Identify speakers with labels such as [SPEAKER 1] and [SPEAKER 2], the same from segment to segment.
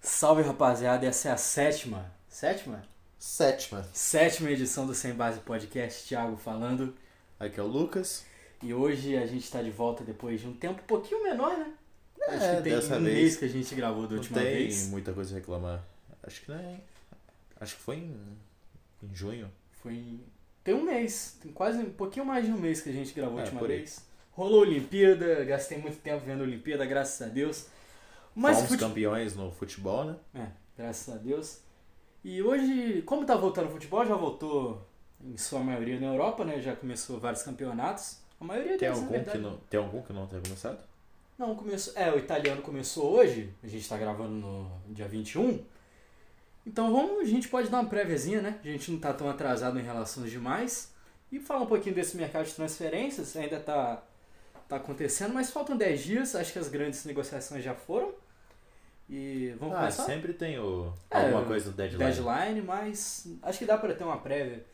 [SPEAKER 1] Salve rapaziada, essa é a sétima. Sétima?
[SPEAKER 2] Sétima.
[SPEAKER 1] Sétima edição do Sem Base Podcast, Thiago falando.
[SPEAKER 2] Aqui é o Lucas.
[SPEAKER 1] E hoje a gente tá de volta depois de um tempo um pouquinho menor, né? Acho que tem
[SPEAKER 2] É, dessa
[SPEAKER 1] um
[SPEAKER 2] vez
[SPEAKER 1] mês que a gente gravou da
[SPEAKER 2] Não
[SPEAKER 1] última
[SPEAKER 2] tem
[SPEAKER 1] vez.
[SPEAKER 2] muita coisa a reclamar. Acho que não é. hein? Acho que foi em, em junho.
[SPEAKER 1] Foi. em- Tem um mês, tem quase um pouquinho mais de um mês que a gente gravou a
[SPEAKER 2] É,
[SPEAKER 1] última
[SPEAKER 2] por aí.
[SPEAKER 1] vez. Rolou Olimpíada, gastei muito tempo vendo Olimpíada, graças a Deus. Mas
[SPEAKER 2] Fomos
[SPEAKER 1] fute-
[SPEAKER 2] campeões no futebol, né?
[SPEAKER 1] É, graças a Deus. E hoje, como tá voltando o futebol, já voltou em sua maioria na Europa, né? Já começou vários campeonatos. A maioria
[SPEAKER 2] Tem
[SPEAKER 1] deles, na
[SPEAKER 2] algum, que
[SPEAKER 1] é verdade.
[SPEAKER 2] não, tem algum que não tenha começado?
[SPEAKER 1] Não, começou. É, o italiano começou hoje. A gente tá gravando no dia 21. Então vamos, a gente pode dar uma préviazinha, né? A gente não tá tão atrasado em relação aos demais. E falar um pouquinho desse mercado de transferências. Ainda tá, tá acontecendo, mas faltam 10 dias. Acho que as grandes negociações já foram. E vamos
[SPEAKER 2] ah,
[SPEAKER 1] começar?
[SPEAKER 2] sempre tem o,
[SPEAKER 1] É,
[SPEAKER 2] alguma coisa do deadline.
[SPEAKER 1] deadline, mas acho que dá pra ter uma prévia.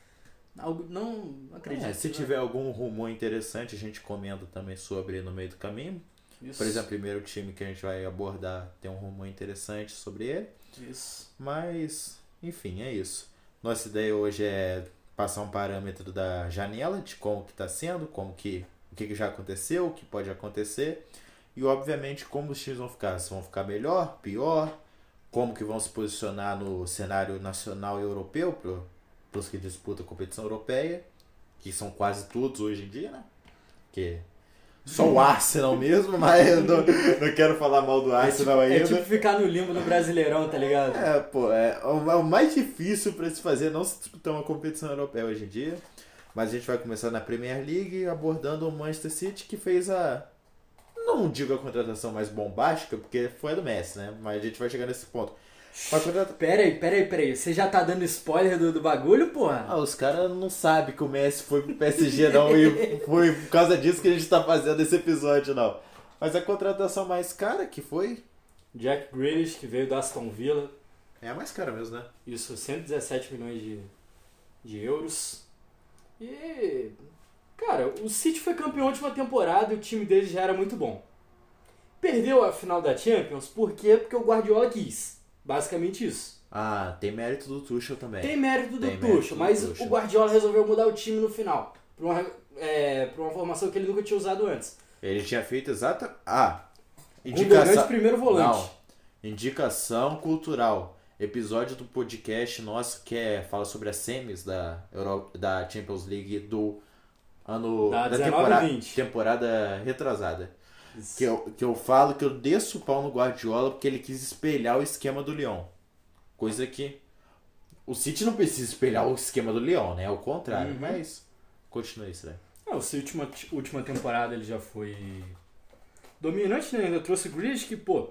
[SPEAKER 1] Algo, não acredito.
[SPEAKER 2] É, se
[SPEAKER 1] né?
[SPEAKER 2] tiver algum rumor interessante, a gente comenta também sobre no meio do caminho.
[SPEAKER 1] Isso,
[SPEAKER 2] Por exemplo, o primeiro time que a gente vai abordar tem um rumor interessante sobre ele.
[SPEAKER 1] Isso.
[SPEAKER 2] Mas, enfim, é isso. Nossa ideia hoje é passar um parâmetro da janela, de como que tá sendo, como que, o que, que já aconteceu, o que pode acontecer. E, obviamente, como os times vão ficar. Se vão ficar melhor, pior, como que vão se posicionar no cenário nacional e europeu, para os que disputam a competição europeia, que são quase todos hoje em dia, né? Que... Só o Arsenal mesmo, mas eu não, não quero falar mal do Arsenal
[SPEAKER 1] É
[SPEAKER 2] ainda.
[SPEAKER 1] tipo ficar no limbo do Brasileirão, tá ligado?
[SPEAKER 2] É, pô, é o é o mais difícil pra se fazer é não se disputar uma competição europeia hoje em dia. Mas a gente vai começar na Premier League abordando o Manchester City que fez a. Não digo a contratação mais bombástica, porque foi a do Messi, né? Mas a gente vai chegar nesse ponto. Mas contrata-
[SPEAKER 1] Pera aí, pera aí, pera aí. Você já tá dando spoiler do, do bagulho, porra?
[SPEAKER 2] Ah, os caras não sabem que o Messi foi pro PSG, não, e foi por causa disso que a gente tá fazendo esse episódio, não. Mas a contratação mais cara que foi.
[SPEAKER 1] Jack Grealish, que veio do Aston Villa.
[SPEAKER 2] É a mais cara mesmo, né?
[SPEAKER 1] Isso, 117 milhões de, de euros. E. Cara, o City foi campeão da última temporada e o time dele já era muito bom. Perdeu a final da Champions por quê? Porque o Guardiola quis. Basicamente isso.
[SPEAKER 2] Ah, tem mérito do Tuchel também.
[SPEAKER 1] Tem mérito do
[SPEAKER 2] É, Tem mérito
[SPEAKER 1] Tuchel,
[SPEAKER 2] do
[SPEAKER 1] mas
[SPEAKER 2] Tuchel.
[SPEAKER 1] o Guardiola resolveu mudar o time no final. Pra uma, é, pra uma formação que ele nunca tinha usado antes.
[SPEAKER 2] Ele tinha feito exata. Ah!
[SPEAKER 1] Indicação...
[SPEAKER 2] Indicação.
[SPEAKER 1] Um primeiro volante.
[SPEAKER 2] Não. Indicação cultural. Episódio do podcast nosso que é, fala sobre as semis da, Euro... da Champions League do ano.
[SPEAKER 1] Da 19 e
[SPEAKER 2] temporada...
[SPEAKER 1] 20.
[SPEAKER 2] temporada retrasada.
[SPEAKER 1] Isso.
[SPEAKER 2] Que eu, que eu falo que eu desço o pau no Guardiola porque ele quis espelhar o esquema do Lyon. Coisa que. O City não precisa espelhar o esquema do Lyon, né? É o contrário.
[SPEAKER 1] Uhum.
[SPEAKER 2] Mas. Continua isso, né?
[SPEAKER 1] É, o seu última, última temporada ele já foi dominante, né? Ainda trouxe o Grealish, que, pô,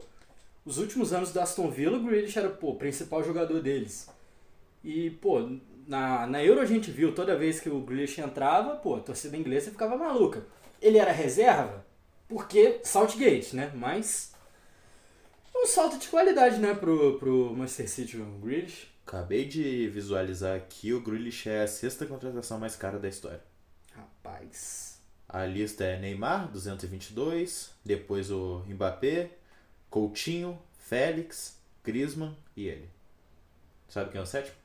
[SPEAKER 1] os últimos anos do Aston Villa, o Grealish era, pô, o principal jogador deles. E, pô, na, na Euro a gente viu, toda vez que o Grealish entrava, pô, a torcida inglesa ficava maluca. Ele era reserva? Porque Southgate, né? Mas um salto de qualidade, né, pro, pro Manchester City, o Grealish.
[SPEAKER 2] Acabei de visualizar aqui, o Grealish é a sexta contratação mais cara da história.
[SPEAKER 1] Rapaz...
[SPEAKER 2] A lista é Neymar, 222, depois o Mbappé, Coutinho, Félix, Griezmann e ele. Sabe quem é o sétimo?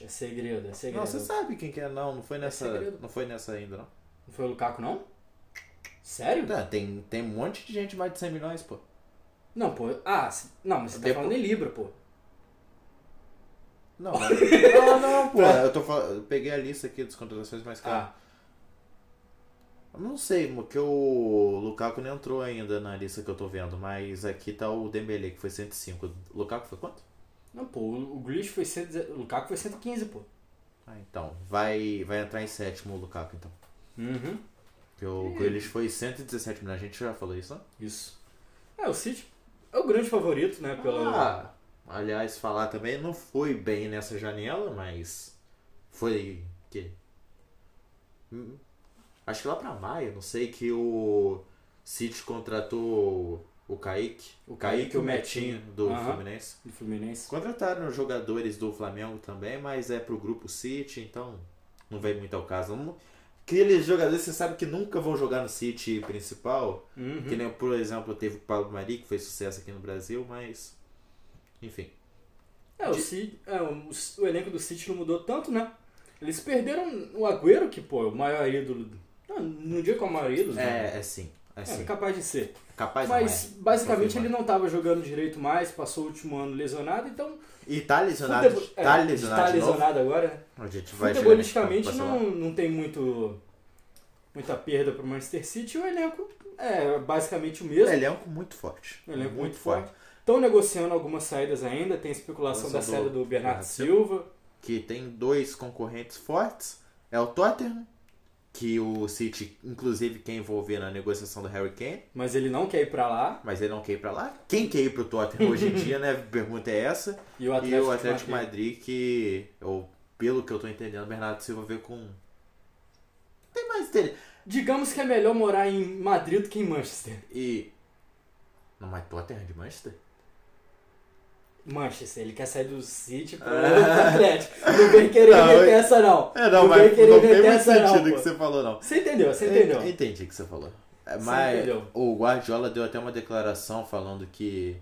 [SPEAKER 1] É segredo, é segredo.
[SPEAKER 2] Não, você sabe quem que é, não, não foi nessa,
[SPEAKER 1] segredo.
[SPEAKER 2] não foi nessa ainda, não.
[SPEAKER 1] Não foi o Lukaku, não? Sério?
[SPEAKER 2] Tá, tem, tem um monte de gente mais de 100 milhões, pô.
[SPEAKER 1] Não, pô. Ah, se- não, mas você tá
[SPEAKER 2] Depo-
[SPEAKER 1] falando em Libra, pô.
[SPEAKER 2] Não, não, não, pô.
[SPEAKER 1] Tá.
[SPEAKER 2] Eu, tô, fal- eu peguei a lista aqui das contratações mais caras.
[SPEAKER 1] Ah,
[SPEAKER 2] Eu Não sei, porque o Lukaku não entrou ainda na lista que eu tô vendo, mas aqui tá o Dembele, que foi 105. O Lukaku foi quanto?
[SPEAKER 1] não, pô. O o Grealish foi 110 O Lukaku foi 115, pô.
[SPEAKER 2] Ah, então. Vai, vai entrar em sétimo o Lukaku, então.
[SPEAKER 1] Uhum.
[SPEAKER 2] Porque o Grealish foi 117 milhões. A gente já falou isso, né?
[SPEAKER 1] Isso. É, o City é o grande favorito, né? Pelo...
[SPEAKER 2] Ah, aliás, falar também, não foi bem nessa janela, mas foi que Hum, Acho que lá pra maio, não sei, que o City contratou o Kaique.
[SPEAKER 1] O Kaique e
[SPEAKER 2] Kaique e
[SPEAKER 1] o
[SPEAKER 2] o Metinho do
[SPEAKER 1] Aham.
[SPEAKER 2] Fluminense.
[SPEAKER 1] Do Fluminense.
[SPEAKER 2] Contrataram jogadores do Flamengo também, mas é pro grupo City, então não vem muito ao caso. Não- Aqueles jogadores você sabe que nunca vão jogar no City principal.
[SPEAKER 1] Uhum.
[SPEAKER 2] Que nem, por exemplo, teve o Pablo Mari, que fez sucesso aqui no Brasil, mas Enfim.
[SPEAKER 1] É, o, City, é, o, o elenco do City não mudou tanto, né? Eles perderam o Agüero, que, pô, é o maior ídolo. Não, não digo que é o maior ídolo, né?
[SPEAKER 2] É, é sim. É sim.
[SPEAKER 1] É, capaz de ser.
[SPEAKER 2] Capaz não
[SPEAKER 1] Mas,
[SPEAKER 2] é.
[SPEAKER 1] basicamente, ele
[SPEAKER 2] Confirmado.
[SPEAKER 1] não tava jogando direito mais, passou o último ano lesionado, então...
[SPEAKER 2] E tá lesionado,
[SPEAKER 1] futebol- é,
[SPEAKER 2] tá lesionado
[SPEAKER 1] tá
[SPEAKER 2] de novo?
[SPEAKER 1] lesionado agora, né?
[SPEAKER 2] A gente vai chegar nesse ponto,
[SPEAKER 1] Futebolisticamente
[SPEAKER 2] passa lá.
[SPEAKER 1] não, é não tem muito muita perda pro Manchester City. O elenco é basicamente o
[SPEAKER 2] É um
[SPEAKER 1] mesmo.
[SPEAKER 2] elenco muito forte.
[SPEAKER 1] Um elenco muito Estão negociando algumas saídas ainda. Tem especulação da
[SPEAKER 2] Lançador.
[SPEAKER 1] saída do Bernardo
[SPEAKER 2] Ah,
[SPEAKER 1] Silva.
[SPEAKER 2] Que tem dois concorrentes fortes. É o Tottenham, que o City, inclusive, quer envolver na negociação do Harry Kane.
[SPEAKER 1] Mas ele não quer ir pra lá.
[SPEAKER 2] Mas ele não quer ir pra lá. Quem quer ir pro Tottenham hoje em dia, né? A Pergunta é essa.
[SPEAKER 1] E o
[SPEAKER 2] e
[SPEAKER 1] Atlético,
[SPEAKER 2] o Atlético
[SPEAKER 1] de Madrid.
[SPEAKER 2] Madrid, que, eu, pelo que eu tô entendendo, o Bernardo Silva veio com. Tem mais dele.
[SPEAKER 1] Digamos que é melhor morar em Madrid do que em Manchester.
[SPEAKER 2] E. Não, mas Tottenham é de Manchester?
[SPEAKER 1] Manchester, ele quer sair do City pro Atlético. Não vem querer
[SPEAKER 2] Não,
[SPEAKER 1] meter
[SPEAKER 2] eu-
[SPEAKER 1] essa, não.
[SPEAKER 2] É, não,
[SPEAKER 1] vem
[SPEAKER 2] mas
[SPEAKER 1] querer
[SPEAKER 2] não tem
[SPEAKER 1] meter
[SPEAKER 2] muito
[SPEAKER 1] essa, não.
[SPEAKER 2] sentido o
[SPEAKER 1] pô.
[SPEAKER 2] que você É, falou, não.
[SPEAKER 1] Você entendeu, você entendeu.
[SPEAKER 2] Eu entendi o que você falou. É, Mas
[SPEAKER 1] entendeu.
[SPEAKER 2] o Guardiola deu até uma declaração falando que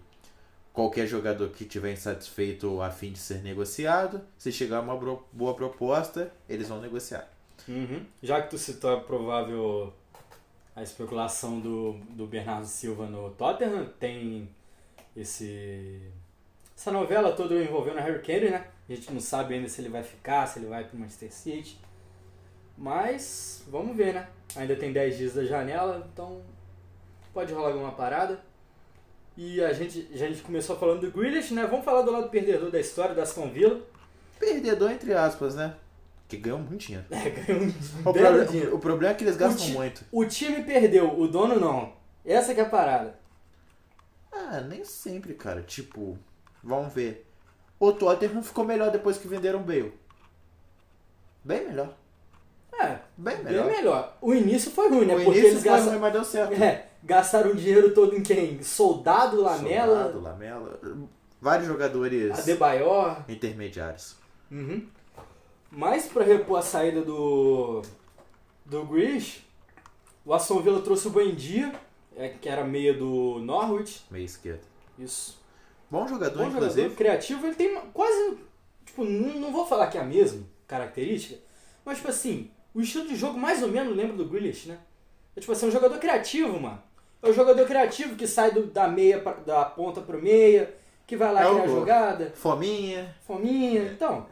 [SPEAKER 2] qualquer jogador que tiver insatisfeito a fim de ser negociado, se chegar uma bro- boa proposta, eles vão negociar.
[SPEAKER 1] Uhum. Já que tu citou a provável a especulação do, do Bernardo Silva no Tottenham, tem esse essa novela toda envolvendo o Harry Kane, né? A gente não sabe ainda se ele vai ficar, se ele vai pro Manchester City. Mas vamos ver, né? Ainda tem 10 dias da janela, então pode rolar alguma parada. E a gente, a gente começou falando do Grealish, né? Vamos falar do lado perdedor da história, da Aston Villa.
[SPEAKER 2] Perdedor, entre aspas, né? Que ganham muito dinheiro.
[SPEAKER 1] É, ganhou um
[SPEAKER 2] O,
[SPEAKER 1] belo
[SPEAKER 2] proble-
[SPEAKER 1] dinheiro.
[SPEAKER 2] o problema é que eles gastam
[SPEAKER 1] O ti-
[SPEAKER 2] muito.
[SPEAKER 1] O time perdeu, o dono não. Essa que é a parada.
[SPEAKER 2] Ah, nem sempre, cara. Tipo, vamos ver. O Tottenham ficou melhor depois que venderam o Bale. Bem melhor.
[SPEAKER 1] É,
[SPEAKER 2] Bem
[SPEAKER 1] bem
[SPEAKER 2] melhor.
[SPEAKER 1] melhor. O início foi ruim, né?
[SPEAKER 2] O
[SPEAKER 1] Porque
[SPEAKER 2] início
[SPEAKER 1] eles
[SPEAKER 2] foi
[SPEAKER 1] gastam-
[SPEAKER 2] ruim, mas deu certo.
[SPEAKER 1] é, gastaram o dinheiro todo em quem? Soldado, Lamela,
[SPEAKER 2] Soldado, Lamela. Vários jogadores
[SPEAKER 1] Adebayor.
[SPEAKER 2] intermediários.
[SPEAKER 1] Uhum. Mas pra repor a saída do. do Grish, o Aston Villa trouxe o Buendia, é, que era meia do Norwich.
[SPEAKER 2] Meio esquerdo.
[SPEAKER 1] Isso.
[SPEAKER 2] Bom jogador,
[SPEAKER 1] Bom
[SPEAKER 2] inclusive.
[SPEAKER 1] jogador, criativo, ele tem uma- quase. Tipo, não, não vou falar que é a mesma característica, mas tipo assim, o estilo de jogo mais ou menos lembra do Grealish, né? É tipo assim, um jogador criativo, mano. É um jogador criativo que sai do- da meia, pra- da ponta pro meia, que vai lá
[SPEAKER 2] É o
[SPEAKER 1] criar
[SPEAKER 2] gol.
[SPEAKER 1] jogada,
[SPEAKER 2] Fominha.
[SPEAKER 1] fominha, então.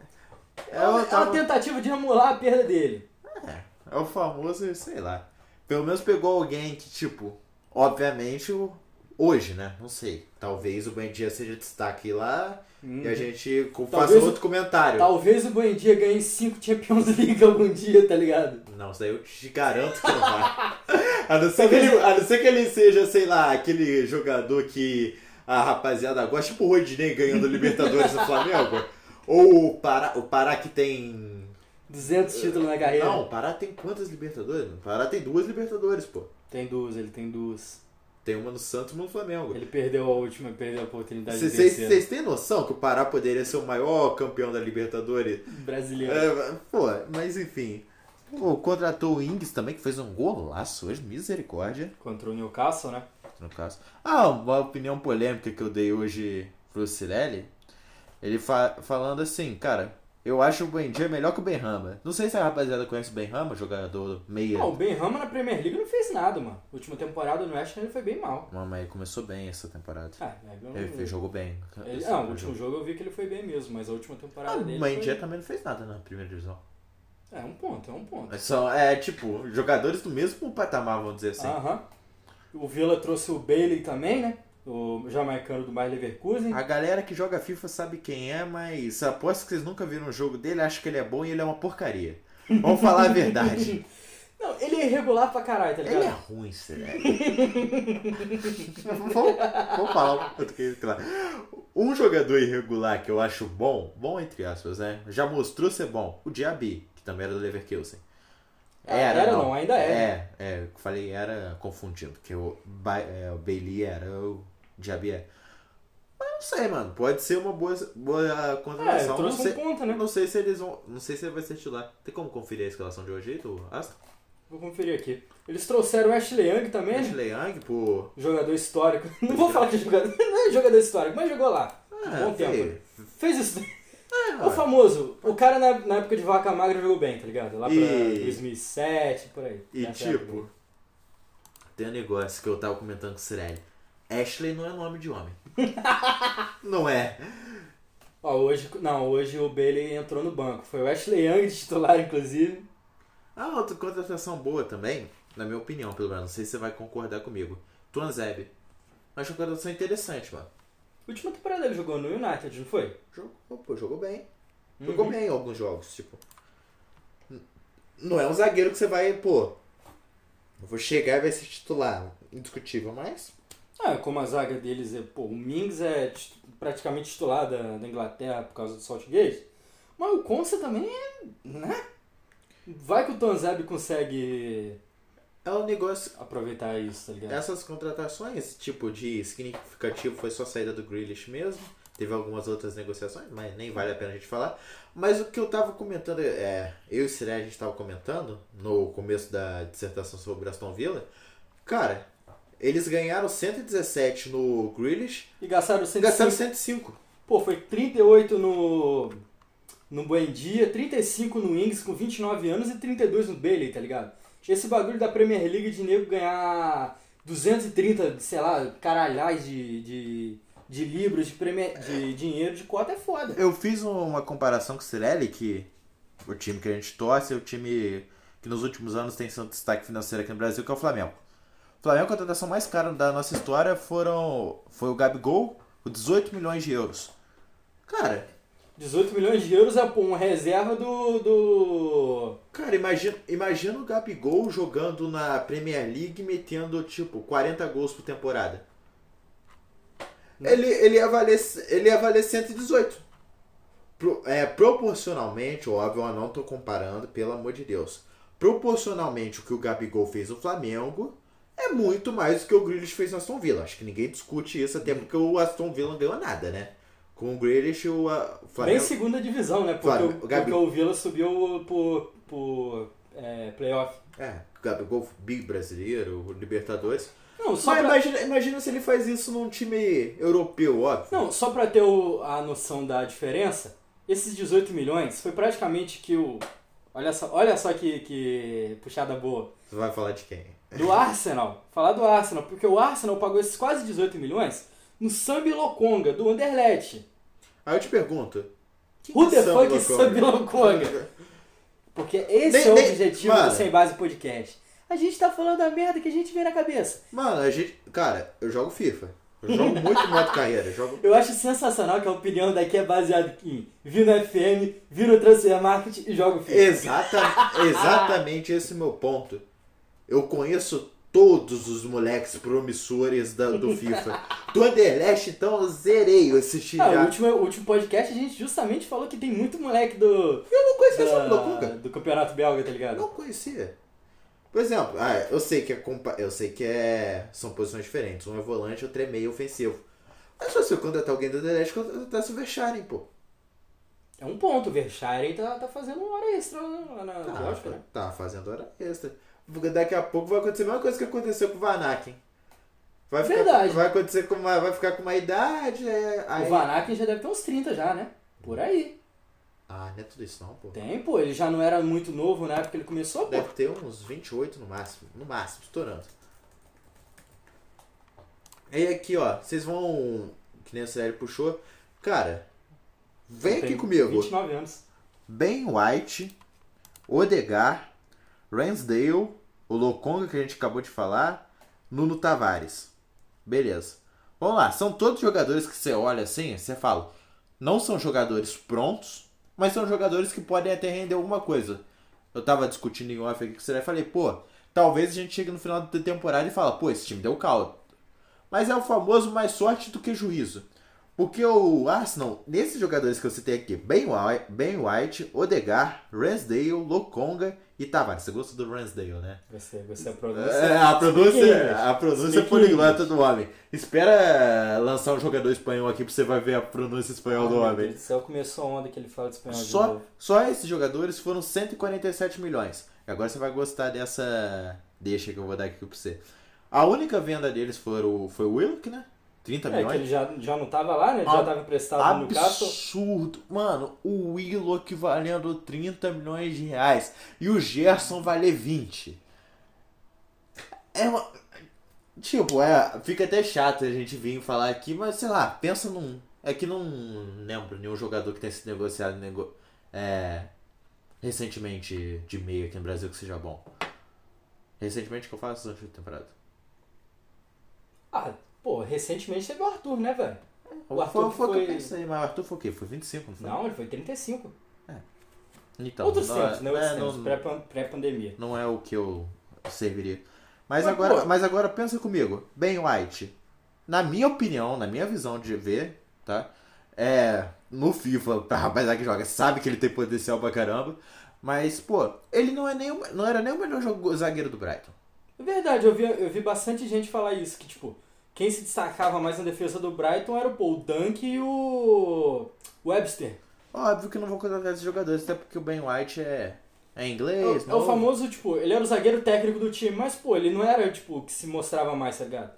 [SPEAKER 1] É,
[SPEAKER 2] o
[SPEAKER 1] uma, é uma
[SPEAKER 2] tal-
[SPEAKER 1] tentativa de emular a perda dele.
[SPEAKER 2] é o famoso, sei lá. Pelo menos pegou alguém que, tipo, obviamente, o- hoje, né? Não sei. Talvez o Bandia seja destaque lá e a gente co- faça
[SPEAKER 1] Uhum. Talvez o-
[SPEAKER 2] outro comentário.
[SPEAKER 1] Talvez o Buendia ganhe 5 Champions League algum dia, tá ligado?
[SPEAKER 2] Não, isso daí eu te garanto que não vai. a,
[SPEAKER 1] Tá
[SPEAKER 2] não ser que ele, a não ser que ele seja, sei lá, aquele jogador que a rapaziada gosta, tipo o Rodinei ganhando Libertadores do Flamengo. Ou o Pará, o Pará que tem.
[SPEAKER 1] 200 títulos na carreira.
[SPEAKER 2] É, Não, o Pará tem quantas Libertadores? O Pará tem duas Libertadores, pô.
[SPEAKER 1] Tem duas, ele tem duas.
[SPEAKER 2] Tem uma no Santos e uma no Flamengo.
[SPEAKER 1] Ele tá perdeu a última, perdeu a oportunidade de vencer.
[SPEAKER 2] Vocês têm noção que o Pará poderia ser o maior campeão da Libertadores?
[SPEAKER 1] Brasileiro.
[SPEAKER 2] É, pô, mas enfim. Pô, contratou o Ings também, que fez um golaço hoje, misericórdia.
[SPEAKER 1] Contra o Newcastle, né?
[SPEAKER 2] no caso. Ah, uma opinião polêmica que eu dei hoje pro Cirelli. Ele fa- falando assim, cara, eu acho o Buendia melhor que o Benrama. Não sei se a rapaziada conhece o Benrama, jogador meia.
[SPEAKER 1] Não, Ah, o Ben Rama na Premier League não fez nada, mano. Última temporada no West Ham ele foi bem mal.
[SPEAKER 2] Mamãe começou bem essa temporada.
[SPEAKER 1] Ah, é, eu não-
[SPEAKER 2] Ele fez- um- jogou bem. é
[SPEAKER 1] ele- não, o último jogo eu vi que ele foi bem mesmo, mas a última
[SPEAKER 2] Ah,
[SPEAKER 1] temporada
[SPEAKER 2] o
[SPEAKER 1] dele.
[SPEAKER 2] Buendia
[SPEAKER 1] Foi...
[SPEAKER 2] também não fez nada na primeira divisão.
[SPEAKER 1] É um ponto, é um ponto.
[SPEAKER 2] Mas São, é, tipo, jogadores do mesmo patamar, vamos dizer assim.
[SPEAKER 1] Aham. O Villa trouxe o Bailey também, né? O jamaicano do Bayer Leverkusen.
[SPEAKER 2] A galera que joga FIFA sabe quem é, mas aposto que vocês nunca viram o jogo dele, acha que ele é bom e ele é uma porcaria. Vamos falar a verdade.
[SPEAKER 1] Não, ele é irregular pra caralho, tá ligado?
[SPEAKER 2] Ele é ruim, sério. vou, vou falar um português, claro. Um jogador irregular que eu acho bom, bom entre aspas, né? Já mostrou ser bom. O Diaby, que também era do Leverkusen.
[SPEAKER 1] Ah, era não, ainda é.
[SPEAKER 2] É, é, eu falei era confundindo, porque o, ba é, o Bailey era, o Diaby era. Mas não sei, mano. Pode ser uma boa, boa
[SPEAKER 1] É,
[SPEAKER 2] contratação. não,
[SPEAKER 1] trouxe um
[SPEAKER 2] sei,
[SPEAKER 1] ponto, né?
[SPEAKER 2] não sei se eles vão. Não sei se ele vai ser titular. Tem como conferir a escalação de hoje aí, tu? Aston?
[SPEAKER 1] Vou conferir aqui. Eles trouxeram o Ashley Young também, né?
[SPEAKER 2] Ashley Young, pô.
[SPEAKER 1] Jogador histórico. Não vou falar que é jogador. Não é jogador histórico, mas jogou lá.
[SPEAKER 2] Ah,
[SPEAKER 1] Bom tempo.
[SPEAKER 2] filho.
[SPEAKER 1] Fez isso.
[SPEAKER 2] Ah,
[SPEAKER 1] O famoso, o cara na, na época de vaca magra jogou bem, tá ligado? Lá pra
[SPEAKER 2] E-
[SPEAKER 1] 2007, por aí.
[SPEAKER 2] E
[SPEAKER 1] Nessa época.
[SPEAKER 2] tipo, tem um negócio que eu tava comentando com o Cirelli. Ashley não é nome de homem. não é.
[SPEAKER 1] Ó, hoje, não, hoje o Bailey entrou no banco. Foi o Ashley Young de titular, inclusive.
[SPEAKER 2] Ah, outra contratação boa também, na minha opinião, pelo menos. Não sei se você vai concordar comigo. Tuanzeb. Mas uma contratação interessante, mano.
[SPEAKER 1] Última temporada ele jogou no United, não foi?
[SPEAKER 2] Jogou, pô, jogou bem.
[SPEAKER 1] Uhum.
[SPEAKER 2] Jogou bem em alguns jogos, tipo. N- Não é um zagueiro que você vai, pô. Eu vou chegar e vai ser titular. Indiscutível, mas.
[SPEAKER 1] Ah, como a zaga deles é, pô, o Mings é tit- praticamente titular da, da Inglaterra por causa do Saltgate. Mas o Consa também é, né? Vai que o Tonzeb consegue
[SPEAKER 2] É um negócio.
[SPEAKER 1] aproveitar isso, tá ligado?
[SPEAKER 2] Essas contratações, tipo, de significativo foi só a saída do Grealish mesmo. Teve algumas outras negociações, mas nem vale a pena a gente falar. Mas o que eu tava comentando, é, eu e o Siré, a gente tava comentando no começo da dissertação sobre Aston Villa. Cara, eles ganharam 117 no Grealish
[SPEAKER 1] E gastaram
[SPEAKER 2] e
[SPEAKER 1] 105.
[SPEAKER 2] gastaram 105.
[SPEAKER 1] Pô, foi 38 no no Buendia, 35 no Ings com 29 anos e 32 no Bailey, tá ligado? Esse bagulho da Premier League de nego ganhar 230, sei lá, caralhais de, de, de libras, de, premier, de dinheiro, de cota é foda.
[SPEAKER 2] Eu fiz uma comparação com o Cirelli, que o time que a gente torce é o time que nos últimos anos tem seu destaque financeiro aqui no Brasil, que é o Flamengo. O Flamengo, a contratação mais cara da nossa história foram, foi o Gabigol, com 18 milhões de euros. Cara,
[SPEAKER 1] 18 milhões de euros é pô, uma reserva do. do.
[SPEAKER 2] cara, imagina, imagina o Gabigol jogando na Premier League e metendo, tipo, 40 gols por temporada. Ele, ele, ia valer, ele ia valer 118. Pro- é, proporcionalmente, óbvio, eu não tô comparando, pelo amor de Deus. Proporcionalmente, o que o Gabigol fez no Flamengo é muito mais do que o Grealish fez no Aston Villa. Acho que ninguém discute isso, até porque o Aston Villa não ganhou nada, né? Com o Grealish, o, a- o
[SPEAKER 1] Bem
[SPEAKER 2] Flamengo...
[SPEAKER 1] segunda divisão, né? Porque,
[SPEAKER 2] Flamengo,
[SPEAKER 1] o,
[SPEAKER 2] Gabi.
[SPEAKER 1] porque o Vila subiu por, por é, playoff.
[SPEAKER 2] É, o Gabigol, big brasileiro, o Libertadores.
[SPEAKER 1] Não, só
[SPEAKER 2] Mas
[SPEAKER 1] pra-
[SPEAKER 2] imagina, imagina se ele faz isso num time europeu, óbvio.
[SPEAKER 1] Não, só pra ter o- a noção da diferença, esses 18 milhões foi praticamente que o. Olha só, olha só que, que puxada boa.
[SPEAKER 2] Você vai falar de quem?
[SPEAKER 1] Do Arsenal. Falar do Arsenal, porque o Arsenal pagou esses quase 18 milhões no Sambi Lokonga, do Anderlecht.
[SPEAKER 2] Aí eu te pergunto... quem
[SPEAKER 1] Who the
[SPEAKER 2] é Samba
[SPEAKER 1] fuck is
[SPEAKER 2] Lokonga?
[SPEAKER 1] Sambi Lokonga? Porque esse
[SPEAKER 2] Nem-
[SPEAKER 1] é o
[SPEAKER 2] nem-
[SPEAKER 1] objetivo
[SPEAKER 2] mano.
[SPEAKER 1] do Sem Base Podcast. A gente tá falando da merda que a gente vê na cabeça.
[SPEAKER 2] Mano, a gente. Cara, eu jogo FIFA. Eu jogo muito modo carreira. eu Jogo...
[SPEAKER 1] Eu acho sensacional que a opinião daqui é baseada em vi no FM, vi no Transfer Market e jogo FIFA.
[SPEAKER 2] Exata... Exatamente esse é o meu ponto. Eu conheço todos os moleques promissores da- do FIFA. Do Anderlecht, então, eu zerei esse time.
[SPEAKER 1] Ah, o
[SPEAKER 2] já.
[SPEAKER 1] último, o último podcast a gente justamente falou que tem muito moleque do.
[SPEAKER 2] Eu não conhecia essa
[SPEAKER 1] Da,
[SPEAKER 2] loucura.
[SPEAKER 1] do campeonato belga, tá ligado?
[SPEAKER 2] Não conhecia. Por exemplo, ah, eu sei que é compa- eu sei que é são posições diferentes. Um é volante, outro é meio ofensivo. Mas se você contratar alguém do Anderlecht, contratar o Verstappen, pô.
[SPEAKER 1] É um ponto, o Verstappen tá, tá fazendo uma hora extra lá na
[SPEAKER 2] Tá,
[SPEAKER 1] lógica, né?
[SPEAKER 2] tá fazendo hora extra. Porque daqui a pouco vai acontecer a mesma coisa que aconteceu com o Vanak. hein? Vai ficar,
[SPEAKER 1] Verdade.
[SPEAKER 2] Vai acontecer com uma, vai ficar com uma idade. é, aí...
[SPEAKER 1] O Vanaken já deve ter uns 30 já, né? Por aí.
[SPEAKER 2] Ah, não é tudo isso não, pô.
[SPEAKER 1] Tem, pô, ele já não era muito novo na época que ele começou, pô.
[SPEAKER 2] Deve ter uns 28 no máximo. No máximo, estourando. E aqui, ó, vocês vão. Que nem o Célio puxou. Cara, vem aqui
[SPEAKER 1] Tem
[SPEAKER 2] comigo.
[SPEAKER 1] 29 anos.
[SPEAKER 2] Ben White, Odegar, Ransdale, o Lokonga que a gente acabou de falar, Nuno Tavares. Beleza. Vamos lá, são todos jogadores que você olha assim, você fala, não são jogadores prontos, mas são jogadores que podem até render alguma coisa. Eu tava discutindo em off aqui com o Seré, falei, pô, talvez a gente chegue no final da temporada e fala, pô, esse time deu caldo. Mas é o famoso mais sorte do que juízo. Porque o Arsenal, nesses jogadores que eu citei aqui, Ben White, ben White Odegar, Ransdale, Lokonga e Tavares. Você gosta do Ransdale, né?
[SPEAKER 1] Você, você é pronúncia.
[SPEAKER 2] É, a
[SPEAKER 1] English.
[SPEAKER 2] pronúncia, a pronúncia
[SPEAKER 1] Speak
[SPEAKER 2] poliglota do homem. Espera lançar um jogador espanhol aqui pra você vai ver a pronúncia espanhol é do
[SPEAKER 1] Ah, Meu
[SPEAKER 2] homem.
[SPEAKER 1] Deus do céu, começou a onda que ele fala de espanhol de
[SPEAKER 2] Só,
[SPEAKER 1] novo.
[SPEAKER 2] só esses jogadores foram 147 milhões. E agora você vai gostar dessa deixa que eu vou dar aqui pra você. A única venda deles foi o, foi o Willock, né? 30
[SPEAKER 1] É, que
[SPEAKER 2] milhões?
[SPEAKER 1] ele já, já não tava lá, né? Ele já
[SPEAKER 2] Ab-
[SPEAKER 1] tava emprestado no Newcastle.
[SPEAKER 2] Absurdo. Mano, o Willock valendo 30 milhões de reais. E o Gerson valer 20. É uma... Tipo, é, fica até chato a gente vir falar aqui, mas sei lá, pensa num... É que não lembro nenhum jogador que tenha sido negociado nego... é, recentemente de meia aqui no Brasil que seja bom. Recentemente que eu faço antes da temporada.
[SPEAKER 1] Ah, pô, recentemente teve o Arthur, né, velho? O Arthur
[SPEAKER 2] foi, foi, o que eu
[SPEAKER 1] foi-
[SPEAKER 2] pensei, mas o Arthur foi o quê? Foi 25, não foi?
[SPEAKER 1] Não, ele foi 35.
[SPEAKER 2] Então,
[SPEAKER 1] Outros
[SPEAKER 2] não
[SPEAKER 1] tempos, né?
[SPEAKER 2] é- não
[SPEAKER 1] Outros
[SPEAKER 2] é-
[SPEAKER 1] tempos,
[SPEAKER 2] não-
[SPEAKER 1] pré-pan- pré-pandemia.
[SPEAKER 2] não é o que eu serviria. Mas,
[SPEAKER 1] Mas,
[SPEAKER 2] agora,
[SPEAKER 1] pô.
[SPEAKER 2] mas agora pensa comigo, Ben White, na minha opinião, na minha visão de ver, tá? É, no FIFA, pra rapaziada que joga, sabe que ele tem potencial pra caramba, mas pô, ele não é nem o- não era nem o melhor jogo- zagueiro do Brighton.
[SPEAKER 1] É verdade, eu vi, eu vi bastante gente falar isso, que tipo, quem se destacava mais na defesa do Brighton era o Paul Dunk e o Webster.
[SPEAKER 2] Óbvio que eu não vou contratar esses jogadores, até porque o Ben White é é
[SPEAKER 1] É,
[SPEAKER 2] inglês,
[SPEAKER 1] o- é o
[SPEAKER 2] não-
[SPEAKER 1] famoso, tipo, ele era o zagueiro técnico do time, mas pô, ele não era, tipo, o que se mostrava mais, tá ligado?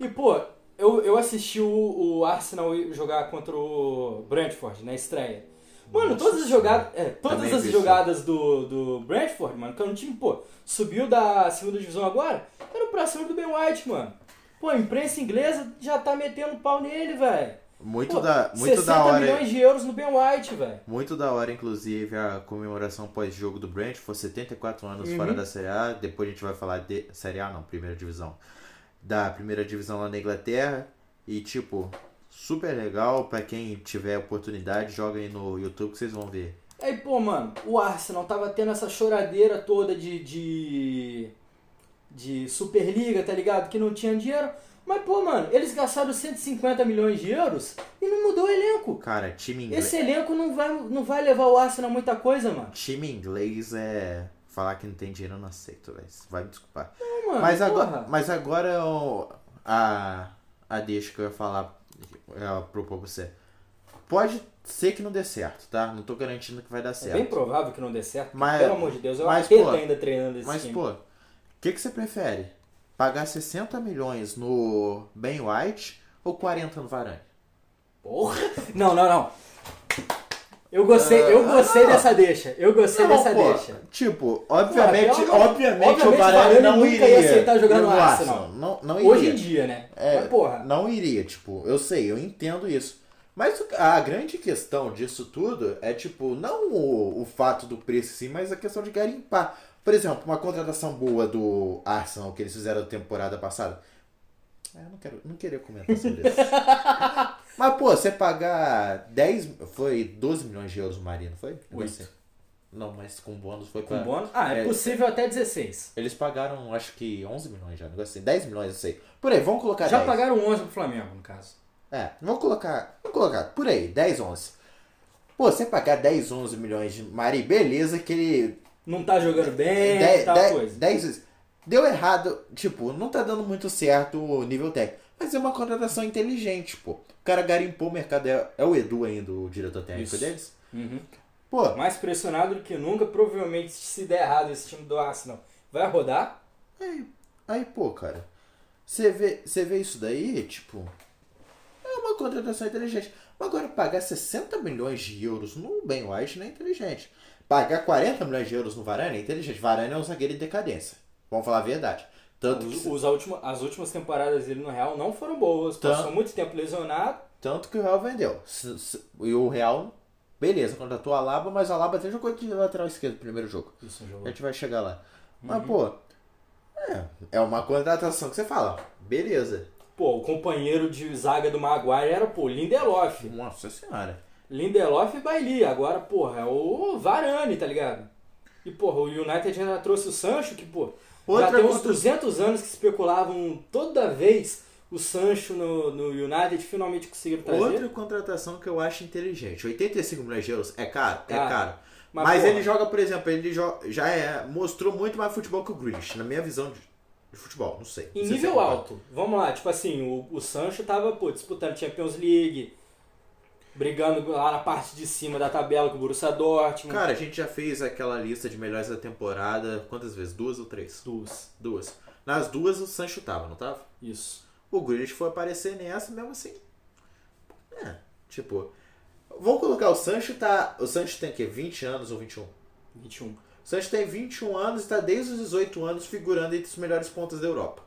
[SPEAKER 1] E pô, eu, eu assisti o, o Arsenal jogar contra o Brentford na estreia. Mano,
[SPEAKER 2] Nossa
[SPEAKER 1] todas as
[SPEAKER 2] Senhora.
[SPEAKER 1] jogadas, é, todas
[SPEAKER 2] Também
[SPEAKER 1] as
[SPEAKER 2] vi isso.
[SPEAKER 1] jogadas do, do Brentford, mano, que é um time, pô, subiu da segunda divisão agora, era pra cima do Ben White, mano. Pô, a imprensa inglesa já tá metendo pau nele, velho.
[SPEAKER 2] muito
[SPEAKER 1] Pô,
[SPEAKER 2] da muito
[SPEAKER 1] 60
[SPEAKER 2] da hora. é-
[SPEAKER 1] milhões de euros no Ben White, velho.
[SPEAKER 2] Muito da hora, inclusive, a comemoração pós-jogo do Brent. Foi 74 anos
[SPEAKER 1] Uhum.
[SPEAKER 2] fora da Série A. Depois a gente vai falar de Série A, não, primeira divisão. Da primeira divisão lá na Inglaterra. E, tipo, super legal. Pra quem tiver oportunidade, joga aí no YouTube que vocês vão ver.
[SPEAKER 1] Aí, pô, mano, o Arsenal tava tendo essa choradeira toda de. de. de Superliga, tá ligado? Que não tinha dinheiro. Mas, pô, mano, eles gastaram 150 milhões de euros e não mudou o elenco.
[SPEAKER 2] Cara, time inglês,
[SPEAKER 1] Esse elenco não vai, não vai levar o Arsenal a muita coisa, mano.
[SPEAKER 2] time inglês é. Falar que não tem dinheiro eu não aceito, velho. Você Vai me desculpar.
[SPEAKER 1] Não, mano,
[SPEAKER 2] mas, agora,
[SPEAKER 1] porra.
[SPEAKER 2] mas agora eu- a, a deixa que eu ia falar, eu propor pra você. Pode ser que não dê certo, tá? Não tô garantindo que vai dar
[SPEAKER 1] É
[SPEAKER 2] certo.
[SPEAKER 1] bem provável que não dê certo. porque,
[SPEAKER 2] Mas-
[SPEAKER 1] pelo amor de Deus, eu
[SPEAKER 2] mas,
[SPEAKER 1] acho que tá
[SPEAKER 2] pô,
[SPEAKER 1] ainda treinando esse
[SPEAKER 2] Mas,
[SPEAKER 1] time.
[SPEAKER 2] pô, o que, que você prefere? Pagar 60 milhões no Ben White ou 40 no Varane?
[SPEAKER 1] Porra! Não, não, não. Eu gostei, eu
[SPEAKER 2] Ah,
[SPEAKER 1] gostei
[SPEAKER 2] não.
[SPEAKER 1] dessa deixa. Eu gostei
[SPEAKER 2] Não,
[SPEAKER 1] dessa
[SPEAKER 2] pô,
[SPEAKER 1] é deixa.
[SPEAKER 2] Tipo, obviamente,
[SPEAKER 1] Pô, até o-
[SPEAKER 2] obviamente,
[SPEAKER 1] obviamente
[SPEAKER 2] o Varane
[SPEAKER 1] o Varane
[SPEAKER 2] não
[SPEAKER 1] nunca
[SPEAKER 2] iria
[SPEAKER 1] ia aceitar jogar
[SPEAKER 2] ir
[SPEAKER 1] no Arsenal.
[SPEAKER 2] Não, não iria.
[SPEAKER 1] Hoje em dia, né?
[SPEAKER 2] É,
[SPEAKER 1] Mas, porra.
[SPEAKER 2] Não iria, tipo, eu sei, eu entendo isso. Mas o- a grande questão disso tudo é, tipo, não o, o fato do preço sim, mas a questão de garimpar. Por exemplo, uma contratação boa do Arsenal que eles fizeram na temporada passada. Ah, eu não, quero, não queria comentar sobre isso. mas, pô, você pagar 10. Foi 12 milhões de euros o Marino, foi? Não
[SPEAKER 1] Oito.
[SPEAKER 2] sei. Não, mas com bônus foi
[SPEAKER 1] Com
[SPEAKER 2] pra-
[SPEAKER 1] bônus? Ah, é,
[SPEAKER 2] É.
[SPEAKER 1] possível até 16.
[SPEAKER 2] Eles pagaram, acho que 11 milhões já, um negócio assim. 10 milhões, eu sei. Por aí, vamos colocar
[SPEAKER 1] Já
[SPEAKER 2] 10.
[SPEAKER 1] pagaram 11 pro Flamengo, no caso.
[SPEAKER 2] É, vamos colocar, vamos colocar por aí, 10, 11. Pô, você pagar 10, 11 milhões de Mari, beleza que ele...
[SPEAKER 1] Não tá jogando bem,
[SPEAKER 2] dez-
[SPEAKER 1] tal
[SPEAKER 2] dez-
[SPEAKER 1] coisa.
[SPEAKER 2] 10 deu errado, tipo, não tá dando muito certo o nível técnico. Mas é uma contratação inteligente, pô. O cara garimpou o mercado, é, é o Edu ainda o diretor técnico
[SPEAKER 1] Isso.
[SPEAKER 2] deles?
[SPEAKER 1] Uhum.
[SPEAKER 2] Pô,
[SPEAKER 1] Mais pressionado do que nunca, provavelmente se der errado esse time do Arsenal, vai rodar.
[SPEAKER 2] Aí, pô, cara, você vê, você vê isso daí, tipo, é uma contratação inteligente. Mas agora pagar 60 milhões de euros no Ben White não é inteligente. Pagar 40 milhões de euros no Varane é inteligente. Varane é um zagueiro em decadência. Vamos falar a verdade. Tanto
[SPEAKER 1] Os-
[SPEAKER 2] que,
[SPEAKER 1] os última- as últimas temporadas dele no Real não foram boas,
[SPEAKER 2] Tá.
[SPEAKER 1] passou muito tempo lesionado.
[SPEAKER 2] tanto que o Real vendeu. S- s- E o Real, beleza, contratou a Alaba, mas a Alaba até jogou de lateral esquerdo no primeiro jogo.
[SPEAKER 1] Isso,
[SPEAKER 2] A gente vai chegar lá.
[SPEAKER 1] Uhum.
[SPEAKER 2] Mas, pô, é, é uma contratação que você fala, beleza.
[SPEAKER 1] Pô, o companheiro de zaga do Maguire era, pô, Lindelof.
[SPEAKER 2] Nossa senhora.
[SPEAKER 1] Lindelof e Bailey. Agora, porra, é o Varane, tá ligado? E, porra, o United ainda trouxe o Sancho, que, pô, já
[SPEAKER 2] Outra
[SPEAKER 1] tem uns
[SPEAKER 2] contra-
[SPEAKER 1] 200 anos que especulavam toda vez o Sancho no, no United, finalmente conseguiram trazer.
[SPEAKER 2] Outra contratação que eu acho inteligente. 85 milhões de euros é caro? É
[SPEAKER 1] Caro.
[SPEAKER 2] caro.
[SPEAKER 1] Mas,
[SPEAKER 2] Mas,
[SPEAKER 1] porra.
[SPEAKER 2] ele joga, por exemplo, ele jo- já é, mostrou muito mais futebol que o Grealish, na minha visão de, de futebol, não sei.
[SPEAKER 1] Em
[SPEAKER 2] Não sei se é
[SPEAKER 1] nível
[SPEAKER 2] você concorda.
[SPEAKER 1] alto, vamos lá, tipo assim, o, o Sancho tava, pô, disputando Champions League, brigando lá na parte de cima da tabela com o Borussia Dortmund.
[SPEAKER 2] Cara, a gente já fez aquela lista de melhores da temporada, quantas vezes? Duas ou três?
[SPEAKER 1] Dos.
[SPEAKER 2] Duas. Nas duas o Sancho tava, não tava?
[SPEAKER 1] Isso.
[SPEAKER 2] O Grealish foi aparecer nessa, mesmo assim. É, tipo. Vamos colocar o Sancho tá. O Sancho tem o quê? 20 anos ou 21? O
[SPEAKER 1] 21.
[SPEAKER 2] Sancho tem 21 anos e tá desde os 18 anos figurando entre os melhores pontas da Europa.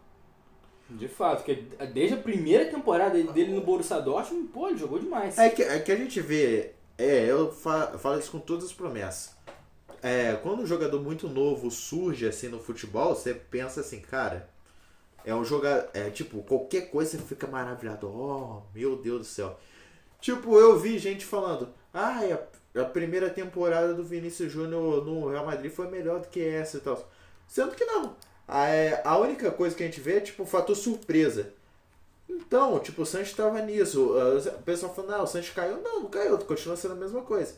[SPEAKER 1] De fato, que desde a primeira temporada dele no Borussia Dortmund, pô, ele jogou demais.
[SPEAKER 2] É que, é que a gente vê. É, eu fa- falo isso com todas as promessas. É, quando um jogador muito novo surge assim no futebol, você pensa assim, cara, é um jogador. É tipo, qualquer coisa você fica maravilhado. Oh, meu Deus do céu. Tipo, eu vi gente falando, ah, é a, a primeira temporada do Vinícius Júnior no Real Madrid foi melhor do que essa e tal. Sendo que não. A, é, a única coisa que a gente vê é tipo o fator surpresa. Então, tipo, o Sancho tava nisso. Ah, O pessoal falou, não, o Sancho caiu. Não, não caiu, continua sendo a mesma coisa.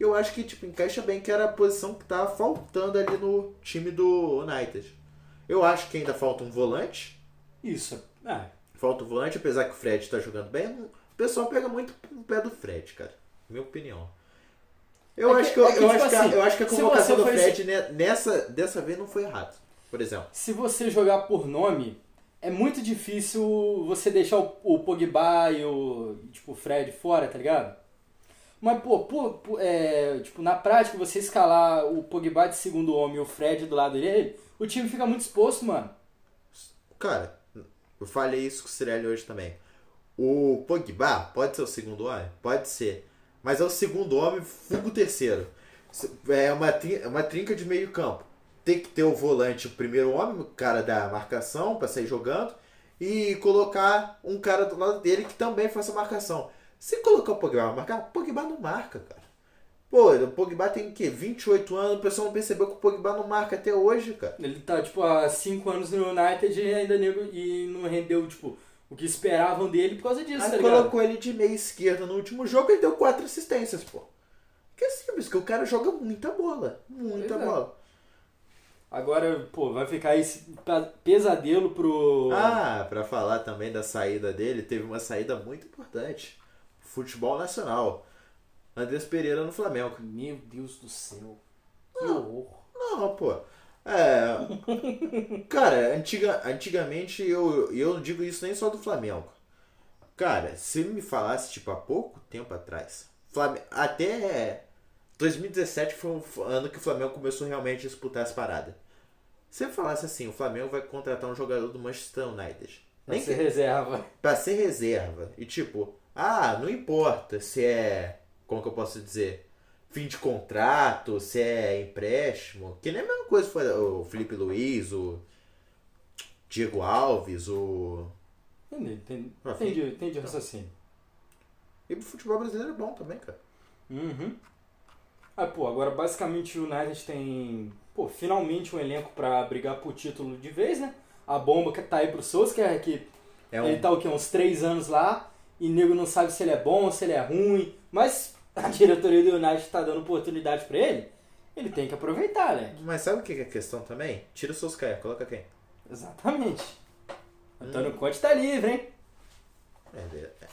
[SPEAKER 2] E eu acho que, tipo, encaixa bem que era a posição que tava faltando ali no time do United. Eu acho que ainda falta um volante.
[SPEAKER 1] Isso. É,
[SPEAKER 2] Falta um volante, apesar que o Fred tá jogando bem. não- O pessoal pega muito no pé do Fred, cara. Minha opinião. Eu,
[SPEAKER 1] É que-
[SPEAKER 2] acho, que, eu,
[SPEAKER 1] é que,
[SPEAKER 2] eu
[SPEAKER 1] tipo
[SPEAKER 2] acho que a,
[SPEAKER 1] assim,
[SPEAKER 2] eu acho que a
[SPEAKER 1] se
[SPEAKER 2] convocação
[SPEAKER 1] você
[SPEAKER 2] do
[SPEAKER 1] for
[SPEAKER 2] Fred ne- nessa, dessa vez não foi errada, por exemplo.
[SPEAKER 1] se você jogar por nome, é muito difícil você deixar o, o Pogba e o tipo, o Fred fora, tá ligado? Mas, pô, pô, pô, é, tipo, na prática, você escalar o Pogba de segundo homem e o Fred do lado dele, o time fica muito exposto, mano.
[SPEAKER 2] Cara, eu falei isso com o Cirelli hoje também. O Pogba pode ser o segundo homem? Pode ser. Mas é o segundo homem, fuga o terceiro. Se- É uma, trin- é uma trinca de meio campo. Tem que ter o volante, o primeiro homem, o cara da marcação, pra sair jogando. E colocar um cara do lado dele que também faça marcação. Se colocar o Pogba pra marcar, o Pogba não marca, cara. Pô, o Pogba tem o quê? 28 anos, o pessoal não percebeu que o Pogba não marca até hoje, cara.
[SPEAKER 1] Ele tá, tipo, há cinco anos no United e ainda nego, e não rendeu, tipo, o que esperavam dele por causa disso, tá
[SPEAKER 2] Aí
[SPEAKER 1] ligado?
[SPEAKER 2] colocou Ah, ele de meia esquerda no último jogo e deu quatro assistências, pô. Que é simples, que o cara joga muita bola. Muita
[SPEAKER 1] Pois é.
[SPEAKER 2] bola.
[SPEAKER 1] Agora, pô, vai ficar esse pa- pesadelo pro...
[SPEAKER 2] Ah, pra falar também da saída dele, teve uma saída muito importante. Futebol nacional. Andrés Pereira no Flamengo.
[SPEAKER 1] Meu Deus do céu. Que horror.
[SPEAKER 2] Não, pô. É. Cara, antiga, antigamente eu, eu não digo isso nem só do Flamengo. Cara, se me falasse, tipo, há pouco tempo atrás. Flamengo, até 2017 foi um f- ano que o Flamengo começou realmente a disputar as paradas. Se eu falasse assim, o Flamengo vai contratar um jogador do Manchester United.
[SPEAKER 1] Nem
[SPEAKER 2] Nem
[SPEAKER 1] ser
[SPEAKER 2] que,
[SPEAKER 1] reserva.
[SPEAKER 2] pra ser reserva. E tipo, ah, não importa se é. Como que eu posso dizer? Fim de contrato, se é empréstimo. Que nem a mesma coisa foi o Felipe Luiz, o Diego Alves, o.
[SPEAKER 1] Entendi, entendi,
[SPEAKER 2] Ah,
[SPEAKER 1] entendi, entendi o raciocínio.
[SPEAKER 2] E o futebol brasileiro é bom também, cara.
[SPEAKER 1] Uhum. Ah, pô, agora basicamente o United tem, pô, finalmente um elenco pra brigar por título de vez, né? A bomba que tá aí pro Solskjaer, que
[SPEAKER 2] É
[SPEAKER 1] ele
[SPEAKER 2] um.
[SPEAKER 1] tá o quê? Uns três anos lá, e nego não sabe se ele é bom, se ele é ruim, mas a diretoria do United tá dando oportunidade pra ele, ele tem que aproveitar, né?
[SPEAKER 2] Mas sabe o que que é a questão também? Tira o Solskjaer, coloca quem? É,
[SPEAKER 1] Exatamente. Antônio Conte tá livre, hein?
[SPEAKER 2] É, é- é.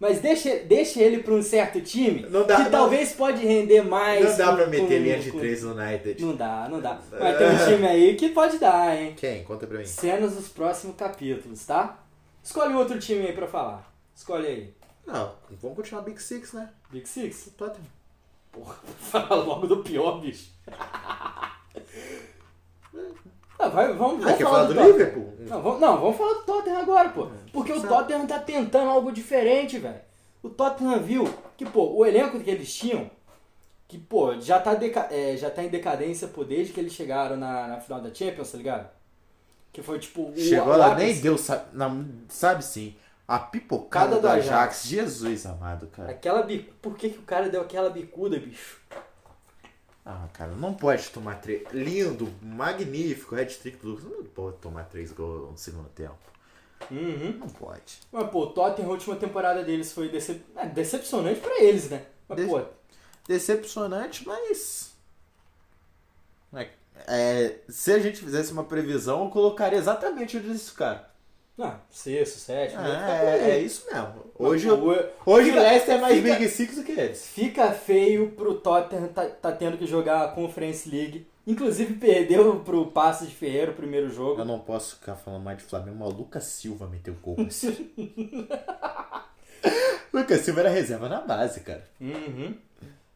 [SPEAKER 1] Mas deixa, deixa ele pra um certo time
[SPEAKER 2] Não dá-
[SPEAKER 1] que
[SPEAKER 2] não-
[SPEAKER 1] talvez pode render mais.
[SPEAKER 2] Não dá
[SPEAKER 1] com-
[SPEAKER 2] pra
[SPEAKER 1] com-
[SPEAKER 2] meter linha de
[SPEAKER 1] com-
[SPEAKER 2] três É. no United.
[SPEAKER 1] Não dá, não dá. Mas tem um time aí que pode dar, hein?
[SPEAKER 2] Quem? Conta pra mim.
[SPEAKER 1] Cenas dos próximos capítulos, tá? Escolhe outro time aí pra falar. Escolhe aí.
[SPEAKER 2] Não, vamos continuar Big Six, né?
[SPEAKER 1] Big Six?
[SPEAKER 2] Tottenham.
[SPEAKER 1] Porra, fala logo do pior, bicho. Ah, vai, vamos,
[SPEAKER 2] Ah,
[SPEAKER 1] vamos
[SPEAKER 2] quer
[SPEAKER 1] falar
[SPEAKER 2] falar
[SPEAKER 1] do,
[SPEAKER 2] do
[SPEAKER 1] Tottenham.
[SPEAKER 2] Liverpool?
[SPEAKER 1] Não vamos, não, vamos falar do Tottenham agora, pô. Porque o
[SPEAKER 2] É, Sabe.
[SPEAKER 1] Tottenham tá tentando algo diferente, velho. O Tottenham viu que, pô, o elenco que eles tinham, que, pô, já tá, deca- é, já tá em decadência, pô, desde que eles chegaram na, na final da Champions, tá ligado? Que foi, tipo, o
[SPEAKER 2] Chegou
[SPEAKER 1] o
[SPEAKER 2] lá,
[SPEAKER 1] ápice.
[SPEAKER 2] nem deu, sabe, não, sabe sim. A
[SPEAKER 1] Cada
[SPEAKER 2] pipocada
[SPEAKER 1] do
[SPEAKER 2] do
[SPEAKER 1] Ajax.
[SPEAKER 2] Ajax. Jesus amado, cara.
[SPEAKER 1] Aquela bico. Por que, que o cara deu aquela bicuda, bicho?
[SPEAKER 2] Ah, cara, não pode tomar três. Lindo, magnífico, head trick do Lucas. Não pode tomar três gols no segundo tempo.
[SPEAKER 1] Uhum.
[SPEAKER 2] Não pode.
[SPEAKER 1] Mas, pô, o Tottenham, a última temporada deles foi decep... ah, decepcionante pra eles, né? Mas,
[SPEAKER 2] Dece-
[SPEAKER 1] pô,
[SPEAKER 2] Decepcionante, mas. É- é, se a gente fizesse uma previsão, eu colocaria exatamente onde eles ficaram.
[SPEAKER 1] ah, sexto, sétimo, deve ficar por
[SPEAKER 2] É,
[SPEAKER 1] aí.
[SPEAKER 2] é isso mesmo. Hoje,
[SPEAKER 1] Mas,
[SPEAKER 2] o-
[SPEAKER 1] pô,
[SPEAKER 2] hoje
[SPEAKER 1] fica-
[SPEAKER 2] o Leicester é mais
[SPEAKER 1] fica-
[SPEAKER 2] Big Six do que eles.
[SPEAKER 1] Fica feio pro Tottenham tá, tá tendo que jogar a Conference League Inclusive perdeu pro Passos de Ferreira o primeiro jogo.
[SPEAKER 2] Eu não posso ficar falando mais de Flamengo, mas o Lucas Silva meteu gol. parceiro. Lucas Silva era reserva na base, cara.
[SPEAKER 1] Uhum.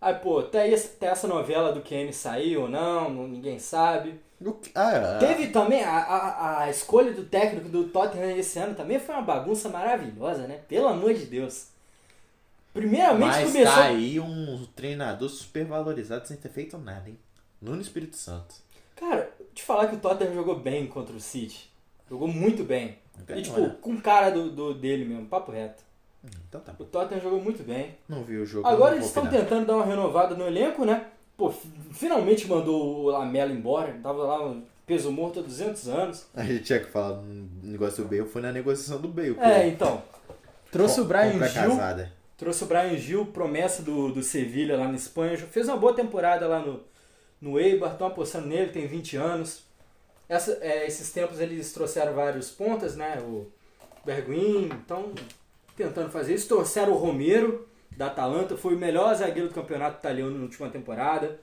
[SPEAKER 3] Aí, pô, até, esse- até essa novela do Kenny saiu ou não, não- ninguém sabe.
[SPEAKER 2] Lu- Ah,
[SPEAKER 1] Teve também a, a, a escolha do técnico do Tottenham esse ano também foi uma bagunça maravilhosa, né? Pelo amor de Deus. Primeiramente
[SPEAKER 2] mas
[SPEAKER 1] começou.
[SPEAKER 2] tá aí um treinador super valorizado sem ter feito nada, hein? Nuno Espírito Santo.
[SPEAKER 1] Cara, te falar que o Tottenham jogou bem contra o City. Jogou muito bem.
[SPEAKER 2] Ganhou,
[SPEAKER 1] e tipo,
[SPEAKER 2] né?
[SPEAKER 1] com cara do, do- dele mesmo, papo reto.
[SPEAKER 2] Então tá
[SPEAKER 1] O
[SPEAKER 2] bom.
[SPEAKER 1] Tottenham jogou muito bem.
[SPEAKER 2] Não vi o jogo.
[SPEAKER 1] Agora
[SPEAKER 2] não
[SPEAKER 1] eles
[SPEAKER 2] vou
[SPEAKER 1] estão
[SPEAKER 2] opinar.
[SPEAKER 1] tentando dar uma renovada no elenco, né? Pô, f- finalmente mandou o Lamela embora. Tava lá um peso morto há 200 anos.
[SPEAKER 2] A gente tinha que falar um negócio do Bale, foi na negociação do Bale.
[SPEAKER 1] É,
[SPEAKER 2] pô.
[SPEAKER 1] então. Trouxe o Brian
[SPEAKER 2] Compra
[SPEAKER 1] Gil
[SPEAKER 2] casada.
[SPEAKER 1] Trouxe o Brian Gil, promessa do, do Sevilha lá na Espanha. Já Fez uma boa temporada lá no, no Eibar, estão apostando nele, tem 20 anos. Essa- é, esses tempos eles trouxeram vários pontas, né? O Berguin, então tentando fazer isso. Trouxeram o Romero, da Atalanta, foi o melhor zagueiro do campeonato italiano na última temporada.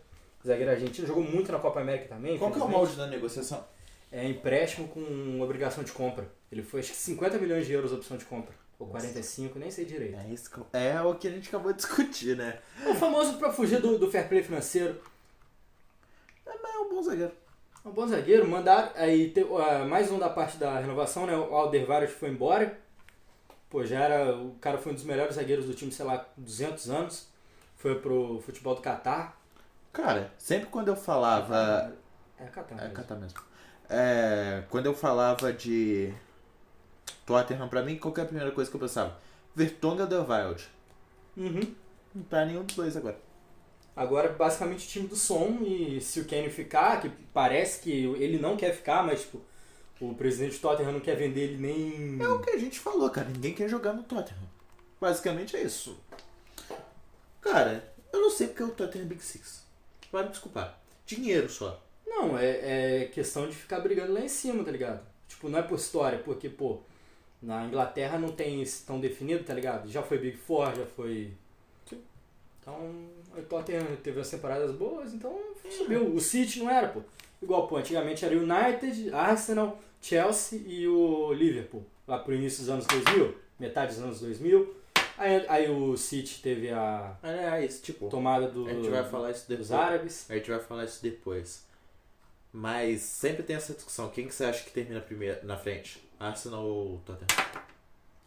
[SPEAKER 1] Zagueiro argentino, jogou muito na Copa América também. infelizmente.
[SPEAKER 2] é da negociação?
[SPEAKER 1] É empréstimo com obrigação de compra. Ele foi, acho que 50 milhões de euros opção de compra. Ou
[SPEAKER 2] Nossa.
[SPEAKER 1] 45, nem sei direito.
[SPEAKER 2] É, isso que- é o que a gente acabou de discutir, né?
[SPEAKER 1] É o famoso pra fugir do, do fair play financeiro.
[SPEAKER 2] É um bom zagueiro.
[SPEAKER 1] É Um bom zagueiro, mandar aí te- ah, mais um da parte da renovação, né? O Alder Vargas foi embora. Pô, já era, o cara foi um dos melhores zagueiros do time, sei lá, 200 anos. Foi pro futebol do Catar.
[SPEAKER 2] Cara, sempre quando eu falava
[SPEAKER 1] É Catar.
[SPEAKER 2] É,
[SPEAKER 1] mesmo.
[SPEAKER 2] catar mesmo. É, quando eu falava de Tottenham, pra mim, qual que é a primeira coisa que eu pensava? Vertonga ou Wild?
[SPEAKER 1] Uhum.
[SPEAKER 2] Não tá nenhum dos dois agora.
[SPEAKER 1] Agora, basicamente, o time do som. E se o Kenny ficar, que parece que ele não quer ficar, mas, tipo, o presidente do Tottenham não quer vender ele nem.
[SPEAKER 2] É o que a gente falou, cara. Ninguém quer jogar no Tottenham. Basicamente é isso. Cara, eu não sei porque o Tottenham é Big Six. Vai me desculpar. Dinheiro só.
[SPEAKER 1] Não, é, é questão de ficar brigando lá em cima, tá ligado? Tipo, não é por história, porque, pô, na Inglaterra não tem isso tão definido, tá ligado? Já foi Big Four, já foi. Então, o Tottenham teve as temporadas boas, então subiu. O City não era, pô. Igual, pô, antigamente era United, Arsenal, Chelsea e o Liverpool. Lá pro início dos anos 2000, metade dos anos 2000. Aí, aí o City teve a
[SPEAKER 2] É, isso, tipo.
[SPEAKER 1] tomada do,
[SPEAKER 2] A gente vai falar isso
[SPEAKER 1] dos
[SPEAKER 2] depois.
[SPEAKER 1] árabes.
[SPEAKER 2] A gente vai falar isso depois. Mas sempre tem essa discussão. Quem que você acha que termina primeiro, na frente? Arsenal ou Tottenham?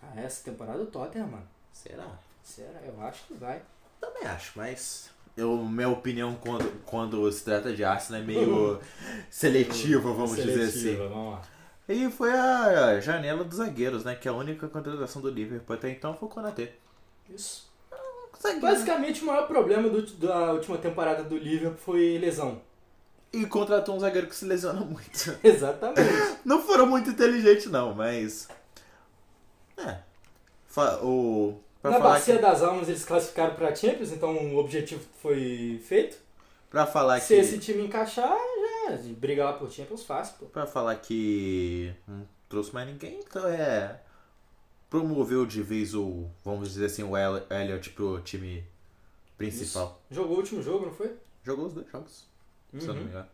[SPEAKER 1] Ah, essa temporada o Tottenham, mano.
[SPEAKER 2] Será?
[SPEAKER 1] Será? Eu acho que vai.
[SPEAKER 2] Também É, acho, mas. Eu, minha opinião quando, quando se trata de Arsenal é meio seletiva, vamos dizer
[SPEAKER 1] Seletiva,
[SPEAKER 2] assim.
[SPEAKER 1] Vamos lá.
[SPEAKER 2] E foi a janela dos zagueiros, né? Que a única contratação do Liverpool até então foi o Konaté.
[SPEAKER 1] Isso.
[SPEAKER 2] Zagueiro.
[SPEAKER 1] Basicamente, o maior problema do- da última temporada do Liverpool foi lesão.
[SPEAKER 2] E contratou um zagueiro que se lesiona muito.
[SPEAKER 1] Exatamente.
[SPEAKER 2] Não foram muito inteligentes, não, mas. É. Fa- o. Pra
[SPEAKER 1] Na
[SPEAKER 2] falar,
[SPEAKER 1] Bacia
[SPEAKER 2] que,
[SPEAKER 1] das Almas eles classificaram pra Champions, então o objetivo foi feito.
[SPEAKER 2] pra falar
[SPEAKER 1] Se
[SPEAKER 2] que.
[SPEAKER 1] esse time encaixar, já briga lá por Champions fácil, pô.
[SPEAKER 2] Pra falar que não trouxe mais ninguém, então é. Promoveu de vez o. Vamos dizer assim, o El- Elliot pro time principal.
[SPEAKER 1] Jogou o último jogo, não foi?
[SPEAKER 2] Jogou os dois jogos, se eu não me engano.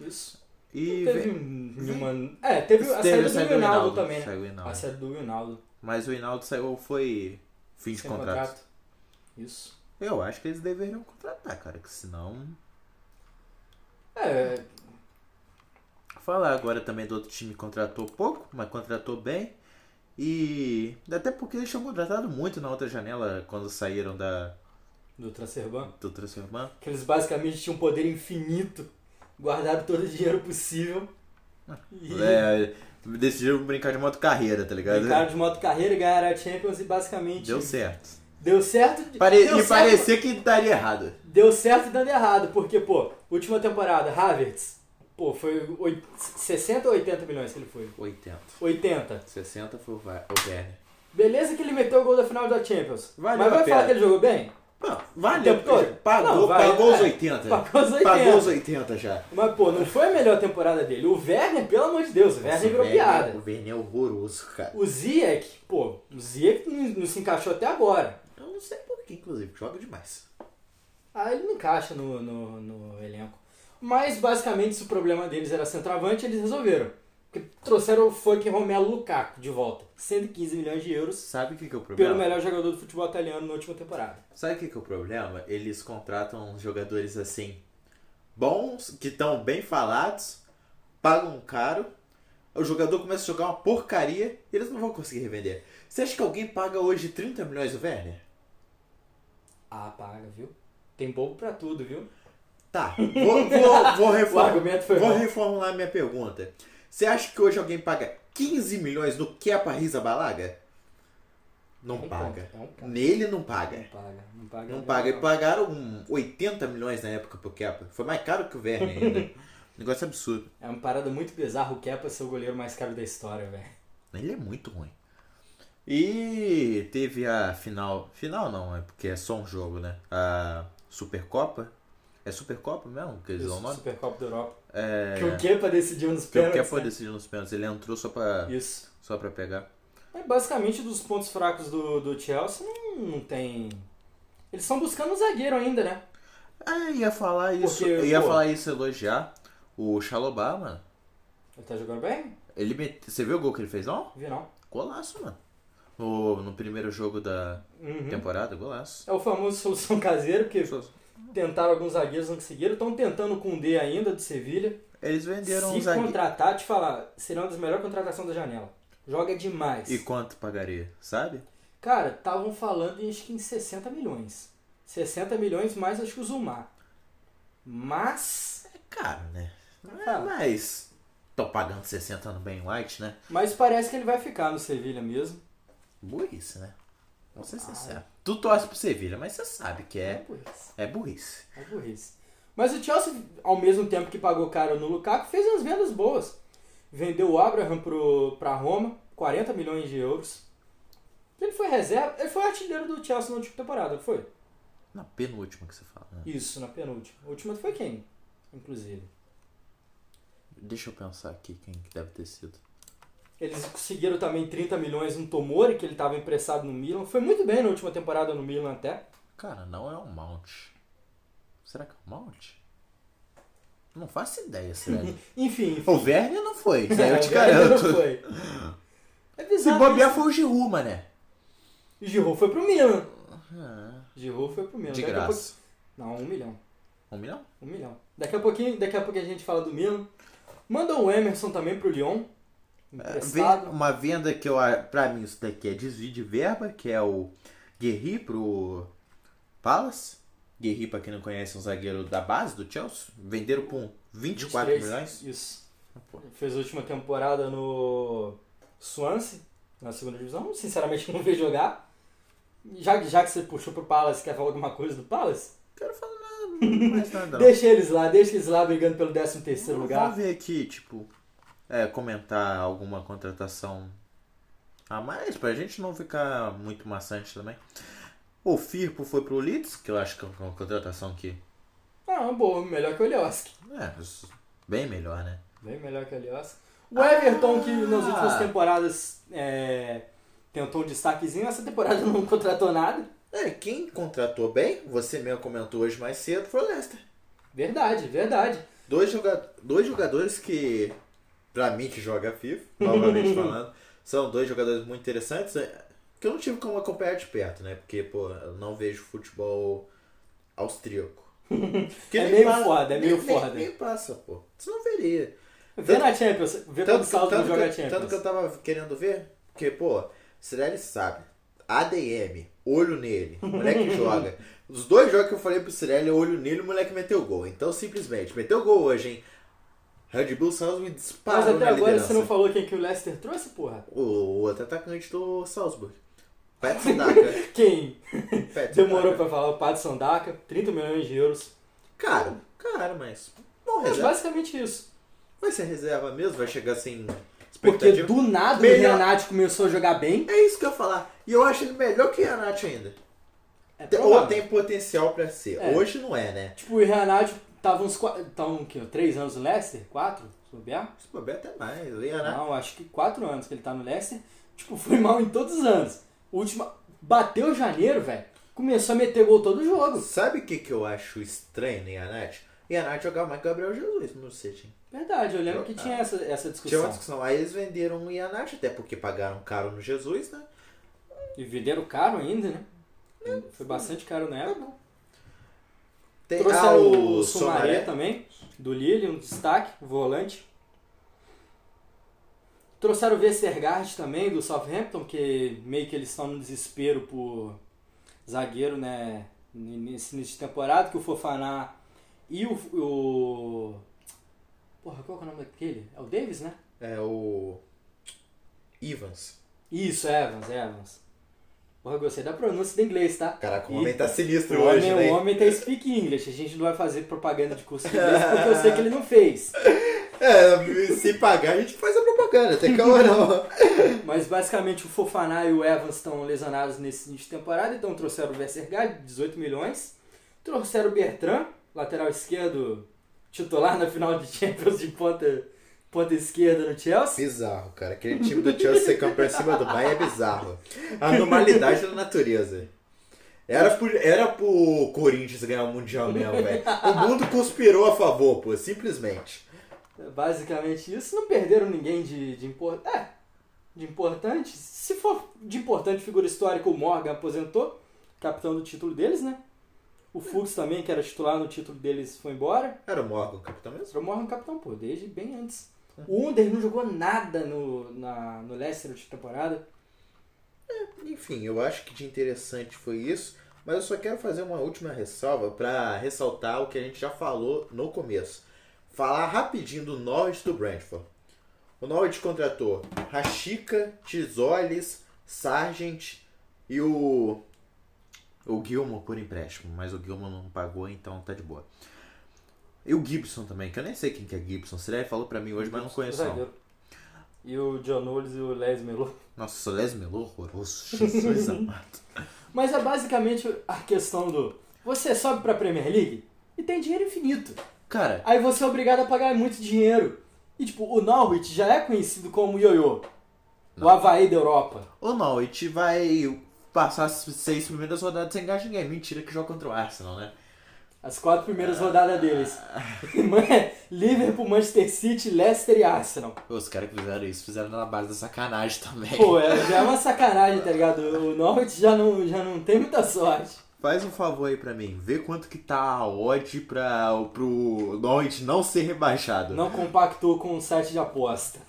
[SPEAKER 1] Isso. Uhum.
[SPEAKER 2] E
[SPEAKER 1] Não teve
[SPEAKER 2] vem-
[SPEAKER 1] nenhuma... É, teve a
[SPEAKER 2] teve
[SPEAKER 1] saída do Wijnaldum também, né?
[SPEAKER 2] saiu o
[SPEAKER 1] A
[SPEAKER 2] Hinaldo.
[SPEAKER 1] saída do Ronaldo.
[SPEAKER 2] Mas o Hinaldo saiu, foi fim de contrato.
[SPEAKER 1] Isso.
[SPEAKER 2] Eu acho que eles deveriam contratar, cara, que senão.
[SPEAKER 1] É,
[SPEAKER 2] Falar agora também do outro time que contratou pouco, mas contratou bem. E até porque eles tinham contratado muito na outra janela quando saíram da,
[SPEAKER 1] do Tracerban.
[SPEAKER 2] do Transferman.
[SPEAKER 1] Que eles basicamente tinham um poder infinito, guardaram todo o dinheiro possível. E
[SPEAKER 2] É, decidiram brincar de moto carreira, tá ligado?
[SPEAKER 1] brincaram de moto carreira, ganharam a Champions e basicamente
[SPEAKER 2] Deu certo.
[SPEAKER 1] deu certo.
[SPEAKER 2] Pare-
[SPEAKER 1] deu
[SPEAKER 2] e
[SPEAKER 1] certo-
[SPEAKER 2] parecia que daria errado.
[SPEAKER 1] Deu certo e dando errado, porque, pô, última temporada, Havertz, pô, foi oit- 60 ou 80 milhões que ele foi?
[SPEAKER 2] 80.
[SPEAKER 1] 80.
[SPEAKER 2] 60 foi o Va- o Werner.
[SPEAKER 1] Beleza que ele meteu o gol da final da Champions.
[SPEAKER 2] Valeu
[SPEAKER 1] mas vai falar
[SPEAKER 2] a pena.
[SPEAKER 1] que ele jogou bem?
[SPEAKER 2] Não,
[SPEAKER 1] O tempo todo?
[SPEAKER 2] Pagou,
[SPEAKER 1] Não, vale-
[SPEAKER 2] pagou os
[SPEAKER 1] é,
[SPEAKER 2] 80.
[SPEAKER 1] pagou os 80.
[SPEAKER 2] Pagou os 80 já.
[SPEAKER 1] Mas, pô, não foi a melhor temporada dele. O Werner, pelo amor de Deus, o Werner
[SPEAKER 2] Nossa,
[SPEAKER 1] virou
[SPEAKER 2] o
[SPEAKER 1] piada.
[SPEAKER 2] O Werner é horroroso, cara.
[SPEAKER 1] O Ziyech, pô, o Ziyech não- não se encaixou até agora.
[SPEAKER 2] Eu não sei porquê, inclusive. Joga demais.
[SPEAKER 1] Ah, ele não encaixa no, no, no elenco. Mas basicamente, se o problema deles era centroavante, eles resolveram. Porque trouxeram o funk Romelo Lukaku de volta. 115 milhões de euros
[SPEAKER 2] Sabe o que, que é o
[SPEAKER 1] pelo
[SPEAKER 2] problema?
[SPEAKER 1] melhor jogador do futebol italiano na última temporada.
[SPEAKER 2] Sabe o que, que é o problema? Eles contratam jogadores assim, bons, que estão bem falados, pagam caro, o jogador começa a jogar uma porcaria e eles não vão conseguir revender. Você acha que alguém paga hoje 30 milhões o Werner?
[SPEAKER 1] Ah, paga, viu? Tem bobo pra tudo, viu?
[SPEAKER 2] Tá, vou, vou, vou,
[SPEAKER 1] O
[SPEAKER 2] reform-
[SPEAKER 1] argumento foi
[SPEAKER 2] vou
[SPEAKER 1] bom.
[SPEAKER 2] reformular minha pergunta. Você acha que hoje alguém paga 15 milhões no que a Parrisa Balaga? Não
[SPEAKER 1] É um
[SPEAKER 2] paga.
[SPEAKER 1] ponto, é um ponto.
[SPEAKER 2] Nele não paga.
[SPEAKER 1] Não paga, não paga.
[SPEAKER 2] Não
[SPEAKER 1] nem
[SPEAKER 2] paga.
[SPEAKER 1] a
[SPEAKER 2] E
[SPEAKER 1] pau.
[SPEAKER 2] pagaram um 80 milhões na época pro Kepa. Foi mais caro que o Werner ainda. Um Negócio absurdo.
[SPEAKER 1] É uma parada muito bizarra. O Kepa ser o goleiro mais caro da história, velho.
[SPEAKER 2] Ele é muito ruim. E teve a final. Final não, é porque é só um jogo, né? A Supercopa. É Supercopa mesmo? Que eles dão o nome?
[SPEAKER 1] Supercopa da Europa.
[SPEAKER 2] É.
[SPEAKER 1] Que o Kepa decidiu nos
[SPEAKER 2] Porque o
[SPEAKER 1] pênaltis.
[SPEAKER 2] Kepa
[SPEAKER 1] né?
[SPEAKER 2] decidiu nos pênaltis. Ele entrou só pra,
[SPEAKER 1] Isso.
[SPEAKER 2] só pra pegar.
[SPEAKER 1] É basicamente dos pontos fracos do, do Chelsea não, não tem. Eles estão buscando um zagueiro ainda, né?
[SPEAKER 2] Ah, ia falar isso.
[SPEAKER 1] Porque,
[SPEAKER 2] ia
[SPEAKER 1] pô-
[SPEAKER 2] falar isso, elogiar o Xalobá, mano.
[SPEAKER 1] Ele tá jogando bem?
[SPEAKER 2] Ele mete- Você viu o gol que ele fez, não?
[SPEAKER 1] Vi não.
[SPEAKER 2] Golaço, mano. No, no primeiro jogo da
[SPEAKER 1] Uhum.
[SPEAKER 2] temporada, golaço.
[SPEAKER 1] É o famoso solução caseira, porque
[SPEAKER 2] Pessoas-
[SPEAKER 1] tentaram alguns zagueiros, não conseguiram. Estão tentando com o D ainda do Sevilha.
[SPEAKER 2] Eles venderam um
[SPEAKER 1] Se
[SPEAKER 2] zagueiro.
[SPEAKER 1] contratar, te falar, será uma das melhores contratações da janela. Joga demais.
[SPEAKER 2] E quanto pagaria, sabe?
[SPEAKER 1] Cara, estavam falando acho que em 60 milhões. 60 milhões mais acho que o Zumar. Mas.
[SPEAKER 2] É caro, né? Não é,
[SPEAKER 1] Fala.
[SPEAKER 2] mas. Tô pagando 60 no Ben White, né?
[SPEAKER 1] Mas parece que ele vai ficar no Sevilha mesmo.
[SPEAKER 2] Burrice, né? Vamos ser
[SPEAKER 1] Ah.
[SPEAKER 2] sinceros. Tu torce pro Sevilha, mas você sabe que é,
[SPEAKER 1] burrice.
[SPEAKER 2] é burrice.
[SPEAKER 1] É burrice. Mas o Chelsea, ao mesmo tempo que pagou caro no Lukaku, fez umas vendas boas. Vendeu o Abraham pro, pra Roma, 40 milhões de euros. Ele foi reserva, ele foi artilheiro do Chelsea na última temporada, não foi?
[SPEAKER 2] Na penúltima que você fala. Né?
[SPEAKER 1] Isso, na penúltima. A última foi quem, inclusive.
[SPEAKER 2] Deixa eu pensar aqui quem que deve ter sido.
[SPEAKER 1] Eles conseguiram também 30 milhões no Tomori, que ele estava emprestado no Milan. Foi muito bem na última temporada no Milan até.
[SPEAKER 2] Cara, não é um Mount. Será que é um Mount? Não faço ideia, sério.
[SPEAKER 1] Enfim, enfim.
[SPEAKER 2] o Werner não foi, isso aí eu te
[SPEAKER 1] A galera não
[SPEAKER 2] garanto.
[SPEAKER 1] foi. É
[SPEAKER 2] Se
[SPEAKER 1] bizarro.
[SPEAKER 2] bobear foi o Giroud, mané.
[SPEAKER 1] E Giroud foi pro Milan.
[SPEAKER 2] Ah,
[SPEAKER 1] Giroud foi pro Milan.
[SPEAKER 2] De
[SPEAKER 1] Daqui a pouco-
[SPEAKER 2] graça.
[SPEAKER 1] Não, um milhão.
[SPEAKER 2] Um milhão?
[SPEAKER 1] Um milhão. Daqui a pouquinho, daqui a pouquinho a gente fala do Milan. Manda o Emerson também pro Lyon.
[SPEAKER 2] É, Vem-
[SPEAKER 1] Emprestado.
[SPEAKER 2] uma venda que eu, a- pra mim isso daqui é desvio de verba, que é o Guerri pro Palace. Guerri, pra quem não conhece, é um zagueiro da base do Chelsea. Venderam por um 24
[SPEAKER 1] 23,
[SPEAKER 2] milhões. Ah,
[SPEAKER 1] Isso.
[SPEAKER 2] Pô.
[SPEAKER 1] Fez a última temporada no Swansea, na segunda divisão. Sinceramente não veio jogar. Já, já que você puxou pro Palace, quer falar alguma coisa do Palace?
[SPEAKER 2] Mas nada, não.
[SPEAKER 1] Deixa eles lá, deixa eles lá brigando pelo 13 terceiro lugar.
[SPEAKER 2] Vamos ver aqui, tipo, é, comentar alguma contratação a mais, pra gente não ficar muito maçante também. O Firpo foi pro Leeds, que eu acho que é uma contratação que
[SPEAKER 1] Ah, boa, melhor que o Elioski.
[SPEAKER 2] é s- bem melhor, né?
[SPEAKER 1] Bem melhor que o Elioski. O Everton, que nas
[SPEAKER 2] Ah!
[SPEAKER 1] últimas temporadas é, tentou um destaquezinho, essa temporada não contratou nada.
[SPEAKER 2] É, quem contratou bem, você mesmo comentou hoje mais cedo, foi o Leicester.
[SPEAKER 1] Verdade, verdade.
[SPEAKER 2] Dois, joga dois jogadores que, pra mim que joga FIFA, novamente falando, são dois jogadores muito interessantes, né, que eu não tive como acompanhar de perto, né? Porque, pô, eu não vejo futebol austríaco. Que
[SPEAKER 1] É
[SPEAKER 2] nem
[SPEAKER 1] meio
[SPEAKER 2] pa-
[SPEAKER 1] foda, é
[SPEAKER 2] nem-
[SPEAKER 1] meio
[SPEAKER 2] nem-
[SPEAKER 1] foda.
[SPEAKER 2] Nem passa, pô. Você não veria.
[SPEAKER 1] Vê na Champions, vê quando o Salzburg
[SPEAKER 2] tanto,
[SPEAKER 1] joga a
[SPEAKER 2] que, eu-
[SPEAKER 1] Champions.
[SPEAKER 2] tanto que eu tava querendo ver, porque, pô, Cirelli sabe. ADM, olho nele, o moleque joga. Os dois jogos que eu falei pro Cirelli, olho nele, o moleque meteu gol. Então, simplesmente, meteu gol hoje, hein? Red Bull Salzburg disparou
[SPEAKER 1] Mas até
[SPEAKER 2] na
[SPEAKER 1] agora
[SPEAKER 2] liderança.
[SPEAKER 1] você não falou quem que o Leicester trouxe, porra?
[SPEAKER 2] O o outro atacante do Salzburg. Pat Sandaka.
[SPEAKER 1] Quem
[SPEAKER 2] Pat
[SPEAKER 1] demorou
[SPEAKER 2] Sandaka.
[SPEAKER 1] pra falar o Padson Daka, 30 milhões de euros.
[SPEAKER 2] Caro, caro, mas... Bom,
[SPEAKER 1] Mas
[SPEAKER 2] reserva.
[SPEAKER 1] basicamente isso.
[SPEAKER 2] Vai ser reserva mesmo? Vai chegar sem
[SPEAKER 1] Porque
[SPEAKER 2] expectativa?
[SPEAKER 1] do nada
[SPEAKER 2] Melhor-
[SPEAKER 1] o Renati começou a jogar bem.
[SPEAKER 2] É isso que eu ia falar. E eu acho ele melhor que o Renato ainda.
[SPEAKER 1] É
[SPEAKER 2] Ou
[SPEAKER 1] provável.
[SPEAKER 2] tem potencial pra ser.
[SPEAKER 1] É.
[SPEAKER 2] Hoje não é, né?
[SPEAKER 1] Tipo, o Renati tava uns 4. Tão, o quê? 3 anos no Leicester? 4? Se bobear?
[SPEAKER 2] Se bobear até é mais. O Renato...
[SPEAKER 1] Não, acho que 4 anos que ele tá no Leicester. Tipo, foi mal em todos os anos. O último. Bateu janeiro, velho. Começou a meter gol todo jogo.
[SPEAKER 2] Sabe o que, que eu acho estranho no Renato? E a Nath jogava mais que o Gabriel Jesus no City.
[SPEAKER 1] Verdade, eu lembro que
[SPEAKER 2] Jogava.
[SPEAKER 1] tinha essa, essa
[SPEAKER 2] É. Tinha uma
[SPEAKER 1] discussão.
[SPEAKER 2] discussão. Aí eles venderam o Ianacho, até porque pagaram caro no Jesus, né?
[SPEAKER 1] E venderam caro ainda, né?
[SPEAKER 2] É.
[SPEAKER 1] Foi bastante caro na época.
[SPEAKER 2] Tá Tem
[SPEAKER 1] É. Trouxe
[SPEAKER 2] ah,
[SPEAKER 1] o Sumaré
[SPEAKER 2] Somaré.
[SPEAKER 1] também, do Lille, um destaque, volante. Trouxeram o Westergaard também, do Southampton, que meio que eles estão no desespero por zagueiro, né? Nesse início de temporada, que o Fofaná e o... o... Porra, qual que é o nome daquele? É o Davis, né?
[SPEAKER 2] É o. Ivans.
[SPEAKER 1] Isso, Evans, Evans. Porra, eu gostei da pronúncia do inglês, tá?
[SPEAKER 2] Caraca, o
[SPEAKER 1] E-
[SPEAKER 2] homem tá sinistro
[SPEAKER 1] O
[SPEAKER 2] hoje,
[SPEAKER 1] homem,
[SPEAKER 2] né?
[SPEAKER 1] o homem tem speak English, a gente não vai fazer propaganda de curso de inglês porque eu sei que ele não fez.
[SPEAKER 2] É, se pagar, a gente faz a propaganda, tem calma não.
[SPEAKER 1] Mas basicamente o Fofaná e o Evans estão lesionados nesse início de temporada, então trouxeram o Westergaard, 18 milhões. Trouxeram o Bertrand, lateral esquerdo, titular na final de Champions de ponta, ponta esquerda no Chelsea.
[SPEAKER 2] Bizarro, cara. Aquele time do Chelsea ser campeão em cima do Bahia é bizarro. A normalidade da natureza. Era por, era pro Corinthians ganhar o Mundial mesmo, velho. O mundo conspirou a favor, pô, simplesmente.
[SPEAKER 1] Basicamente isso, não perderam ninguém de, de importante. É, de importante. Se for de importante figura histórica, o Morgan aposentou, capitão do título deles, né? O Fuchs também, que era titular no título deles, foi embora.
[SPEAKER 2] Era o Morgan, o capitão mesmo?
[SPEAKER 1] Pro Morgan capitão, pô, desde bem antes. O Under não jogou nada no, na, no Leicester de temporada.
[SPEAKER 2] Enfim, eu acho que de interessante foi isso, mas eu só quero fazer uma última ressalva pra ressaltar o que a gente já falou no começo. Falar rapidinho do Norwich do Brentford. O Norwich contratou Rashica, Tisolis, Sargent e o o Gilmore por empréstimo, mas o Gilmore não pagou, então tá de boa. E o Gibson também, que eu nem sei quem que é Gibson. Será falou pra mim hoje, mas não conheço não.
[SPEAKER 1] Zagueiro. E o John Knowles e o Les Melo.
[SPEAKER 2] Nossa, Solés Melô, horroroso. Jesus amado.
[SPEAKER 1] Mas é basicamente a questão do... Você sobe pra Premier League e tem dinheiro infinito.
[SPEAKER 2] Cara,
[SPEAKER 1] Aí você é obrigado a pagar muito dinheiro. E tipo, o Norwich já é conhecido como Yoyo. O Havaí da Europa.
[SPEAKER 2] O Norwich vai passar as seis primeiras rodadas sem ganhar ninguém. Mentira que joga contra o Arsenal, né?
[SPEAKER 1] As quatro primeiras rodadas deles. Liverpool, Manchester City, Leicester e Arsenal.
[SPEAKER 2] Os caras que fizeram isso fizeram na base da sacanagem também.
[SPEAKER 1] Pô, é, já é uma sacanagem, tá ligado? O Norwich já não, já não tem muita sorte.
[SPEAKER 2] Faz um favor aí pra mim. Vê quanto que tá a odd pra, pro Norwich não ser rebaixado.
[SPEAKER 1] Não compactou com o site de aposta.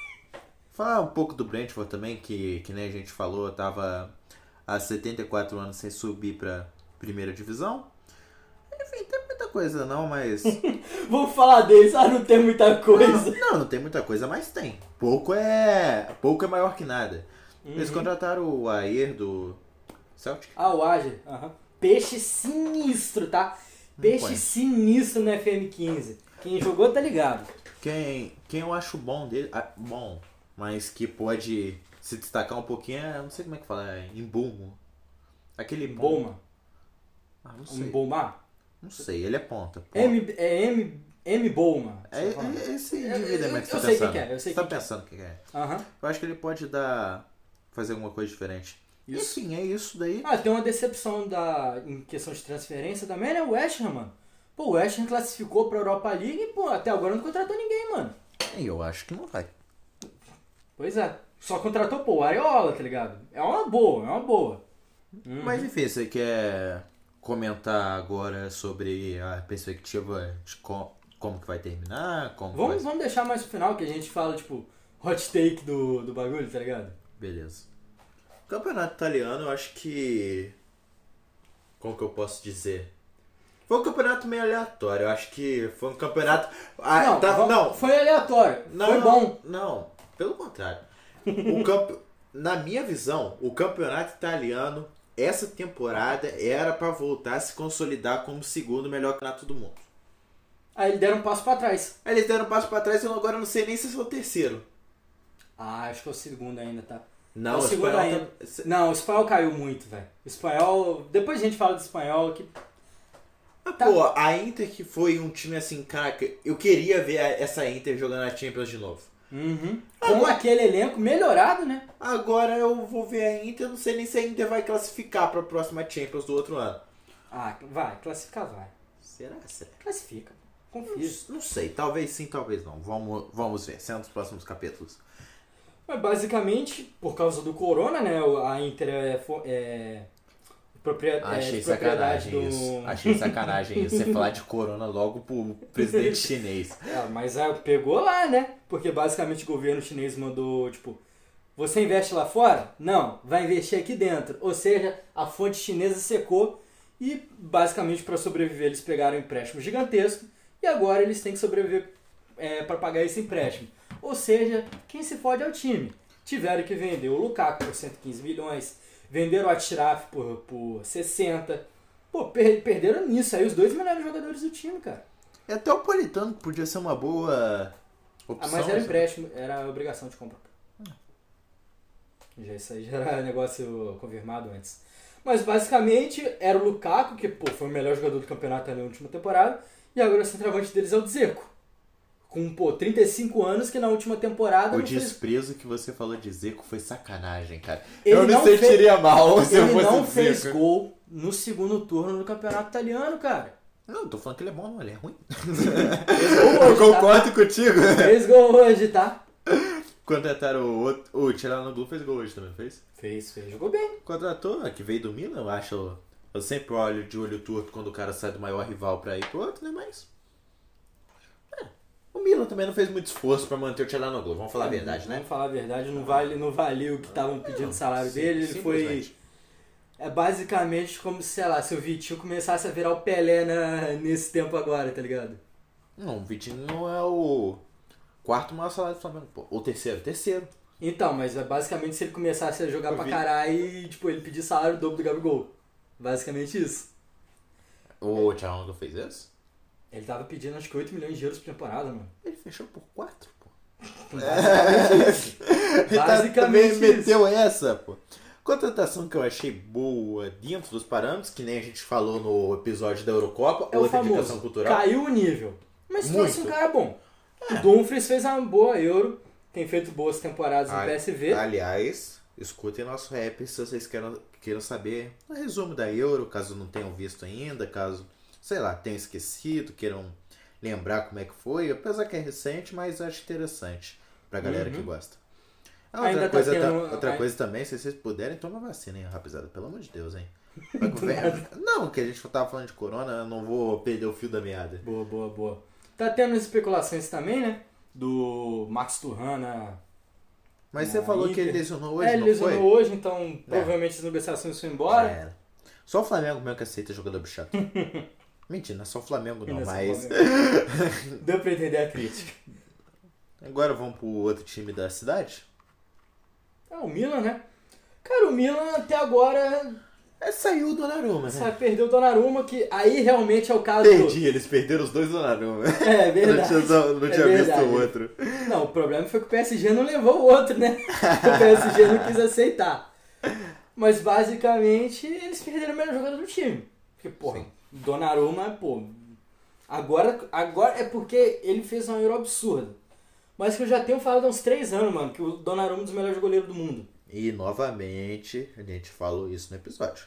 [SPEAKER 2] Falar um pouco do Brentford também, que, que nem a gente falou, tava há 74 anos sem subir pra primeira divisão. Enfim, tem muita coisa não, mas...
[SPEAKER 1] Vamos falar deles, ah, não tem muita coisa.
[SPEAKER 2] Não, não tem muita coisa, mas tem. Pouco é. Pouco é maior que nada. Eles
[SPEAKER 1] Uhum.
[SPEAKER 2] contrataram o Ayer do Celtic.
[SPEAKER 1] Ah, o Ager. aham. Peixe sinistro, tá? Peixe
[SPEAKER 2] pode.
[SPEAKER 1] sinistro no FM15. Quem jogou tá ligado.
[SPEAKER 2] Quem, quem eu acho bom dele. ah, bom, mas que pode se destacar um pouquinho é. eu Não sei como é que fala, é Embumo. Aquele bom.
[SPEAKER 1] Boma.
[SPEAKER 2] Ah, não
[SPEAKER 1] Um
[SPEAKER 2] sei.
[SPEAKER 1] Boma.
[SPEAKER 2] Não sei, ele é ponta. ponta.
[SPEAKER 1] M, é M, M Boma.
[SPEAKER 2] É, é esse
[SPEAKER 1] eu-
[SPEAKER 2] indivíduo aí,
[SPEAKER 1] eu-
[SPEAKER 2] mas que
[SPEAKER 1] eu
[SPEAKER 2] você tá
[SPEAKER 1] sei quem
[SPEAKER 2] pensando.
[SPEAKER 1] que é, eu sei
[SPEAKER 2] Você tá
[SPEAKER 1] quem que é.
[SPEAKER 2] pensando quem que é.
[SPEAKER 1] Aham.
[SPEAKER 2] Eu acho que ele pode dar. fazer alguma coisa diferente.
[SPEAKER 1] Isso.
[SPEAKER 2] Enfim, é isso daí.
[SPEAKER 1] Ah, tem uma decepção da, em questão de transferência também, né? O West Ham, mano. Pô, o West Ham classificou pra Europa League e, pô, até agora não contratou ninguém, mano.
[SPEAKER 2] Eu acho que não vai.
[SPEAKER 1] Pois é. Só contratou, pô, o Areola, tá ligado? É uma boa, é uma boa. Uhum.
[SPEAKER 2] Mas enfim, você quer comentar agora sobre a perspectiva de co- como que vai terminar? Como que
[SPEAKER 1] Vamos,
[SPEAKER 2] vai...
[SPEAKER 1] vamos deixar mais pro final que a gente fala, tipo, hot take do, do bagulho, tá ligado?
[SPEAKER 2] Beleza. Campeonato italiano, eu acho que. Como que eu posso dizer? Foi um campeonato meio aleatório. Eu acho que foi um campeonato. Ah,
[SPEAKER 1] não,
[SPEAKER 2] tá-
[SPEAKER 1] va-
[SPEAKER 2] não,
[SPEAKER 1] foi aleatório.
[SPEAKER 2] Não,
[SPEAKER 1] foi
[SPEAKER 2] não,
[SPEAKER 1] bom.
[SPEAKER 2] Não, pelo contrário. O campe... Na minha visão, o campeonato italiano, essa temporada, era pra voltar a se consolidar como o segundo melhor campeonato do mundo.
[SPEAKER 1] Aí deram um passo pra trás.
[SPEAKER 2] Aí eles deram um passo pra trás e eu agora não sei nem se é o terceiro.
[SPEAKER 1] Ah, acho que é o segundo ainda, tá?
[SPEAKER 2] Não,
[SPEAKER 1] o segundo
[SPEAKER 2] espanhol
[SPEAKER 1] ainda.
[SPEAKER 2] tá- se-
[SPEAKER 1] Não, o espanhol caiu muito, velho. O espanhol. Depois a gente fala do espanhol que.
[SPEAKER 2] Ah,
[SPEAKER 1] Tá.
[SPEAKER 2] Pô, a Inter que foi um time assim, caraca, eu queria ver a- essa Inter jogando a Champions de novo.
[SPEAKER 1] Uhum. Com aquele elenco melhorado, né?
[SPEAKER 2] Agora eu vou ver a Inter, não sei nem se a Inter vai classificar pra próxima Champions do outro ano.
[SPEAKER 1] Ah, vai, classificar vai.
[SPEAKER 2] Será? Será?
[SPEAKER 1] Classifica. Confia.
[SPEAKER 2] Não sei, talvez sim, talvez não. Vamos, vamos ver, sendo os próximos capítulos.
[SPEAKER 1] Mas basicamente, por causa do corona, né? o- A Inter é, fo- é, propria- é
[SPEAKER 2] Ah, Achei
[SPEAKER 1] propriedade
[SPEAKER 2] sacanagem
[SPEAKER 1] do.
[SPEAKER 2] isso. Achei sacanagem isso. Você falar de corona logo pro presidente chinês.
[SPEAKER 1] É, mas é, pegou lá, né? Porque basicamente o governo chinês mandou, tipo, você investe lá fora? Não, vai investir aqui dentro. Ou seja, a fonte chinesa secou e basicamente para sobreviver eles pegaram um empréstimo gigantesco e agora eles têm que sobreviver para pagar esse empréstimo. Ou seja, quem se fode é o time. Tiveram que vender o Lukaku por 115 milhões, venderam o Atiraf por, por 60. Pô, per- perderam nisso aí os dois melhores jogadores do time, cara.
[SPEAKER 2] E É Até o Politano que podia ser uma
[SPEAKER 1] Ah,
[SPEAKER 2] boa opção. é
[SPEAKER 1] mas era
[SPEAKER 2] sabe?
[SPEAKER 1] empréstimo, era obrigação de compra. Já isso aí já era negócio confirmado antes. Mas basicamente era o Lukaku, que pô, foi o melhor jogador do campeonato na última temporada, e agora o centroavante deles é o Dzeko. Com, pô, 35 anos, que na última temporada.
[SPEAKER 2] O
[SPEAKER 1] não fez-
[SPEAKER 2] desprezo que você falou de Zeco foi sacanagem, cara.
[SPEAKER 1] Ele
[SPEAKER 2] eu me
[SPEAKER 1] não
[SPEAKER 2] sentiria mal se eu
[SPEAKER 1] Ele
[SPEAKER 2] fosse
[SPEAKER 1] não
[SPEAKER 2] o
[SPEAKER 1] fez
[SPEAKER 2] Zeco.
[SPEAKER 1] gol no segundo turno do campeonato italiano, cara.
[SPEAKER 2] Não, tô falando que ele é bom, não, ele é ruim.
[SPEAKER 1] Fez gol
[SPEAKER 2] Eu
[SPEAKER 1] hoje, tá?
[SPEAKER 2] concordo contigo.
[SPEAKER 1] Fez gol hoje, tá?
[SPEAKER 2] Contrataram o outro. O Tiranoglu fez gol hoje também, fez?
[SPEAKER 1] Fez, fez. Jogou bem.
[SPEAKER 2] Contratou, que veio do Milan, eu acho. Eu sempre olho de olho torto quando o cara sai do maior rival pra ir pro outro, né? Mas. é, O Milan também não fez muito esforço pra manter o Tiranoglu, vamos
[SPEAKER 1] Uhum.
[SPEAKER 2] falar a verdade, né?
[SPEAKER 1] Vamos falar a verdade, não, vale, não valia o que estavam pedindo o salário dele, ele foi.
[SPEAKER 2] Simplesmente.
[SPEAKER 1] É basicamente como, sei lá, se o Vitinho começasse a virar o Pelé na- nesse tempo agora, tá ligado?
[SPEAKER 2] Não, o Vitinho não é o quarto maior salário do Flamengo, pô. Ou terceiro, terceiro.
[SPEAKER 1] Então, mas é basicamente se ele começasse a jogar
[SPEAKER 2] O
[SPEAKER 1] pra
[SPEAKER 2] Vi-
[SPEAKER 1] caralho e, tipo, ele pedir salário dobro do Gabigol. Basicamente isso.
[SPEAKER 2] O Tiranoglu fez isso?
[SPEAKER 1] Ele tava pedindo acho que 8 milhões de euros por temporada, mano.
[SPEAKER 2] Ele fechou por quatro, pô. É.
[SPEAKER 1] Basicamente
[SPEAKER 2] Também
[SPEAKER 1] isso.
[SPEAKER 2] tá meteu essa, pô. Contratação que eu achei boa dentro dos parâmetros, que nem a gente falou no episódio da Eurocopa,
[SPEAKER 1] É o
[SPEAKER 2] outra indicação
[SPEAKER 1] famoso.
[SPEAKER 2] cultural.
[SPEAKER 1] Caiu o nível. Mas trouxe um
[SPEAKER 2] um Muito. É.
[SPEAKER 1] cara bom. O Dumfries fez uma boa Euro, tem feito boas temporadas no
[SPEAKER 2] Ah,
[SPEAKER 1] PSV.
[SPEAKER 2] Aliás, escutem nosso rap se vocês queiram, queiram saber um resumo da Euro, caso não tenham visto ainda, caso, sei lá, tenham esquecido, queiram lembrar como é que foi. Apesar que é recente, mas acho interessante pra galera que gosta. Ah,
[SPEAKER 1] Uhum. Ainda
[SPEAKER 2] outra
[SPEAKER 1] tá
[SPEAKER 2] coisa,
[SPEAKER 1] tendo-
[SPEAKER 2] ta- outra
[SPEAKER 1] ai-
[SPEAKER 2] coisa também, se vocês puderem, toma vacina, hein, rapaziada. Pelo amor de Deus, hein. Vai com- não, que a gente tava falando de corona, eu não vou perder o fio da meada.
[SPEAKER 1] Boa, boa, boa. Tá tendo as especulações também, né? Do Max Turhan na
[SPEAKER 2] Mas você
[SPEAKER 1] Ah,
[SPEAKER 2] falou que
[SPEAKER 1] Inter.
[SPEAKER 2] ele lesionou hoje,
[SPEAKER 1] é, ele
[SPEAKER 2] não
[SPEAKER 1] lesionou
[SPEAKER 2] foi? É.
[SPEAKER 1] hoje, então provavelmente as negociações foram embora.
[SPEAKER 2] Já era. É. Só o Flamengo mesmo que aceita jogador bichato. Mentira, não é só o Flamengo não,
[SPEAKER 1] Ainda são
[SPEAKER 2] mas.
[SPEAKER 1] Flamengo. Deu pra entender a crítica.
[SPEAKER 2] Agora vamos pro outro time da cidade?
[SPEAKER 1] Ah, o Milan, né? Cara, o Milan até agora
[SPEAKER 2] É, saiu o Donnarumma, né?
[SPEAKER 1] só perdeu o Donnarumma, que aí realmente é o caso...
[SPEAKER 2] Perdi, eles perderam os dois Donnarumma.
[SPEAKER 1] É, é
[SPEAKER 2] Eu não
[SPEAKER 1] verdade.
[SPEAKER 2] tinha, não tinha visto
[SPEAKER 1] verdade.
[SPEAKER 2] o outro.
[SPEAKER 1] Não, o problema foi que o PSG não levou o outro, né? O PSG não quis aceitar. Mas basicamente eles perderam o melhor jogador do time. Porque, porra, Donnarumma, pô. Agora, agora é porque ele fez uma euro absurda. Mas que eu já tenho falado há uns três anos, mano, que o Donnarumma é um dos melhores goleiros do mundo.
[SPEAKER 2] E novamente, a gente falou isso no episódio.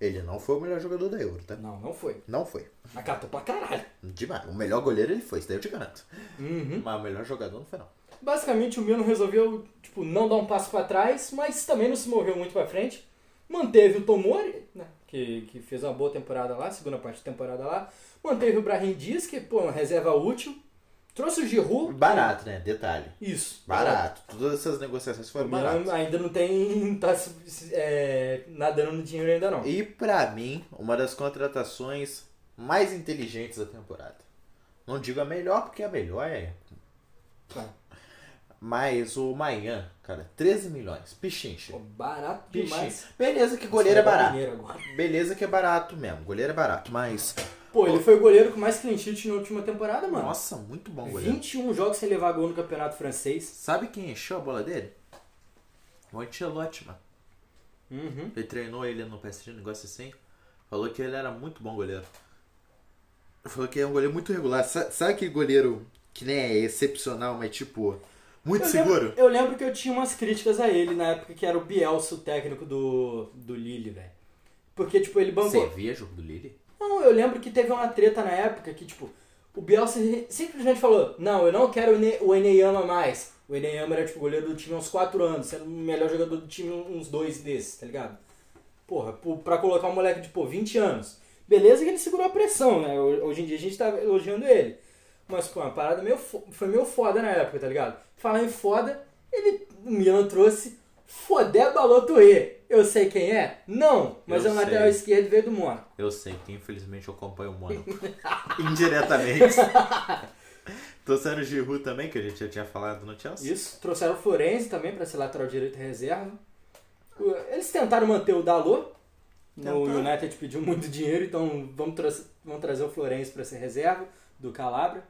[SPEAKER 2] Ele não foi o melhor jogador da Euro, tá?
[SPEAKER 1] Não, não foi.
[SPEAKER 2] Não foi.
[SPEAKER 1] Mas catou pra caralho.
[SPEAKER 2] Demais. O melhor goleiro ele foi, isso daí eu te garanto.
[SPEAKER 1] Uhum.
[SPEAKER 2] Mas o melhor jogador não foi, não.
[SPEAKER 1] Basicamente o Milan resolveu, tipo, não dar um passo pra trás, mas também não se moveu muito pra frente. Manteve o Tomori, né, que, que fez uma boa temporada lá, segunda parte da temporada lá. Manteve o Brahim Dias, que, pô, é uma reserva útil. Trouxe o Giroud.
[SPEAKER 2] Barato, né? Detalhe.
[SPEAKER 1] Isso.
[SPEAKER 2] Barato. Todas essas negociações
[SPEAKER 1] O
[SPEAKER 2] foram baratas.
[SPEAKER 1] Milan ainda não tem... tá se- é, nadando no dinheiro ainda não.
[SPEAKER 2] E pra mim, uma das contratações mais inteligentes da temporada. Não digo a melhor, porque a melhor é.
[SPEAKER 1] Tá.
[SPEAKER 2] Mas o Mayan, cara, 13 milhões.
[SPEAKER 1] Pô,
[SPEAKER 2] Pichincha.
[SPEAKER 1] barato demais.
[SPEAKER 2] Pichincha. Beleza que goleiro é
[SPEAKER 1] Nossa,
[SPEAKER 2] barato.
[SPEAKER 1] goleiro agora.
[SPEAKER 2] Beleza que é barato mesmo. Goleiro é barato, mas.
[SPEAKER 1] Pô, ele foi o goleiro com mais clean sheet na última temporada, mano.
[SPEAKER 2] Nossa, muito bom goleiro.
[SPEAKER 1] 21 jogos sem levar gol no campeonato francês.
[SPEAKER 2] Sabe quem encheu a bola dele? O Ancelotti, mano.
[SPEAKER 1] Uhum.
[SPEAKER 2] Ele treinou ele no PSG, um negócio assim. Falou que ele era muito bom goleiro. Falou que é um goleiro muito regular. Sa- Sabe aquele goleiro que nem é excepcional, mas tipo, muito
[SPEAKER 1] Eu
[SPEAKER 2] seguro?
[SPEAKER 1] Lembro, eu lembro que eu tinha umas críticas a ele na época que era o Bielsa, o técnico do, do Lille, velho. Porque, tipo, ele bancou.
[SPEAKER 2] via jogo do Lille?
[SPEAKER 1] Não, eu lembro que teve uma treta na época que, tipo, O Bielsa simplesmente falou: Não, eu não quero o Eneyama mais. O Eneyama era tipo goleiro do time há uns 4 anos, sendo o melhor jogador do time uns dois desses, tá ligado? Porra, pra colocar um moleque de pô, 20 anos. Beleza que ele segurou a pressão, né? Hoje em dia a gente tá elogiando ele. Mas, pô, é uma parada meio foi meio foda na época, tá ligado? Falar em foda, ele, o Milan trouxe Fodé Balotoê. Eu sei quem é? Não, mas
[SPEAKER 2] Eu
[SPEAKER 1] é um
[SPEAKER 2] sei.
[SPEAKER 1] lateral esquerdo veio do Mônaco.
[SPEAKER 2] Eu sei que infelizmente eu acompanho o Mônaco. Indiretamente. Trouxeram o Giroud também, que a gente já tinha falado no Chelsea.
[SPEAKER 1] Isso. Trouxeram o Florenzi também pra ser lateral direito reserva. O- Eles tentaram manter o Dalot. O
[SPEAKER 2] Tentaram.
[SPEAKER 1] United pediu muito dinheiro, então vamos, tra vamos trazer o Florenzi pra ser reserva do Calabria.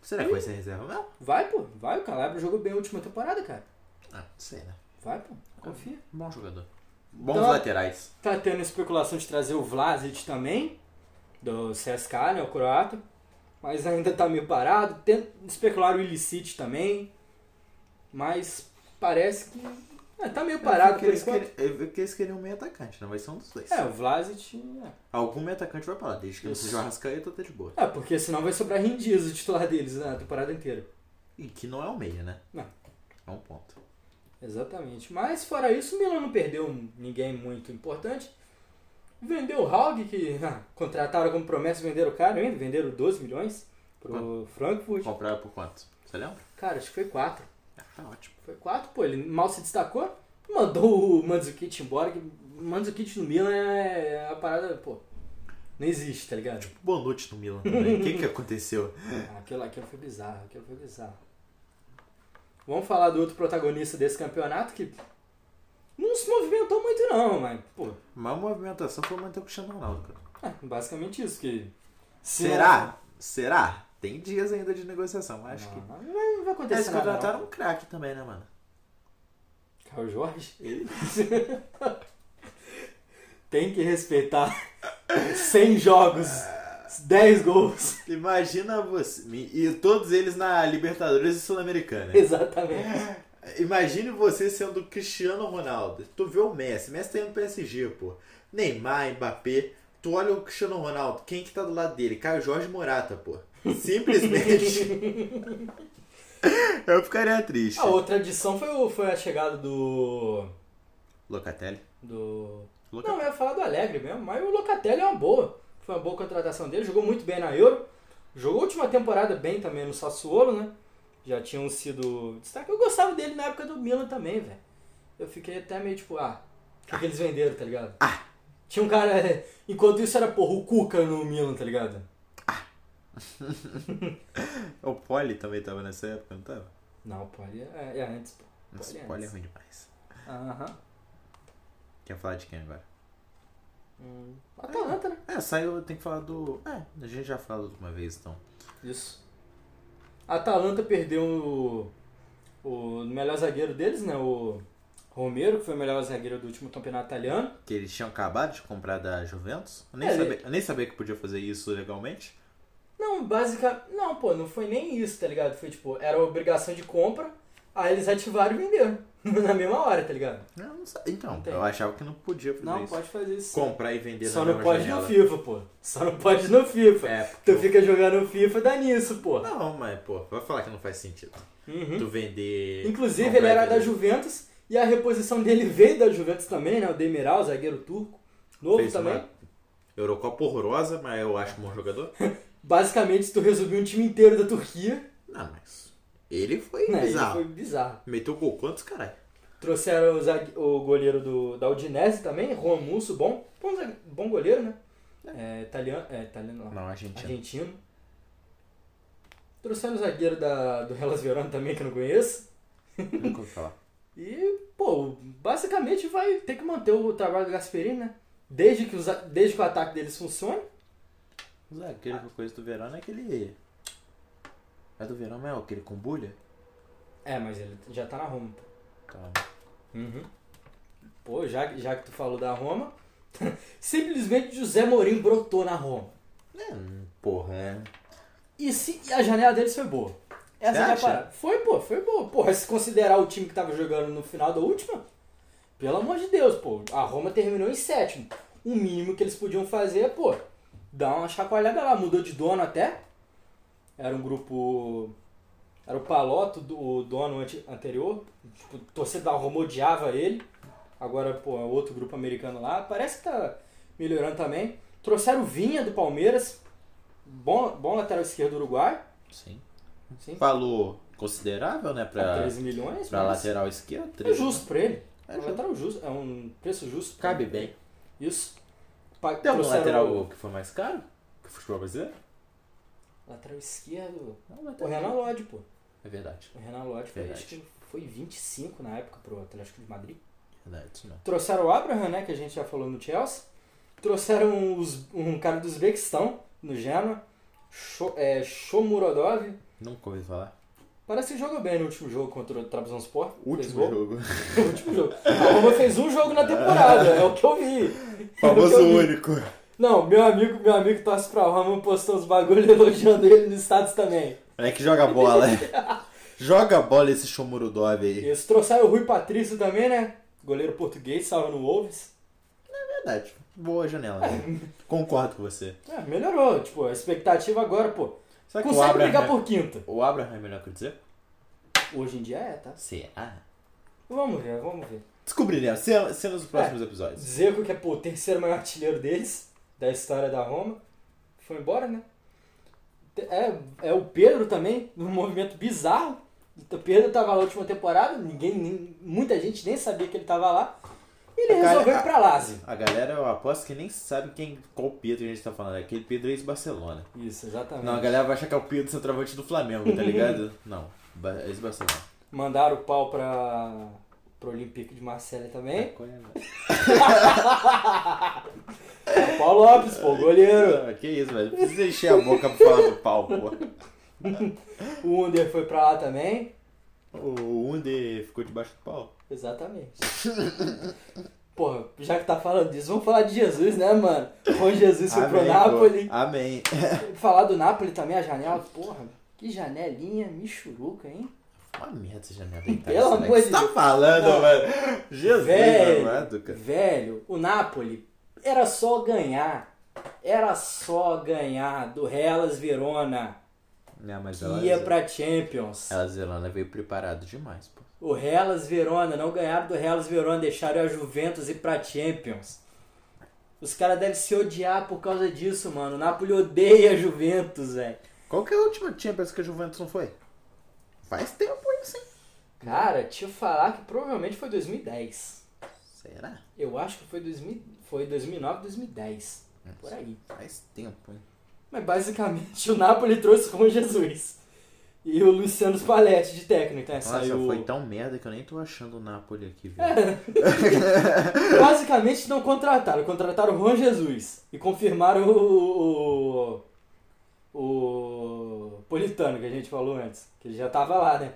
[SPEAKER 2] Será que vai ser reserva mesmo?
[SPEAKER 1] Vai, pô. Vai. O Calabria jogou bem a última temporada, cara.
[SPEAKER 2] Ah, não sei, né?
[SPEAKER 1] Vai, pô. Confia.
[SPEAKER 2] Bom jogador. Bons
[SPEAKER 1] Então-
[SPEAKER 2] laterais.
[SPEAKER 1] Tá tendo especulação de trazer o Vlasic também, do CSKA, né, o croata. Mas ainda tá meio parado. Tem, especularam o Illicit também. Mas parece que... é, tá meio parado por
[SPEAKER 2] eles
[SPEAKER 1] enquanto.
[SPEAKER 2] queriam, eu vi que eles queriam um meio atacante, não vai ser um dos dois.
[SPEAKER 1] É, o Vlasic... É.
[SPEAKER 2] Algum meio atacante vai pra lá, desde que não
[SPEAKER 1] Isso.
[SPEAKER 2] seja o Arrascaeta, tá de boa.
[SPEAKER 1] É, porque senão vai sobrar rendido o titular deles na temporada inteira.
[SPEAKER 2] E que não é o meia, né?
[SPEAKER 1] Não.
[SPEAKER 2] É um ponto.
[SPEAKER 1] Exatamente. Mas fora isso, o Milan não perdeu ninguém muito importante. Vendeu o Haug, que ah, contrataram como promessa, venderam o cara ainda, venderam 12 milhões pro Frankfurt.
[SPEAKER 2] Compraram por quanto? Você lembra?
[SPEAKER 1] Cara, acho que foi 4.
[SPEAKER 2] Ah, tá ótimo.
[SPEAKER 1] Foi 4, pô, ele mal se destacou, mandou o Mandzukic embora, que Mandzukic no Milan é a parada, pô, não existe, tá ligado?
[SPEAKER 2] Bonucci no Milan também. O que que aconteceu?
[SPEAKER 1] Aquilo, aquilo foi bizarro, aquilo foi bizarro. Vamos falar do outro protagonista desse campeonato que não se movimentou muito não, mas, pô,
[SPEAKER 2] Mas a movimentação foi manter o Cristiano Ronaldo, cara.
[SPEAKER 1] é basicamente isso que... se
[SPEAKER 2] Será? Será? Tem dias ainda de negociação,
[SPEAKER 1] Não,
[SPEAKER 2] acho que.
[SPEAKER 1] não, não vai
[SPEAKER 2] Eles
[SPEAKER 1] acontecer nada,
[SPEAKER 2] contrataram um craque também, né, mano?
[SPEAKER 1] não. Caio Jorge?
[SPEAKER 2] Ele-
[SPEAKER 1] Tem que respeitar 100 jogos, 10 gols.
[SPEAKER 2] Imagina você. E todos eles na Libertadores e Sul-Americana.
[SPEAKER 1] Exatamente.
[SPEAKER 2] Imagine você sendo o Cristiano Ronaldo. Tu vê o Messi. Messi tá indo pro PSG, pô. Neymar, Mbappé. Tu olha o Cristiano Ronaldo. Quem que tá do lado dele? Caio Jorge Morata, pô. Simplesmente. Eu ficaria triste.
[SPEAKER 1] A outra adição foi, o- foi a chegada do...
[SPEAKER 2] Locatelli.
[SPEAKER 1] do
[SPEAKER 2] Loca-
[SPEAKER 1] Não, eu ia falar do Alegre mesmo, mas o Locatelli é uma boa. Foi uma boa contratação dele, jogou muito bem na Euro. Jogou a última temporada bem também no Sassuolo, né? Já tinham sido destaque. Eu gostava dele na época do Milan também, velho. Eu fiquei até meio tipo, ah, o que, que eles venderam, tá ligado? Ah. Tinha um cara, enquanto isso era, porra, o Cuca no Milan, tá ligado?
[SPEAKER 2] O Poli também tava nessa época, não tava?
[SPEAKER 1] Não, pode, é, é antes, pô.
[SPEAKER 2] Nossa,
[SPEAKER 1] Poli
[SPEAKER 2] o Poli é
[SPEAKER 1] antes.
[SPEAKER 2] ruim demais.
[SPEAKER 1] Aham.
[SPEAKER 2] Quer falar de quem agora?
[SPEAKER 1] Hum. Atalanta, né?
[SPEAKER 2] É, saiu, tem que falar do. É, a gente já falou de uma vez então.
[SPEAKER 1] Isso. A Atalanta perdeu o, o melhor zagueiro deles, né? O Romero, que foi o melhor zagueiro do último campeonato italiano.
[SPEAKER 2] Que eles tinham acabado de comprar da Juventus. Eu nem,
[SPEAKER 1] É, ele-
[SPEAKER 2] sabia, eu nem sabia que podia fazer isso legalmente.
[SPEAKER 1] Não, basicamente. Não, pô, não foi nem isso, tá ligado? Foi tipo, era uma obrigação de compra, aí eles ativaram e venderam. Na mesma hora, tá ligado?
[SPEAKER 2] Eu não sa- Então,
[SPEAKER 1] Entendi.
[SPEAKER 2] eu achava que não podia fazer
[SPEAKER 1] Não,
[SPEAKER 2] isso.
[SPEAKER 1] pode fazer isso.
[SPEAKER 2] Comprar e vender
[SPEAKER 1] Só
[SPEAKER 2] na
[SPEAKER 1] não
[SPEAKER 2] mesma
[SPEAKER 1] pode
[SPEAKER 2] janela.
[SPEAKER 1] no FIFA, pô. Só não pode no FIFA.
[SPEAKER 2] É,
[SPEAKER 1] Tu
[SPEAKER 2] pô.
[SPEAKER 1] fica jogando FIFA, dá nisso, pô.
[SPEAKER 2] Não, mas, pô, vai falar que não faz sentido.
[SPEAKER 1] Uhum.
[SPEAKER 2] Tu vender.
[SPEAKER 1] Inclusive,
[SPEAKER 2] comprar
[SPEAKER 1] ele era
[SPEAKER 2] e
[SPEAKER 1] da
[SPEAKER 2] vender.
[SPEAKER 1] Juventus e a reposição dele veio da Juventus também, né? O Demiral, zagueiro turco, novo
[SPEAKER 2] Fez
[SPEAKER 1] também.
[SPEAKER 2] uma Eurocopa horrorosa, mas eu acho um bom jogador.
[SPEAKER 1] Basicamente, se tu resumir um time inteiro da Turquia,
[SPEAKER 2] não, mas. Ele foi
[SPEAKER 1] né? Isso
[SPEAKER 2] bizarro.
[SPEAKER 1] foi bizarro.
[SPEAKER 2] Meteu gol quantos, caralho?
[SPEAKER 1] Trouxeram o, zague- o goleiro do, da Udinese também, Juan Musso, bom. Bom, zague- bom goleiro, né? É, italiano, é, italiano não.
[SPEAKER 2] Não, a gente.
[SPEAKER 1] Argentino. Trouxeram o zagueiro da, do Hellas Verona também, que eu não conheço.
[SPEAKER 2] Nunca ouvi falar.
[SPEAKER 1] E, pô, basicamente vai ter que manter o trabalho do Gasperini, né? Desde que, os, a- desde que o ataque deles funcione.
[SPEAKER 2] O zagueiro
[SPEAKER 1] Ah.
[SPEAKER 2] com coisa do Verona é aquele. É do Verona, mas é aquele com bulha?
[SPEAKER 1] É, mas ele já tá na Roma, pô.
[SPEAKER 2] Calma.
[SPEAKER 1] Pô, já, já que tu falou da Roma, simplesmente José Mourinho brotou na Roma.
[SPEAKER 2] É, hum, porra, é.
[SPEAKER 1] E se e a janela deles foi boa? Essa
[SPEAKER 2] Você
[SPEAKER 1] é a
[SPEAKER 2] acha?
[SPEAKER 1] parada. Foi, pô, foi boa. Porra, se considerar o time que tava jogando no final da última, pelo amor de Deus, pô, a Roma terminou em sétimo. O mínimo que eles podiam fazer é, pô, dar uma chacoalhada lá, mudou de dono até. Era um grupo. Era o Paloto, do, o dono ante- anterior. Tipo, torcedor Roma odiava ele. Agora, pô, é outro grupo americano lá. Parece que tá melhorando também. Trouxeram o Vinha do Palmeiras. Bom, bom lateral esquerdo do Uruguai.
[SPEAKER 2] Sim.
[SPEAKER 1] Sim.
[SPEAKER 2] Valor considerável, né? Pra,
[SPEAKER 1] 13 milhões.
[SPEAKER 2] pra
[SPEAKER 1] mas
[SPEAKER 2] lateral esquerda.
[SPEAKER 1] É
[SPEAKER 2] 13,
[SPEAKER 1] justo pra ele. É
[SPEAKER 2] É
[SPEAKER 1] um
[SPEAKER 2] justo.
[SPEAKER 1] lateral justo. É um preço justo. pra
[SPEAKER 2] Cabe
[SPEAKER 1] ele.
[SPEAKER 2] bem.
[SPEAKER 1] Isso. Pa-
[SPEAKER 2] Tem algum
[SPEAKER 1] trouxeram-
[SPEAKER 2] lateral que foi mais caro? Que o futebol brasileiro?
[SPEAKER 1] Lateral esquerdo.
[SPEAKER 2] Não,
[SPEAKER 1] O Renan Lodge, pô.
[SPEAKER 2] É verdade.
[SPEAKER 1] O Renan Lodge foi,
[SPEAKER 2] Verdade.
[SPEAKER 1] acho que foi 25 na época pro Atlético de Madrid.
[SPEAKER 2] É Verdade, isso não.
[SPEAKER 1] Trouxeram o Abraham, né? Que a gente já falou no Chelsea. Trouxeram os- um cara do Uzbequistão, no Genoa. Sho- é, Shomurodov.
[SPEAKER 2] Nunca ouvi falar.
[SPEAKER 1] Parece que jogou bem no último jogo contra o Trabzonspor. Fez gol.
[SPEAKER 2] jogo.
[SPEAKER 1] último jogo. A Roma fez um jogo na temporada, é o que eu vi.
[SPEAKER 2] Famoso
[SPEAKER 1] É o que eu vi.
[SPEAKER 2] único.
[SPEAKER 1] Não, meu amigo, meu amigo que torce pra Roma postou uns bagulho elogiando ele nos status também.
[SPEAKER 2] É que joga bola. joga bola esse Shomurudov aí.
[SPEAKER 1] Eles trouxeram o Rui Patrício também, né? Goleiro português, salva no Wolves.
[SPEAKER 2] É Verdade. Boa janela. né? Concordo com você.
[SPEAKER 1] É, melhorou, tipo, a expectativa agora, pô.
[SPEAKER 2] Será que Tá o né?
[SPEAKER 1] Consegue
[SPEAKER 2] Abraham,
[SPEAKER 1] brigar por quinta.
[SPEAKER 2] o Abraham é melhor que o dizer?
[SPEAKER 1] Hoje em dia é, tá?
[SPEAKER 2] Será?
[SPEAKER 1] Vamos ver, vamos ver.
[SPEAKER 2] Descobriremos. Cena cena nos próximos episódios.
[SPEAKER 1] Zeco, que é pô, o terceiro maior artilheiro deles, da história da Roma, foi embora, né? É, é o Pedro também, num movimento bizarro. O Pedro tava na última temporada, ninguém, nem- muita gente nem sabia que ele tava lá. E ele
[SPEAKER 2] O cara-
[SPEAKER 1] resolveu ir pra Lazio.
[SPEAKER 2] A galera, eu aposto que nem sabe quem, qual Pedro a gente tá falando. Aquele Pedro ex-Barcelona.
[SPEAKER 1] Isso, exatamente.
[SPEAKER 2] Não, a galera vai achar que é o Pedro centroavante do Flamengo, tá ligado? Não. Ba- é Ex-Barcelona.
[SPEAKER 1] Mandaram o pau pra, pro Olympique de Marselha também.
[SPEAKER 2] Qual é, velho?
[SPEAKER 1] O Paulo Lopes, pô, goleiro.
[SPEAKER 2] Ah, Que isso, velho. Não precisa encher a boca pra falar do pau, pô.
[SPEAKER 1] O Under foi pra lá também.
[SPEAKER 2] O Unde ficou debaixo do pau.
[SPEAKER 1] Exatamente. Porra, já que tá falando disso, vamos falar de Jesus, né, mano? Com Jesus foi pro
[SPEAKER 2] Ah, pô.
[SPEAKER 1] Napoli.
[SPEAKER 2] Amém.
[SPEAKER 1] Falar do Napoli também, a janela, porra, que janelinha michuruca, hein?
[SPEAKER 2] Uma merda essa janela aí, tá?
[SPEAKER 1] Pelo
[SPEAKER 2] Isso, né?
[SPEAKER 1] amor
[SPEAKER 2] O que
[SPEAKER 1] de
[SPEAKER 2] você tá
[SPEAKER 1] Deus.
[SPEAKER 2] falando,
[SPEAKER 1] Não.
[SPEAKER 2] mano? Jesus né, é,
[SPEAKER 1] Velho.
[SPEAKER 2] amado, cara.
[SPEAKER 1] Velho, o Napoli era só ganhar. Era só ganhar do Hellas Verona,
[SPEAKER 2] Não, mas
[SPEAKER 1] que
[SPEAKER 2] ela, é
[SPEAKER 1] ia pra Champions.
[SPEAKER 2] ela Zelana veio preparado demais, pô.
[SPEAKER 1] O Hellas Verona, não ganharam do Hellas Verona, deixaram a Juventus ir pra Champions. Os caras devem se odiar por causa disso, mano. O Napoli odeia a Juventus, velho.
[SPEAKER 2] Qual que é a última Champions que a Juventus não foi? Faz tempo isso, hein?
[SPEAKER 1] Cara, te falar que provavelmente foi 2010.
[SPEAKER 2] Será?
[SPEAKER 1] Eu acho que foi, 2000, foi 2009, 2010. Por aí.
[SPEAKER 2] Faz tempo, hein?
[SPEAKER 1] Mas basicamente o Napoli trouxe com Jesus. E o Luciano Spalletti de técnico, né?
[SPEAKER 2] Nossa,
[SPEAKER 1] Saiu...
[SPEAKER 2] foi tão merda que eu nem tô achando o Napoli aqui, viu?
[SPEAKER 1] Basicamente não contrataram, contrataram o Juan Jesus e confirmaram o, o, o Politano que a gente falou antes, que ele já tava lá, né?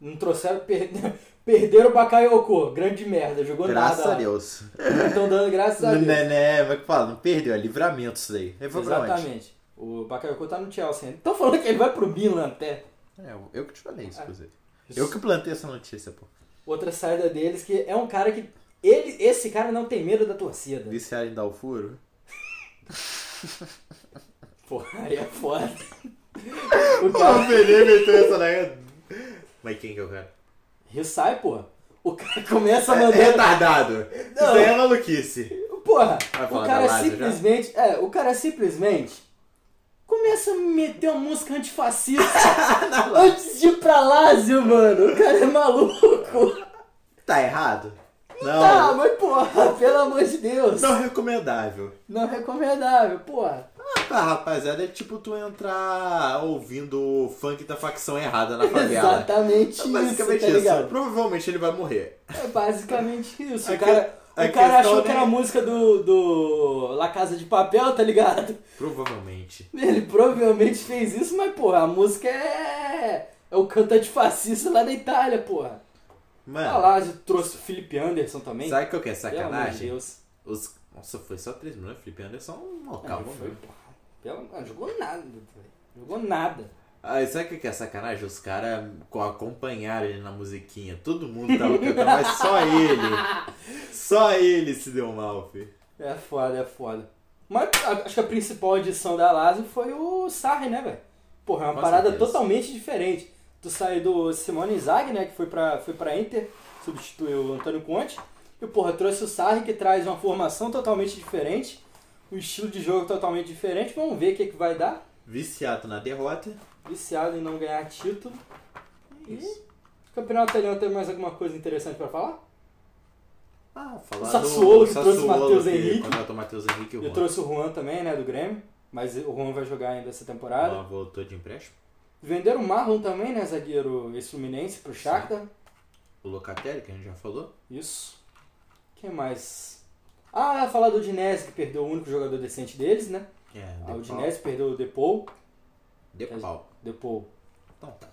[SPEAKER 1] Não trouxeram, per- perderam o Bakayoko, grande merda, jogou
[SPEAKER 2] Graças
[SPEAKER 1] nada.
[SPEAKER 2] a Deus.
[SPEAKER 1] Estão dando graças a
[SPEAKER 2] Não,
[SPEAKER 1] Deus.
[SPEAKER 2] né, né, vai que fala, não perdeu, é livramento isso daí. é Ele foi pra onde?
[SPEAKER 1] Exatamente. O Bakayoko tá no Chelsea. ainda. Tão falando que ele vai pro Milan até.
[SPEAKER 2] É, eu- eu que te falei isso, inclusive. Eu que plantei essa notícia, pô.
[SPEAKER 1] Outra saída deles que é um cara que ele, esse cara não tem medo da torcida.
[SPEAKER 2] Viciar em dar o furo.
[SPEAKER 1] Porra, aí é foda. O cara
[SPEAKER 2] Ah, O Pereira meteu essa na Mas quem que é o cara?
[SPEAKER 1] Ressai, porra. O cara começa a
[SPEAKER 2] É,
[SPEAKER 1] mandar.
[SPEAKER 2] retardado. Isso aí é maluquice.
[SPEAKER 1] Porra,
[SPEAKER 2] Vai falar
[SPEAKER 1] o
[SPEAKER 2] da
[SPEAKER 1] cara
[SPEAKER 2] Lazio
[SPEAKER 1] simplesmente. É, o cara simplesmente. Começa a meter uma música antifascista
[SPEAKER 2] Ah,
[SPEAKER 1] antes de ir pra Lázio, mano. O cara é maluco.
[SPEAKER 2] Tá errado?
[SPEAKER 1] Tá,
[SPEAKER 2] Não.
[SPEAKER 1] mas porra, pelo amor de Deus. Não,
[SPEAKER 2] Não recomendável.
[SPEAKER 1] é recomendável, porra.
[SPEAKER 2] Ah, tá, rapaziada, é tipo tu entrar ouvindo o funk da facção errada na favela.
[SPEAKER 1] Exatamente
[SPEAKER 2] É
[SPEAKER 1] isso, tá
[SPEAKER 2] basicamente isso.
[SPEAKER 1] ligado?
[SPEAKER 2] Provavelmente ele vai morrer.
[SPEAKER 1] É basicamente isso.
[SPEAKER 2] A
[SPEAKER 1] O
[SPEAKER 2] É que-
[SPEAKER 1] cara,
[SPEAKER 2] a
[SPEAKER 1] o cara
[SPEAKER 2] questão é-
[SPEAKER 1] achou que era a
[SPEAKER 2] nem-
[SPEAKER 1] música do, do La Casa de Papel, tá ligado?
[SPEAKER 2] Provavelmente.
[SPEAKER 1] Ele provavelmente fez isso, mas, porra, a música é. É o canto antifascista lá da Itália, porra. Ah,
[SPEAKER 2] Mano,
[SPEAKER 1] lá, eu trouxe o Felipe Anderson também.
[SPEAKER 2] É. sabe o que é
[SPEAKER 1] Pelo amor de
[SPEAKER 2] sacanagem?
[SPEAKER 1] Deus.
[SPEAKER 2] Os... Nossa, foi só 3 minutos. Felipe Anderson é um
[SPEAKER 1] Ah,
[SPEAKER 2] local,
[SPEAKER 1] não foi, porra. Pelo... Não, jogou nada, velho. Jogou nada.
[SPEAKER 2] Aí sabe o que que é sacanagem? Os caras co- acompanharam ele na musiquinha. Todo mundo tava cantando, mas só ele. Só ele se deu mal, filho.
[SPEAKER 1] É foda, é foda. Mas a- acho que a principal edição da Lazio foi o Sarri, né, velho? Porra, é uma
[SPEAKER 2] Com
[SPEAKER 1] parada
[SPEAKER 2] certeza.
[SPEAKER 1] totalmente diferente. Tu sai do Simone Inzaghi, né, que foi pra, foi pra Inter, substituiu o Antônio Conte. E, porra, trouxe o Sarri, que traz uma formação totalmente diferente, um estilo de jogo totalmente diferente. Vamos ver o que, que vai dar.
[SPEAKER 2] Viciado na derrota.
[SPEAKER 1] Viciado em não ganhar título. E
[SPEAKER 2] Isso.
[SPEAKER 1] campeonato italiano tem mais alguma coisa interessante pra falar?
[SPEAKER 2] Ah, falar
[SPEAKER 1] O Sassuolo
[SPEAKER 2] do-
[SPEAKER 1] que trouxe o Matheus
[SPEAKER 2] que
[SPEAKER 1] Henrique.
[SPEAKER 2] Contratou o Matheus Henrique e o
[SPEAKER 1] Eu
[SPEAKER 2] Juan.
[SPEAKER 1] trouxe o Juan também, né, do Grêmio. Mas o Juan vai jogar ainda essa temporada.
[SPEAKER 2] Juan voltou de empréstimo.
[SPEAKER 1] Venderam o Marlon também, né, zagueiro ex-fluminense, pro Shakhtar.
[SPEAKER 2] O Locatelli, que a gente já falou.
[SPEAKER 1] Isso. Quem mais? Ah, falar do Udinese, que perdeu o único jogador decente deles, né?
[SPEAKER 2] É,
[SPEAKER 1] Ah, O
[SPEAKER 2] De Pau.
[SPEAKER 1] Udinese perdeu o Depou.
[SPEAKER 2] De Pau.
[SPEAKER 1] Depou.
[SPEAKER 2] Então tá.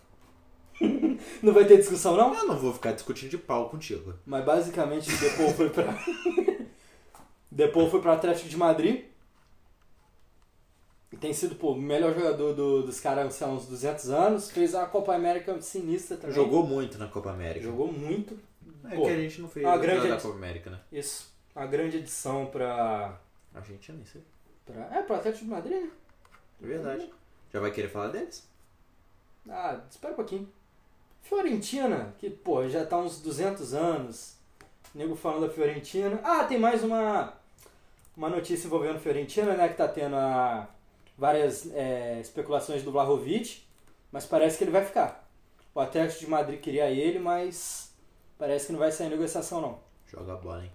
[SPEAKER 1] Não vai ter discussão, não?
[SPEAKER 2] Eu não vou ficar discutindo de pau contigo.
[SPEAKER 1] Mas basicamente o Depou foi pra... Depou foi pra Atlético de Madrid. E tem sido, pô, o melhor jogador do- dos caras sei lá, há uns 200 anos. Fez a Copa América sinistra também.
[SPEAKER 2] Jogou muito na Copa América.
[SPEAKER 1] Jogou muito.
[SPEAKER 2] É
[SPEAKER 1] Pô,
[SPEAKER 2] que a gente não fez
[SPEAKER 1] a
[SPEAKER 2] nada
[SPEAKER 1] grande-
[SPEAKER 2] da Copa América, né?
[SPEAKER 1] Isso. Uma grande edição pra.
[SPEAKER 2] A gente nem sei.
[SPEAKER 1] pra é, pro Atlético de Madrid, né?
[SPEAKER 2] É verdade. Já vai querer falar deles?
[SPEAKER 1] Ah, espera um pouquinho. Fiorentina, que, pô, já tá uns 200 anos. Nego falando da Fiorentina. Ah, tem mais uma. Uma notícia envolvendo Fiorentina, né? Que tá tendo a, várias é, especulações do Vlahovic. Mas parece que ele vai ficar. O Atlético de Madrid queria ele, mas. Parece que não vai sair negociação, não.
[SPEAKER 2] Joga a bola, hein?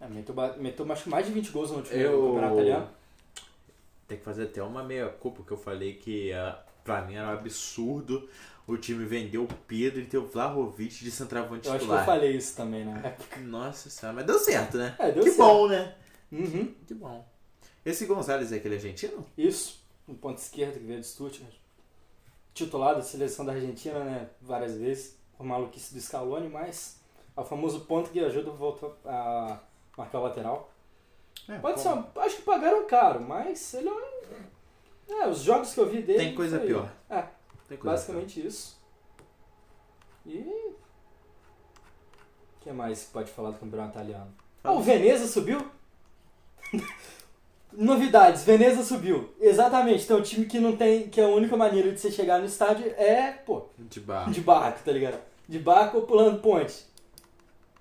[SPEAKER 1] É, meteu, ba- meteu acho que mais de 20 gols no último
[SPEAKER 2] Eu-
[SPEAKER 1] campeonato italiano.
[SPEAKER 2] É, Tem que fazer até uma meia culpa que eu falei que ah, pra mim era um absurdo o time vender o Pedro e ter o Vlahovic de centroavante
[SPEAKER 1] Eu acho que eu
[SPEAKER 2] titular.
[SPEAKER 1] falei isso também, né?
[SPEAKER 2] Nossa senhora, mas deu certo, né?
[SPEAKER 1] É, deu
[SPEAKER 2] que
[SPEAKER 1] certo.
[SPEAKER 2] bom, né?
[SPEAKER 1] Uhum.
[SPEAKER 2] Que bom. Esse Gonzalez é aquele argentino?
[SPEAKER 1] Isso, no ponto esquerdo que veio do Stuttgart. Titular da seleção da Argentina, né? Várias vezes, por maluquice do Scaloni, mas é o famoso ponto que ajuda o volta a marcar o lateral.
[SPEAKER 2] É,
[SPEAKER 1] Pode ser, um- acho que pagaram caro, mas ele é um... É, os jogos que eu vi dele...
[SPEAKER 2] Tem coisa
[SPEAKER 1] foi-
[SPEAKER 2] pior.
[SPEAKER 1] É,
[SPEAKER 2] Tem coisa
[SPEAKER 1] basicamente isso. E... O que mais que pode falar do campeonato italiano? Ah, o Veneza subiu? Novidades, Veneza subiu. Exatamente, tem um time que não tem. que a única maneira de você chegar no estádio é, pô,
[SPEAKER 2] pior. De barro.
[SPEAKER 1] de barco, tá ligado? De barco ou pulando ponte.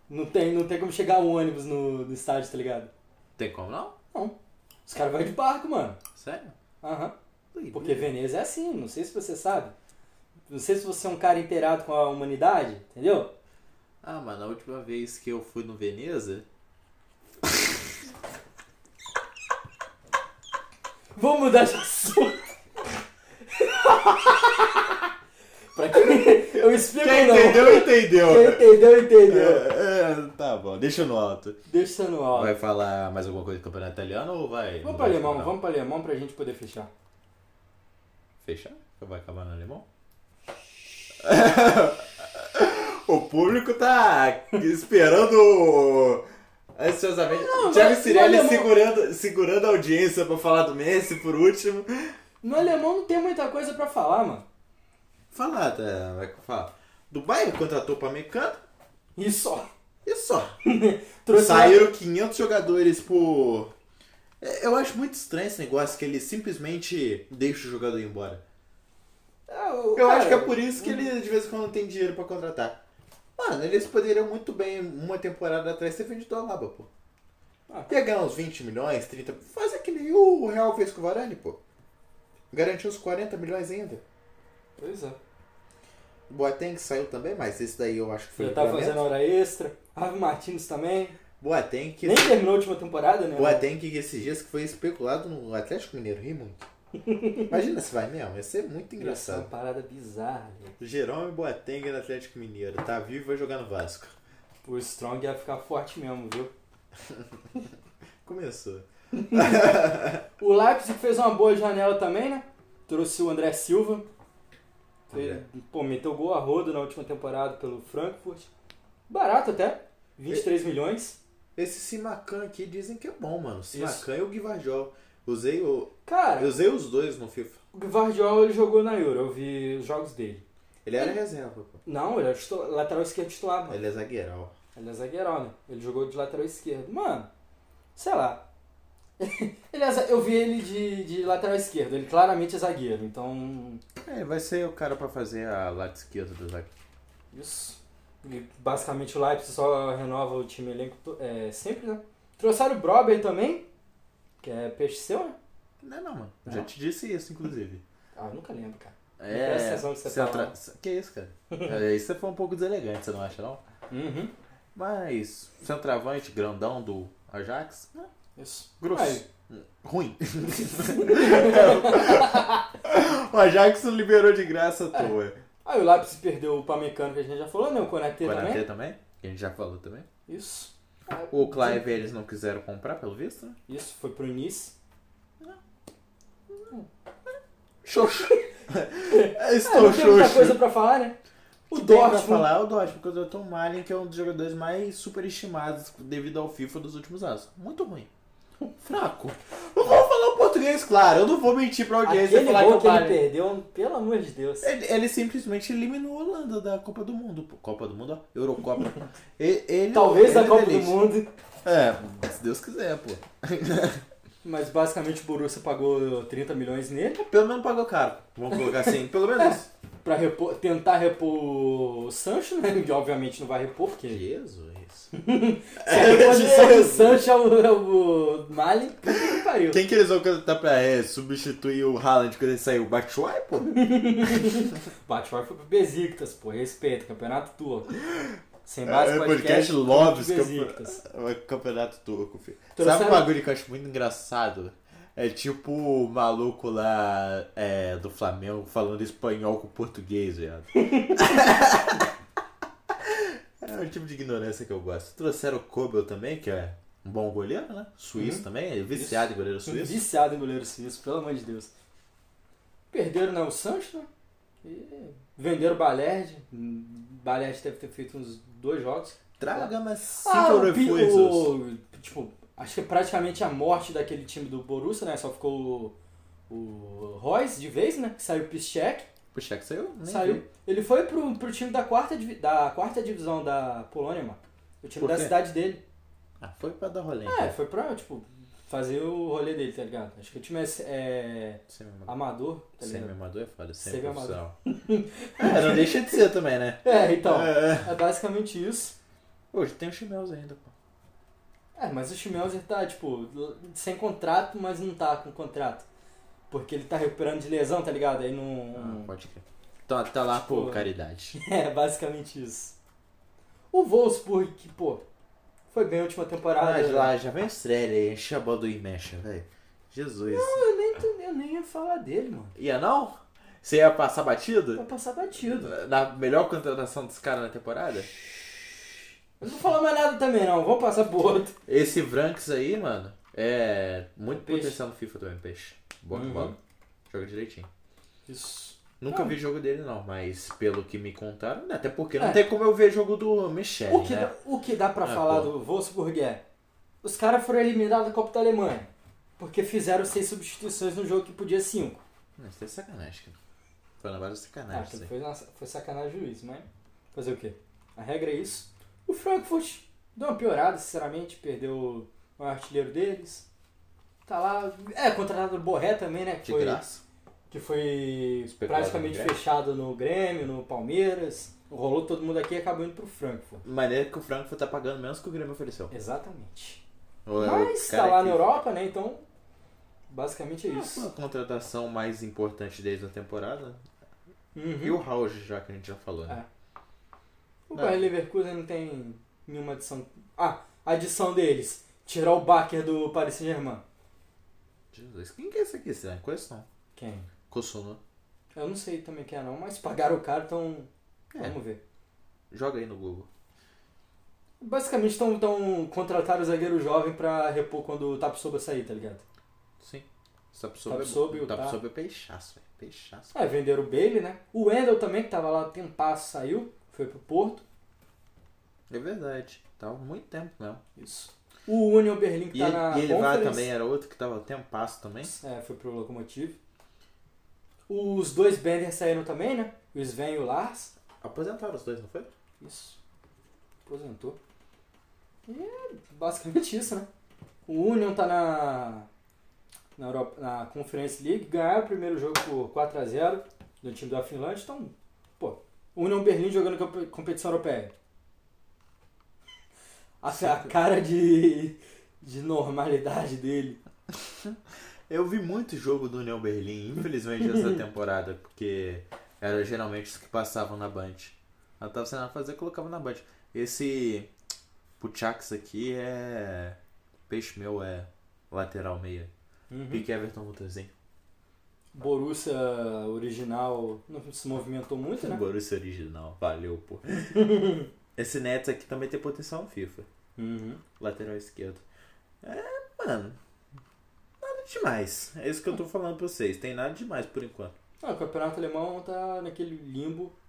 [SPEAKER 1] Não tem, não tem como chegar o ônibus no, no estádio, tá ligado?
[SPEAKER 2] Tem como não?
[SPEAKER 1] Os caras vão de barco, mano.
[SPEAKER 2] Sério?
[SPEAKER 1] Aham.
[SPEAKER 2] Doido.
[SPEAKER 1] Porque Veneza é assim, não sei se você sabe. Não sei se você é um cara inteirado com a humanidade, entendeu?
[SPEAKER 2] Ah, mano, a última vez que eu fui no Veneza,
[SPEAKER 1] Vamos mudar de assunto. pra quem. Eu explico não.
[SPEAKER 2] entendeu.
[SPEAKER 1] Quem entendeu, entendeu.
[SPEAKER 2] É, é, tá bom, deixa no alto.
[SPEAKER 1] Deixa no alto.
[SPEAKER 2] É. Vai falar mais alguma coisa do campeonato italiano ou vai.
[SPEAKER 1] Vamos
[SPEAKER 2] pra
[SPEAKER 1] pra alemão, vamos pra alemão pra gente poder fechar.
[SPEAKER 2] Fechar? Então Vai acabar no alemão? o público tá esperando ansiosamente. Thiago
[SPEAKER 1] mas
[SPEAKER 2] Cirelli
[SPEAKER 1] no alemão-
[SPEAKER 2] segurando, segurando a audiência pra falar do Messi por último.
[SPEAKER 1] No alemão não tem muita coisa pra falar, mano.
[SPEAKER 2] Falar, tá? Vai falar. Dubai contratou o Pamecano
[SPEAKER 1] E só.
[SPEAKER 2] e só.
[SPEAKER 1] Trouxe
[SPEAKER 2] Saíram 500 jogadores por. É, Eu acho muito estranho esse negócio que ele simplesmente deixa o jogador ir embora.
[SPEAKER 1] Ah, o-
[SPEAKER 2] Eu
[SPEAKER 1] cara,
[SPEAKER 2] acho que é por isso que ele de vez em quando tem dinheiro pra contratar. Mano, eles poderiam muito bem, uma temporada atrás, ter vendido a Alaba, pô.
[SPEAKER 1] Ah.
[SPEAKER 2] Ia ganhar uns 20 milhões, 30. Faz aquele. O Real fez com o Varane, pô. Garantiu uns 40 milhões ainda.
[SPEAKER 1] Pois é.
[SPEAKER 2] O Boateng saiu também, mas esse daí eu acho que foi um
[SPEAKER 1] Já tá
[SPEAKER 2] livramento.
[SPEAKER 1] fazendo hora extra. Ravi Martins também.
[SPEAKER 2] Boateng que é
[SPEAKER 1] Nem terminou a última temporada, né?
[SPEAKER 2] Boateng que esses dias que foi especulado no Atlético Mineiro, ri muito. Imagina se vai mesmo, ia ser muito
[SPEAKER 1] Isso é uma
[SPEAKER 2] engraçado.
[SPEAKER 1] parada bizarra, né? velho.
[SPEAKER 2] Jerome Boateng no Atlético Mineiro, tá vivo e vai jogar no Vasco.
[SPEAKER 1] O Strong ia ficar forte mesmo, viu?
[SPEAKER 2] Começou.
[SPEAKER 1] O Leipzig fez uma boa janela também, né? Trouxe o André Silva. Ele, pô, meteu gol a rodo na última temporada pelo Frankfurt. Barato até. 23 milhões.
[SPEAKER 2] Esse Simacan aqui dizem que é bom, mano.
[SPEAKER 1] Isso.
[SPEAKER 2] Simacan e o Guivajol. Usei o, eu
[SPEAKER 1] Cara,
[SPEAKER 2] usei os dois no FIFA.
[SPEAKER 1] o Guardiola ele jogou na Euro. Eu vi os jogos dele.
[SPEAKER 2] Ele era reserva, pô.
[SPEAKER 1] Não, ele é titu- lateral esquerdo titular, mano.
[SPEAKER 2] Ele é zagueirão.
[SPEAKER 1] Ele é zagueirão, né? Ele jogou de lateral esquerdo. Mano, sei lá. Ele é za- eu vi ele de, de lateral esquerdo, ele claramente é zagueiro, então.
[SPEAKER 2] É, vai ser o cara pra fazer a lado esquerdo do Zac.
[SPEAKER 1] Isso. E basicamente o Leipzig só renova o time elenco to- é, sempre, né? Trouxeram o Brober também, que é peixe seu, né?
[SPEAKER 2] Não, não, mano.
[SPEAKER 1] Não.
[SPEAKER 2] Já te disse isso, inclusive.
[SPEAKER 1] Ah, eu nunca lembro, cara.
[SPEAKER 2] É.
[SPEAKER 1] Presta atenção no que você
[SPEAKER 2] você
[SPEAKER 1] fala.
[SPEAKER 2] atra- Que isso, cara? É, Isso foi um pouco deselegante, você não acha, não?
[SPEAKER 1] Uhum.
[SPEAKER 2] Mas, centroavante grandão do Ajax, né?
[SPEAKER 1] Isso.
[SPEAKER 2] grosso.
[SPEAKER 1] Aí,
[SPEAKER 2] Ruim. o Ajax liberou de graça à toa.
[SPEAKER 1] aí o Leipzig perdeu o Pamecano, que a gente já falou, né? O Konaté também.
[SPEAKER 2] Konaté também, que a gente já falou também.
[SPEAKER 1] Isso. Ah,
[SPEAKER 2] O Clive eles não quiseram comprar, pelo visto, né?
[SPEAKER 1] Isso, foi pro Nice.
[SPEAKER 2] Xoxo.
[SPEAKER 1] Ah,
[SPEAKER 2] Estou
[SPEAKER 1] não tem muita
[SPEAKER 2] xoxo.
[SPEAKER 1] coisa pra falar, né? O
[SPEAKER 2] O que tem pra
[SPEAKER 1] Dortmund
[SPEAKER 2] falar é o Dortmund, porque o Dortmund Malen, que é um dos jogadores mais superestimados devido ao FIFA dos últimos anos. Muito ruim. Fraco. Não vou falar o português, claro. Eu não vou mentir pra audiência e
[SPEAKER 1] Aquele
[SPEAKER 2] falar
[SPEAKER 1] gol
[SPEAKER 2] que
[SPEAKER 1] que
[SPEAKER 2] o
[SPEAKER 1] ele
[SPEAKER 2] Malen...
[SPEAKER 1] perdeu, pelo amor de Deus.
[SPEAKER 2] Ele, ele simplesmente eliminou a Holanda da Copa do Mundo. pô. Copa do Mundo, ó. Eurocopa. ele, ele-
[SPEAKER 1] Talvez
[SPEAKER 2] ele
[SPEAKER 1] da Copa do
[SPEAKER 2] delete.
[SPEAKER 1] Mundo.
[SPEAKER 2] É, se Deus quiser, pô.
[SPEAKER 1] Mas basicamente o Borussia pagou 30 milhões nele
[SPEAKER 2] Pelo menos pagou caro. Vamos colocar assim. Pelo menos.
[SPEAKER 1] pra repor- tentar repor o Sancho, né? Que obviamente não vai repor, porque
[SPEAKER 2] Jesus.
[SPEAKER 1] se a reposição do Sancho é o, é o Mali, puta que pariu.
[SPEAKER 2] Quem que eles vão cantar pra é, substituir o Haaland quando ele saiu? O Batshuayi, pô?
[SPEAKER 1] Bate foi pro Besiktas, pô. Respeito, campeonato turco. Sem base
[SPEAKER 2] É, é podcast
[SPEAKER 1] podcast,
[SPEAKER 2] Loves,
[SPEAKER 1] campo de Besiktas.
[SPEAKER 2] campe- É um campeonato turco, filho.
[SPEAKER 1] Trouxeram-
[SPEAKER 2] Sabe um bagulho que eu acho muito engraçado? É tipo o maluco lá é, do Flamengo falando espanhol com português, viado. é um tipo de ignorância que eu gosto. Trouxeram o Kobel também, que é um bom goleiro, né?
[SPEAKER 1] Uhum.
[SPEAKER 2] Suíço também, é viciado em goleiro suíço.
[SPEAKER 1] um Viciado em goleiro suíço, pelo amor de Deus. Perderam né, o Sancho, né? E venderam o Balerd. Balerd deve ter feito uns dois jogos.
[SPEAKER 2] Traga mais cinco
[SPEAKER 1] Ah, o Pi-
[SPEAKER 2] refusos.
[SPEAKER 1] o- Tipo, acho que é praticamente a morte daquele time do Borussia, né? Só ficou o, o Royce de vez, né? Que Saiu o Piszczek.
[SPEAKER 2] Puxa, que saiu? Nem
[SPEAKER 1] Saiu.
[SPEAKER 2] vi.
[SPEAKER 1] Ele foi pro, pro time da quarta, divi- da quarta divisão da Polônia, mano. O time
[SPEAKER 2] Por
[SPEAKER 1] da
[SPEAKER 2] quê?
[SPEAKER 1] cidade dele.
[SPEAKER 2] Ah, foi pra dar rolê.
[SPEAKER 1] É,
[SPEAKER 2] então.
[SPEAKER 1] foi pra, tipo, fazer o rolê dele, tá ligado? Acho que o time é, é
[SPEAKER 2] Sem-
[SPEAKER 1] amador, tá
[SPEAKER 2] Sem
[SPEAKER 1] ligado?
[SPEAKER 2] amador é foda, sem
[SPEAKER 1] Semi-amador.
[SPEAKER 2] profissional. é, não deixa de ser também, né?
[SPEAKER 1] É, então.
[SPEAKER 2] É.
[SPEAKER 1] É basicamente isso.
[SPEAKER 2] Hoje tem o Chimels ainda, pô.
[SPEAKER 1] É, mas o Schmelzer tá, tipo, sem contrato, mas não tá com contrato. Porque ele tá recuperando de lesão, tá ligado? Aí não.
[SPEAKER 2] Ah, pode crer. Tá, tá lá
[SPEAKER 1] Tipo,
[SPEAKER 2] por caridade.
[SPEAKER 1] É, basicamente isso. O Wolfsburg, que, pô, foi bem a última temporada.
[SPEAKER 2] Mas lá, já vem o Estrela aí, enche a bola do Imecha, velho. Jesus.
[SPEAKER 1] Eu nem, eu nem ia falar dele, mano.
[SPEAKER 2] Ia não? Você ia passar batido?
[SPEAKER 1] Vai passar batido.
[SPEAKER 2] Na melhor contratação dos caras na temporada?
[SPEAKER 1] Eu não vou falar mais nada também, não. Vamos passar pro outro.
[SPEAKER 2] Esse Vranks aí, mano, é muito
[SPEAKER 1] Peixe.
[SPEAKER 2] potencial no FIFA também, peixe. Boa
[SPEAKER 1] Uhum.
[SPEAKER 2] bola. Joga direitinho.
[SPEAKER 1] Isso.
[SPEAKER 2] Nunca vi jogo dele, não, mas pelo que me contaram, né, até porque não
[SPEAKER 1] É.
[SPEAKER 2] tem como eu ver jogo do Michel.
[SPEAKER 1] O que,
[SPEAKER 2] né?
[SPEAKER 1] dá, o que dá pra
[SPEAKER 2] Ah,
[SPEAKER 1] falar
[SPEAKER 2] pô.
[SPEAKER 1] do Wolfsburg é... Os caras foram eliminados da Copa da Alemanha. Porque fizeram seis substituições num jogo que podia cinco.
[SPEAKER 2] Não, isso é sacanagem, cara. então Foi na base de
[SPEAKER 1] Ah,
[SPEAKER 2] sacanagem, isso
[SPEAKER 1] aquilo
[SPEAKER 2] aí.
[SPEAKER 1] foi, na- foi sacanagem do juiz, mas fazer o quê? A regra é isso. O Frankfurt deu uma piorada, sinceramente, perdeu o artilheiro deles. Tá lá. É, contratado o Borré também, né? Que
[SPEAKER 2] De
[SPEAKER 1] foi,
[SPEAKER 2] graça.
[SPEAKER 1] que foi
[SPEAKER 2] Especulado
[SPEAKER 1] praticamente
[SPEAKER 2] no Grêmio.
[SPEAKER 1] fechado no Grêmio, no Palmeiras. Rolou todo mundo aqui e acabou indo pro Frankfurt.
[SPEAKER 2] Maneira que o Frankfurt tá pagando menos que o Grêmio ofereceu.
[SPEAKER 1] Exatamente.
[SPEAKER 2] Ou é o
[SPEAKER 1] Mas tá
[SPEAKER 2] cara
[SPEAKER 1] lá
[SPEAKER 2] que-
[SPEAKER 1] na Europa, né? Então, basicamente é
[SPEAKER 2] Ah, foi
[SPEAKER 1] isso.
[SPEAKER 2] a contratação mais importante desde a temporada.
[SPEAKER 1] Uhum.
[SPEAKER 2] E o Raul, já que a gente já falou,
[SPEAKER 1] É.
[SPEAKER 2] né?
[SPEAKER 1] O
[SPEAKER 2] Não.
[SPEAKER 1] Bayer Leverkusen não tem nenhuma adição. Ah, a adição deles. Tirar o Baker do Paris Saint-Germain.
[SPEAKER 2] Jesus, quem que é esse aqui? Será que conheço não?
[SPEAKER 1] Quem?
[SPEAKER 2] Kosuno.
[SPEAKER 1] Eu não sei também quem é não, mas pagaram o cara, então
[SPEAKER 2] É.
[SPEAKER 1] vamos ver.
[SPEAKER 2] Joga aí no Google.
[SPEAKER 1] Basicamente estão tão contrataram o zagueiro jovem pra repor quando o Tapsoba sair, tá ligado?
[SPEAKER 2] Sim. Tapsoba
[SPEAKER 1] Tapsoba e
[SPEAKER 2] é,
[SPEAKER 1] o
[SPEAKER 2] Tapsoba é peixaço, velho. Peixaço.
[SPEAKER 1] É, venderam o Bailey, né? O Wendel também, que tava lá um tempasso, saiu, foi pro Porto.
[SPEAKER 2] É verdade. Tava muito tempo mesmo.
[SPEAKER 1] Isso. O Union Berlim que
[SPEAKER 2] E,
[SPEAKER 1] tá
[SPEAKER 2] ele-
[SPEAKER 1] na
[SPEAKER 2] e ele vai
[SPEAKER 1] Conference.
[SPEAKER 2] também, é, era outro que tava tempo passo também.
[SPEAKER 1] É, foi pro Locomotive. Os dois Benders saíram também, né? O Sven e o Lars.
[SPEAKER 2] Aposentaram os dois, não foi?
[SPEAKER 1] Isso. Aposentou. E é basicamente isso, né? O Union tá na, na, Europa, na Conference League, ganharam o primeiro jogo por 4 a 0 do time da Finlândia. Então, pô, Union Berlim jogando competição europeia. A, a cara de, de normalidade dele.
[SPEAKER 2] Eu vi muito jogo do União Berlim, infelizmente, essa temporada, porque era geralmente os que passavam na Band. Ela tava sendo fazer, colocava na Band. Esse Puchax aqui é. Peixe meu é lateral meia.
[SPEAKER 1] Uhum.
[SPEAKER 2] Pique Everton Mutanzinho.
[SPEAKER 1] Borussia original não se movimentou muito, né?
[SPEAKER 2] Borussia original, valeu, pô. Esse Nets aqui também tem potencial no FIFA.
[SPEAKER 1] Uhum.
[SPEAKER 2] Lateral esquerdo. É, mano. Nada demais. É isso que eu tô falando pra vocês. Tem nada demais por enquanto.
[SPEAKER 1] Ah, o campeonato alemão tá naquele limbo.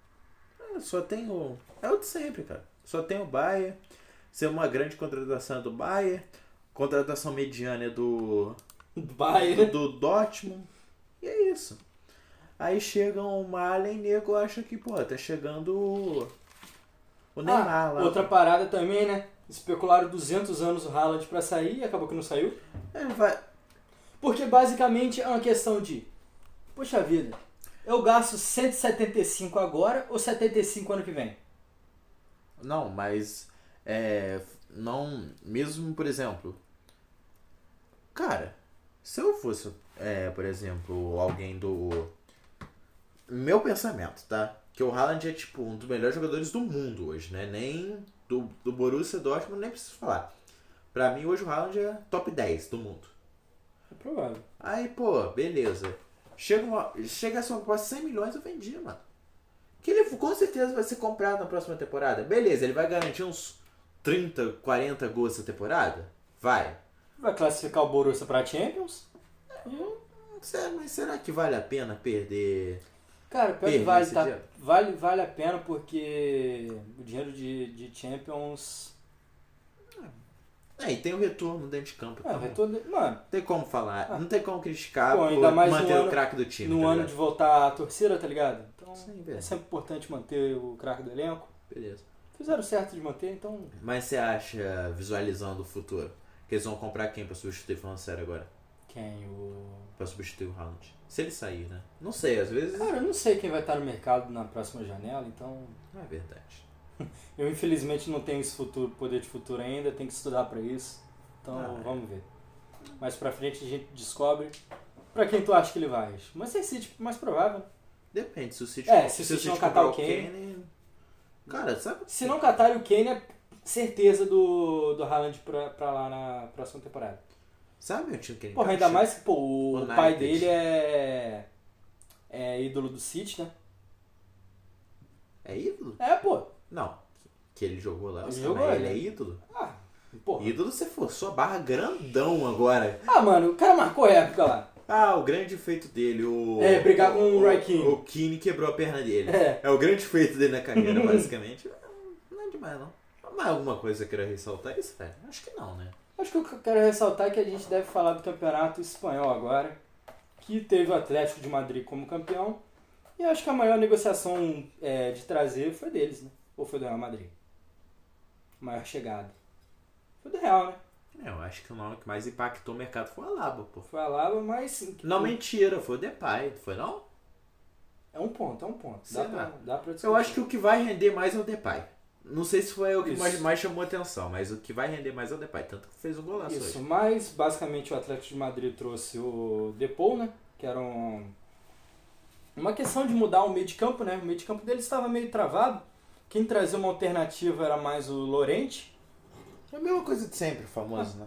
[SPEAKER 2] É, só tem o. É o de sempre, cara. Só tem o Bayer. Ser uma grande contratação é do Bayer. Contratação mediana é do.
[SPEAKER 1] Bayern.
[SPEAKER 2] do Dortmund. E é isso. Aí chega o Malen e nego acha que, pô, tá chegando o- o Neymar
[SPEAKER 1] Ah,
[SPEAKER 2] lá.
[SPEAKER 1] outra parada também, né? Especularam 200 anos o Haaland pra sair e acabou que não saiu.
[SPEAKER 2] É, vai-
[SPEAKER 1] Porque basicamente é uma questão de... Poxa vida, eu gasto 175 agora ou 75 ano que vem?
[SPEAKER 2] Não, mas é, não, mesmo por exemplo, cara, se eu fosse, é, por exemplo, alguém do meu pensamento, tá? Que o Haaland é tipo um dos melhores jogadores do mundo hoje, né? Nem do, do Borussia Dortmund nem preciso falar. Pra mim hoje o Haaland é top 10 do mundo.
[SPEAKER 1] É provável.
[SPEAKER 2] Aí, pô, beleza. Chega, uma, chega essa proposta de 100 milhões, eu vendi, mano. Que ele com certeza vai ser comprado na próxima temporada. Beleza, ele vai garantir uns 30, 40 gols essa temporada? Vai.
[SPEAKER 1] Vai classificar o Borussia pra Champions?
[SPEAKER 2] Sério, mas será que vale a pena perder?
[SPEAKER 1] Cara, pior que
[SPEAKER 2] Perde
[SPEAKER 1] vale,
[SPEAKER 2] esse
[SPEAKER 1] tá?
[SPEAKER 2] dinheiro.
[SPEAKER 1] vale, vale a pena porque o dinheiro de, de Champions...
[SPEAKER 2] É, e tem o retorno dentro de campo.
[SPEAKER 1] Ah,
[SPEAKER 2] então
[SPEAKER 1] retorno... de- Mano,
[SPEAKER 2] Não tem como falar, não tem como criticar
[SPEAKER 1] Pô,
[SPEAKER 2] por
[SPEAKER 1] ainda mais no
[SPEAKER 2] manter
[SPEAKER 1] ano-
[SPEAKER 2] o craque do time.
[SPEAKER 1] no
[SPEAKER 2] tá
[SPEAKER 1] ano de
[SPEAKER 2] ligado?
[SPEAKER 1] voltar a torcida, tá ligado? Então
[SPEAKER 2] Sim,
[SPEAKER 1] é
[SPEAKER 2] beleza.
[SPEAKER 1] sempre importante manter o craque do elenco.
[SPEAKER 2] beleza.
[SPEAKER 1] Fizeram certo de manter, então
[SPEAKER 2] Mas você acha, visualizando o futuro, que eles vão comprar quem pra substituir falando sério agora?
[SPEAKER 1] quem? O.
[SPEAKER 2] Pra substituir o Haaland. Se ele sair, né? Não sei, às vezes.
[SPEAKER 1] Cara, eu não sei quem vai estar no mercado na próxima janela, então.
[SPEAKER 2] Não é verdade.
[SPEAKER 1] Eu infelizmente não tenho esse futuro, poder de futuro ainda, tenho que estudar pra isso. Então
[SPEAKER 2] Ah, é.
[SPEAKER 1] vamos ver. Mais pra frente a gente descobre pra quem tu acha que ele vai. Mas é City, mais provável.
[SPEAKER 2] Depende, se o City
[SPEAKER 1] É, se o City não catar
[SPEAKER 2] comprar
[SPEAKER 1] o Kane-
[SPEAKER 2] Cara, sabe?
[SPEAKER 1] Se não catarem o Kane, é certeza do, do Haaland pra, pra lá na próxima temporada.
[SPEAKER 2] Sabe o time que ele
[SPEAKER 1] Porra, ainda
[SPEAKER 2] encaixa?
[SPEAKER 1] mais que pô, o
[SPEAKER 2] United.
[SPEAKER 1] pai dele é. É ídolo do City, né?
[SPEAKER 2] É ídolo?
[SPEAKER 1] É, pô.
[SPEAKER 2] Não. Que ele jogou lá.
[SPEAKER 1] Ele
[SPEAKER 2] você
[SPEAKER 1] jogou,
[SPEAKER 2] também, ele
[SPEAKER 1] né?
[SPEAKER 2] é ídolo?
[SPEAKER 1] Ah, porra.
[SPEAKER 2] Ídolo você forçou a barra grandão agora.
[SPEAKER 1] Ah, mano, o cara marcou época lá.
[SPEAKER 2] Ah, o grande feito dele, o.
[SPEAKER 1] É, brigar com o Roy Keane.
[SPEAKER 2] O Keane quebrou a perna dele.
[SPEAKER 1] É.
[SPEAKER 2] o grande feito dele na carreira, basicamente. Não é demais, não. Mas alguma coisa que eu queira ressaltar isso, velho? Acho que não, né?
[SPEAKER 1] Acho que o que eu quero ressaltar é que a gente deve falar do campeonato espanhol agora, que teve o Atlético de Madrid como campeão. E acho que a maior negociação é, de trazer foi deles, né? Ou foi do Real Madrid? A maior chegada. Foi do Real, né?
[SPEAKER 2] É, eu acho que o nome que mais impactou o mercado foi o Alaba, pô.
[SPEAKER 1] Foi a Lava, mas.
[SPEAKER 2] Não, mentira, foi o Depay, foi não?
[SPEAKER 1] É um ponto, é um ponto. Dá
[SPEAKER 2] Será?
[SPEAKER 1] pra, dá pra discutir.
[SPEAKER 2] Eu acho que o que vai render mais é o Depay. Não sei se foi o que
[SPEAKER 1] Isso.
[SPEAKER 2] mais, mais chamou atenção, mas o que vai render mais é o Depay. Tanto que fez um golaço
[SPEAKER 1] Isso,
[SPEAKER 2] hoje.
[SPEAKER 1] mas basicamente o Atlético de Madrid trouxe o Depou, né? Que era um... uma questão de mudar o meio de campo, né? O meio de campo dele estava meio travado. Quem trazia uma alternativa era mais o Lorente.
[SPEAKER 2] É a mesma coisa de sempre, famoso, né?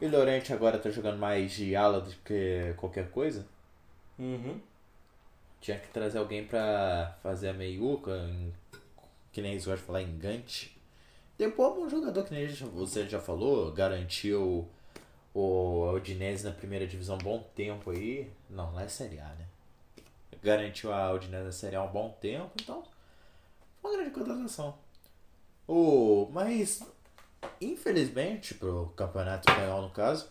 [SPEAKER 2] E o Lorente agora tá jogando mais de ala do que qualquer coisa.
[SPEAKER 1] Uhum.
[SPEAKER 2] Tinha que trazer alguém pra fazer a meiuca, em- que nem eles gostam de falar, engante. Depois, um jogador que nem já- você já falou, garantiu o Udinese na primeira divisão um bom tempo aí. Não, lá é Série A, né? Garantiu a Udinese na Série A um bom tempo, então foi uma grande contratação. O, mas, infelizmente, pro Campeonato Espanhol, no caso,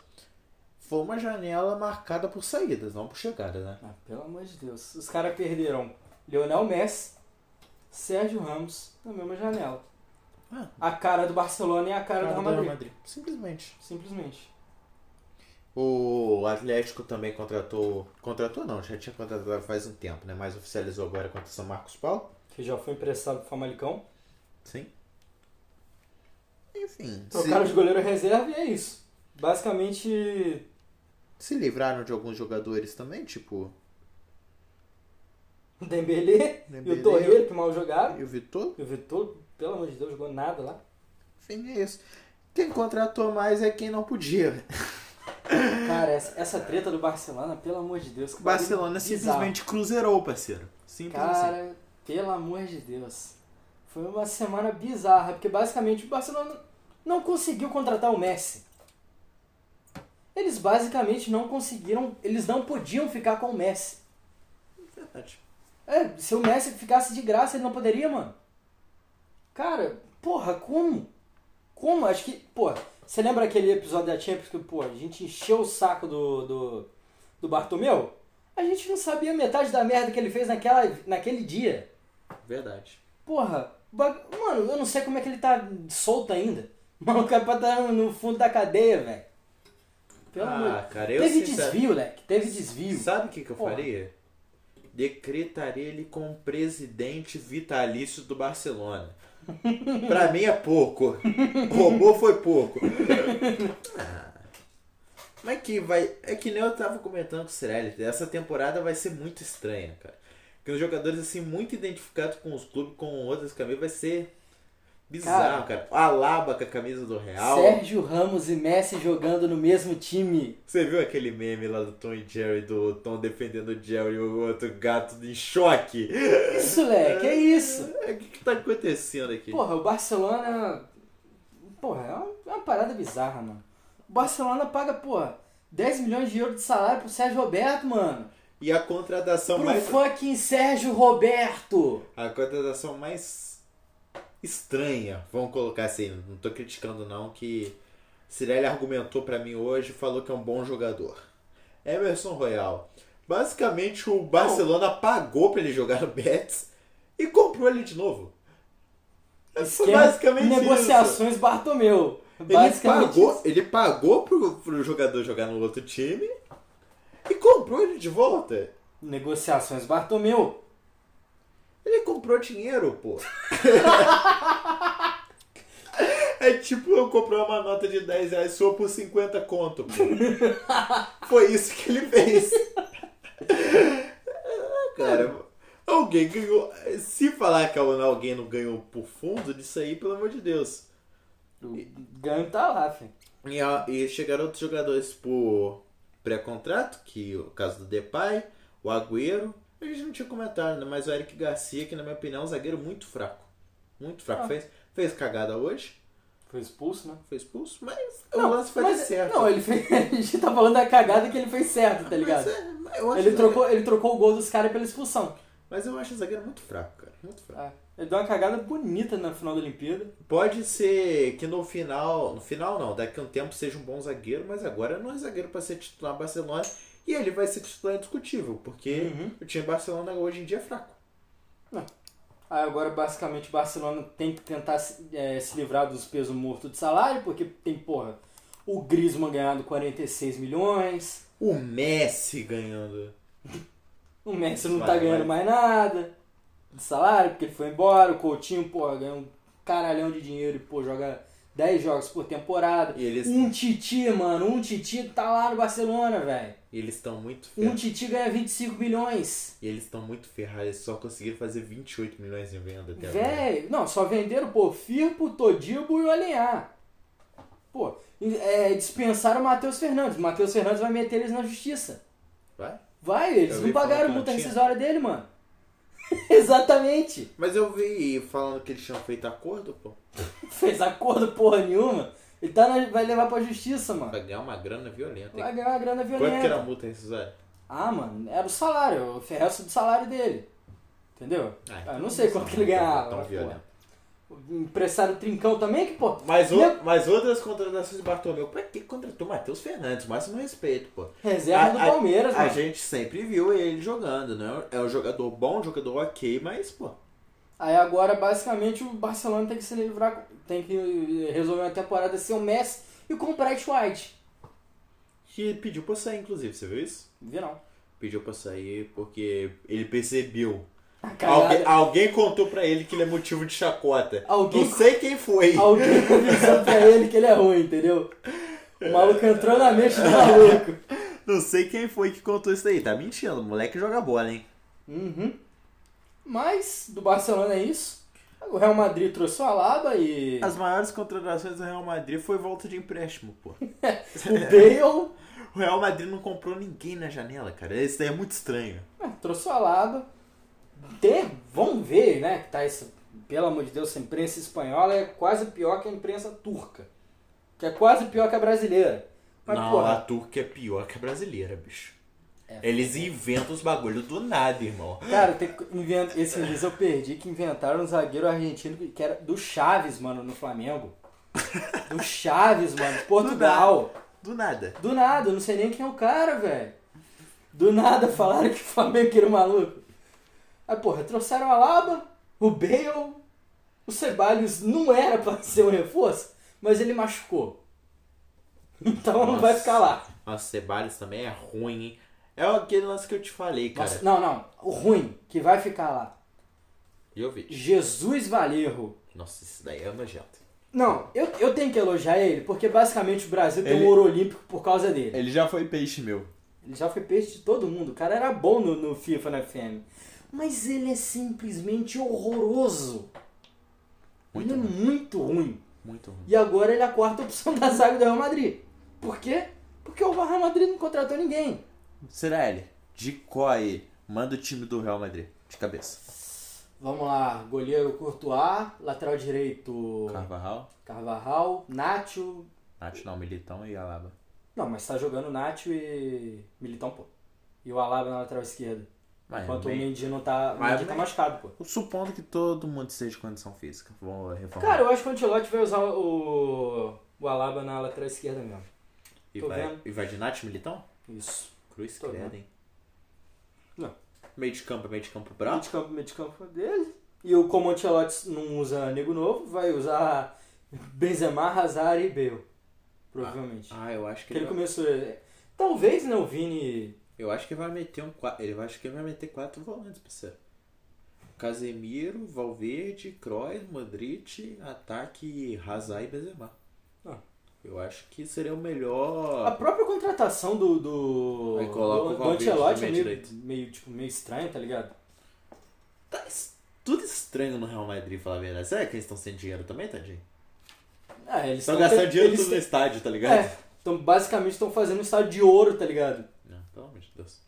[SPEAKER 2] foi uma janela marcada por saídas, não por chegadas, né?
[SPEAKER 1] Ah, pelo amor de Deus. Os caras perderam Lionel Messi, Sérgio Ramos na mesma janela.
[SPEAKER 2] Ah,
[SPEAKER 1] a cara do Barcelona e a cara, do Real Madrid.
[SPEAKER 2] Simplesmente.
[SPEAKER 1] Simplesmente.
[SPEAKER 2] O Atlético também contratou. Contratou não, já tinha contratado faz um tempo, né? Mas oficializou agora contra São Marcos Paulo.
[SPEAKER 1] Que já foi emprestado pro Famalicão.
[SPEAKER 2] Sim. Enfim.
[SPEAKER 1] Trocaram
[SPEAKER 2] Se,
[SPEAKER 1] de goleiro reserva e é isso. Basicamente,
[SPEAKER 2] se livraram de alguns jogadores também, tipo.
[SPEAKER 1] o Dembélé, e
[SPEAKER 2] Dembélé.
[SPEAKER 1] o Torreiro, que mal jogaram.
[SPEAKER 2] E o Vitor.
[SPEAKER 1] E o Vitor, pelo amor de Deus, jogou nada lá.
[SPEAKER 2] Enfim, é isso. Quem contratou mais é quem não podia.
[SPEAKER 1] Cara, essa, essa treta do Barcelona, pelo amor de Deus. que
[SPEAKER 2] O Barcelona
[SPEAKER 1] bagulho
[SPEAKER 2] simplesmente cruzeirou, parceiro.
[SPEAKER 1] bizarro.
[SPEAKER 2] Simples assim.
[SPEAKER 1] Cara, pelo amor de Deus. Foi uma semana bizarra, porque basicamente o Barcelona não conseguiu contratar o Messi. Eles basicamente não conseguiram, eles não podiam ficar com o Messi.
[SPEAKER 2] Verdade.
[SPEAKER 1] É, se o Messi ficasse de graça, ele não poderia, mano. Cara, porra, como? Como? Acho que, porra, você lembra aquele episódio da Champions que, pô, a gente encheu o saco do, do, do Bartomeu? A gente não sabia metade da merda que ele fez naquela, naquele dia.
[SPEAKER 2] Verdade.
[SPEAKER 1] Porra, ba- mano, eu não sei como é que ele tá solto ainda. O maluco é pra tá no fundo da cadeia, velho. Pelo
[SPEAKER 2] ah,
[SPEAKER 1] amor de
[SPEAKER 2] cara, eu
[SPEAKER 1] Teve
[SPEAKER 2] sinceramente-
[SPEAKER 1] desvio, leque. Teve desvio.
[SPEAKER 2] Sabe o que, que eu
[SPEAKER 1] Porra.
[SPEAKER 2] faria? Decretaria ele como presidente vitalício do Barcelona. pra mim é pouco. Roubou foi pouco. Ah. Mas que vai. É que nem eu tava comentando com o Cirelli. Essa temporada vai ser muito estranha, cara. Porque os jogadores, assim, muito identificados com os clubes, com outras camisas, vai ser bizarro, cara. Alaba com a camisa do Real.
[SPEAKER 1] Sérgio Ramos e Messi jogando no mesmo time.
[SPEAKER 2] Você viu aquele meme lá do Tom e Jerry, do Tom defendendo o Jerry e o outro gato em choque?
[SPEAKER 1] Isso, leque, é isso.
[SPEAKER 2] O que, que tá acontecendo aqui?
[SPEAKER 1] Porra, o Barcelona. Porra, é uma, é uma parada bizarra, mano. O Barcelona paga, porra, 10 milhões de euros de salário pro Sérgio Roberto, mano.
[SPEAKER 2] E a contratação
[SPEAKER 1] Pro
[SPEAKER 2] mais.
[SPEAKER 1] fucking Sérgio Roberto.
[SPEAKER 2] A contratação mais estranha, vamos colocar assim, não tô criticando não, que Cirelli argumentou pra mim hoje, falou que é um bom jogador. Emerson Royal. Basicamente o Barcelona pagou pra ele jogar no Betis e comprou ele de novo. É
[SPEAKER 1] Esquema-
[SPEAKER 2] basicamente isso.
[SPEAKER 1] Negociações Bartomeu.
[SPEAKER 2] Ele
[SPEAKER 1] Basicamente.
[SPEAKER 2] pagou,
[SPEAKER 1] isso.
[SPEAKER 2] ele pagou pro, pro jogador jogar no outro time e comprou ele de volta.
[SPEAKER 1] Negociações Bartomeu.
[SPEAKER 2] Ele comprou dinheiro, pô. é tipo eu comprar uma nota de 10 reais sua por 50 conto, pô. Foi isso que ele fez. Ah, Cara, alguém ganhou. Se falar que alguém não ganhou por fundo disso aí, pelo amor de Deus.
[SPEAKER 1] O ganho tá lá, filho.
[SPEAKER 2] E, a- e chegaram outros jogadores por pré-contrato, que o caso do Depay, o Agüero, a gente não tinha comentado, né? mas o Eric Garcia, que na minha opinião é um zagueiro muito fraco. Muito fraco.
[SPEAKER 1] Ah.
[SPEAKER 2] Fez, fez cagada hoje,
[SPEAKER 1] Foi expulso, né?
[SPEAKER 2] foi expulso, mas o lance foi
[SPEAKER 1] mas- é-
[SPEAKER 2] certo.
[SPEAKER 1] Não, ele fez. A gente tá falando da cagada que ele fez certo, tá ligado?
[SPEAKER 2] mas, é, mas eu acho
[SPEAKER 1] Ele
[SPEAKER 2] o zagueiro-
[SPEAKER 1] trocou, ele trocou o gol dos caras pela expulsão.
[SPEAKER 2] mas eu acho o zagueiro muito fraco, cara. Muito fraco.
[SPEAKER 1] Ah, Ele deu uma cagada bonita na final da Olimpíada.
[SPEAKER 2] Pode ser que no final, no final não, daqui a um tempo seja um bom zagueiro, mas agora não é zagueiro pra ser titular no Barcelona e ele vai ser titular indiscutível, porque
[SPEAKER 1] Uhum.
[SPEAKER 2] o time Barcelona hoje em dia é fraco.
[SPEAKER 1] Aí agora, basicamente, o Barcelona tem que tentar se, eh, se livrar dos pesos mortos de salário, porque tem, porra, o Griezmann ganhando 46 milhões,
[SPEAKER 2] O Messi ganhando.
[SPEAKER 1] o Messi não
[SPEAKER 2] Vai,
[SPEAKER 1] tá
[SPEAKER 2] vai.
[SPEAKER 1] ganhando mais nada de salário, porque ele foi embora, o Coutinho, porra, ganha um caralhão de dinheiro e, pô, joga 10 jogos por temporada.
[SPEAKER 2] E eles
[SPEAKER 1] Um Titi, mano, um Titi tá lá no Barcelona, velho.
[SPEAKER 2] e eles estão muito
[SPEAKER 1] Um
[SPEAKER 2] ferrados.
[SPEAKER 1] Titi ganha 25 milhões.
[SPEAKER 2] E eles estão muito ferrados. Eles só conseguiram fazer 28 milhões em venda até agora.
[SPEAKER 1] Véi, não, só venderam pô, Firpo, Todibo e o Alenhar. Pô, e, é, dispensaram o Matheus Fernandes. O Matheus Fernandes vai meter eles na justiça.
[SPEAKER 2] Vai?
[SPEAKER 1] Vai, eles
[SPEAKER 2] Eu
[SPEAKER 1] não
[SPEAKER 2] vi falar
[SPEAKER 1] pagaram
[SPEAKER 2] que não
[SPEAKER 1] multa
[SPEAKER 2] tinha.
[SPEAKER 1] rescisória dele, mano. Exatamente.
[SPEAKER 2] Mas eu vi falando que eles tinham feito acordo, pô.
[SPEAKER 1] Fez acordo porra nenhuma. Ele tá na- vai levar pra justiça, mano.
[SPEAKER 2] Pra ganhar uma grana violenta.
[SPEAKER 1] Vai ganhar uma grana
[SPEAKER 2] Quanto que era a
[SPEAKER 1] violenta.
[SPEAKER 2] multa rescisória?
[SPEAKER 1] Ah, mano, era o salário, o resto do salário dele. Entendeu?
[SPEAKER 2] Ah,
[SPEAKER 1] eu não sei quanto que ele ganhava.
[SPEAKER 2] Tão
[SPEAKER 1] mas, pô,
[SPEAKER 2] violento.
[SPEAKER 1] Emprestaram o Trincão também, que, pô,
[SPEAKER 2] Mas, o-
[SPEAKER 1] Meu-
[SPEAKER 2] mas outras contratações de Bartolomeu. Pra que contratou Matheus Fernandes? Máximo respeito, pô.
[SPEAKER 1] reserva
[SPEAKER 2] A-
[SPEAKER 1] do
[SPEAKER 2] a-
[SPEAKER 1] Palmeiras,
[SPEAKER 2] A
[SPEAKER 1] mano.
[SPEAKER 2] gente sempre viu ele jogando, né? É um jogador bom, um jogador ok, mas, pô.
[SPEAKER 1] Aí agora, basicamente, o Barcelona tem que se livrar, tem que eh, resolver uma temporada sem o Messi e comprar Bright White.
[SPEAKER 2] Que pediu pra sair, inclusive, você viu isso?
[SPEAKER 1] Não vi não.
[SPEAKER 2] Pediu pra sair porque ele percebeu.
[SPEAKER 1] Ah, caralho.
[SPEAKER 2] Alguém, alguém contou pra ele que ele é motivo de chacota.
[SPEAKER 1] Alguém-
[SPEAKER 2] Não sei quem foi.
[SPEAKER 1] Alguém convenceu pra ele que ele é ruim, entendeu? O maluco entrou na mente do maluco.
[SPEAKER 2] Não sei quem foi que contou isso daí. Tá mentindo, o moleque joga bola, hein?
[SPEAKER 1] Uhum. Mas, do Barcelona é isso. O Real Madrid trouxe o Alaba e
[SPEAKER 2] As maiores contratações do Real Madrid foi volta de empréstimo,
[SPEAKER 1] o
[SPEAKER 2] pô.
[SPEAKER 1] Bale.
[SPEAKER 2] O Real Madrid não comprou ninguém na janela, cara. Isso daí é muito estranho.
[SPEAKER 1] Ah, Trouxe o Alaba. Tem, vamos ver, né? Que tá esse, pelo amor de Deus, a imprensa espanhola é quase pior que a imprensa turca. Que é quase pior que a brasileira. Mas,
[SPEAKER 2] não,
[SPEAKER 1] porra,
[SPEAKER 2] a Turca é pior que a brasileira, bicho.
[SPEAKER 1] É.
[SPEAKER 2] Eles inventam os bagulho do nada, irmão.
[SPEAKER 1] Cara, tem que invent- esses dias eu perdi que inventaram um zagueiro argentino que era do Chaves, mano, no Flamengo. Do Chaves, mano, de Portugal.
[SPEAKER 2] Do nada.
[SPEAKER 1] Do nada, eu não sei nem quem é o cara, velho. Do nada falaram que o Flamengo queria um maluco. Aí, porra, trouxeram a Laba, o Bale, o Ceballos não era pra ser um reforço, mas ele machucou. Então não vai
[SPEAKER 2] Nossa.
[SPEAKER 1] ficar lá.
[SPEAKER 2] Nossa, Ceballos também é ruim, hein? É aquele lance que eu te falei, cara.
[SPEAKER 1] Nossa, não, não. O ruim que vai ficar lá.
[SPEAKER 2] Jovic.
[SPEAKER 1] Jesus Valerro.
[SPEAKER 2] Nossa, isso daí é nojento.
[SPEAKER 1] Não, eu, eu tenho que elogiar ele, porque basicamente o Brasil tem
[SPEAKER 2] Ele-
[SPEAKER 1] um ouro olímpico por causa dele.
[SPEAKER 2] Ele já foi peixe meu.
[SPEAKER 1] Ele já foi peixe de todo mundo. O cara era bom no, no FIFA, na FM. Mas ele é simplesmente horroroso.
[SPEAKER 2] Muito
[SPEAKER 1] ele
[SPEAKER 2] ruim.
[SPEAKER 1] é muito ruim.
[SPEAKER 2] Muito ruim.
[SPEAKER 1] E agora ele é a quarta opção da zaga do Real Madrid. Por quê? Porque o Real Madrid não contratou ninguém.
[SPEAKER 2] Será ele? De qual ele? Manda o time do Real Madrid. De cabeça.
[SPEAKER 1] Vamos lá, goleiro Courtois, lateral direito
[SPEAKER 2] Carvajal,
[SPEAKER 1] Carvajal, Nacho.
[SPEAKER 2] Nath, não, Militão e Alaba.
[SPEAKER 1] Não, mas tá jogando Nacho e Militão, pô. E o Alaba na lateral esquerda.
[SPEAKER 2] Mas,
[SPEAKER 1] Enquanto
[SPEAKER 2] bem-
[SPEAKER 1] o Mendy não tá. O
[SPEAKER 2] Mas
[SPEAKER 1] Mendy tá
[SPEAKER 2] bem.
[SPEAKER 1] machucado, pô.
[SPEAKER 2] Supondo que todo mundo seja de condição física. Vou reformar.
[SPEAKER 1] Cara, eu acho que o Ancelotti vai usar o, o Alaba na lateral esquerda mesmo.
[SPEAKER 2] e,
[SPEAKER 1] tô
[SPEAKER 2] vai,
[SPEAKER 1] vendo.
[SPEAKER 2] e vai de Nath, Militão?
[SPEAKER 1] Isso.
[SPEAKER 2] Cruz,
[SPEAKER 1] Tô
[SPEAKER 2] credo,
[SPEAKER 1] vendo.
[SPEAKER 2] hein?
[SPEAKER 1] Não.
[SPEAKER 2] Meio de campo, meio de campo
[SPEAKER 1] Meio
[SPEAKER 2] bravo.
[SPEAKER 1] de campo, meio de campo é dele. E o como o Ancelotti não usa nego novo, vai usar Benzema, Hazard e Bale. Provavelmente.
[SPEAKER 2] Ah, eu acho que
[SPEAKER 1] Porque ele
[SPEAKER 2] ele, vai,
[SPEAKER 1] começou... é, Talvez, né, o Vini...
[SPEAKER 2] eu acho que vai meter um qua- ele vai, acho que ele vai meter quatro volantes pra você. Casemiro, Valverde, Kroos, Modric, ataque Hazard e Benzema.
[SPEAKER 1] Ah.
[SPEAKER 2] Eu acho que seria o
[SPEAKER 1] A
[SPEAKER 2] melhor.
[SPEAKER 1] própria contratação do... Do,
[SPEAKER 2] Aí coloca
[SPEAKER 1] do,
[SPEAKER 2] o
[SPEAKER 1] do
[SPEAKER 2] Valverde
[SPEAKER 1] Ancelotti
[SPEAKER 2] também
[SPEAKER 1] é meio,
[SPEAKER 2] direito.
[SPEAKER 1] meio, tipo, meio estranho, tá ligado?
[SPEAKER 2] Tá es- tudo estranho no Real Madrid, falar a verdade. Será que eles estão sem dinheiro também, tadinho?
[SPEAKER 1] Ah, eles
[SPEAKER 2] Estão
[SPEAKER 1] tão-
[SPEAKER 2] gastando dinheiro
[SPEAKER 1] eles
[SPEAKER 2] tudo no estádio, tá ligado?
[SPEAKER 1] É, então basicamente estão fazendo um estádio de ouro, tá ligado?
[SPEAKER 2] Não, pelo amor de Deus.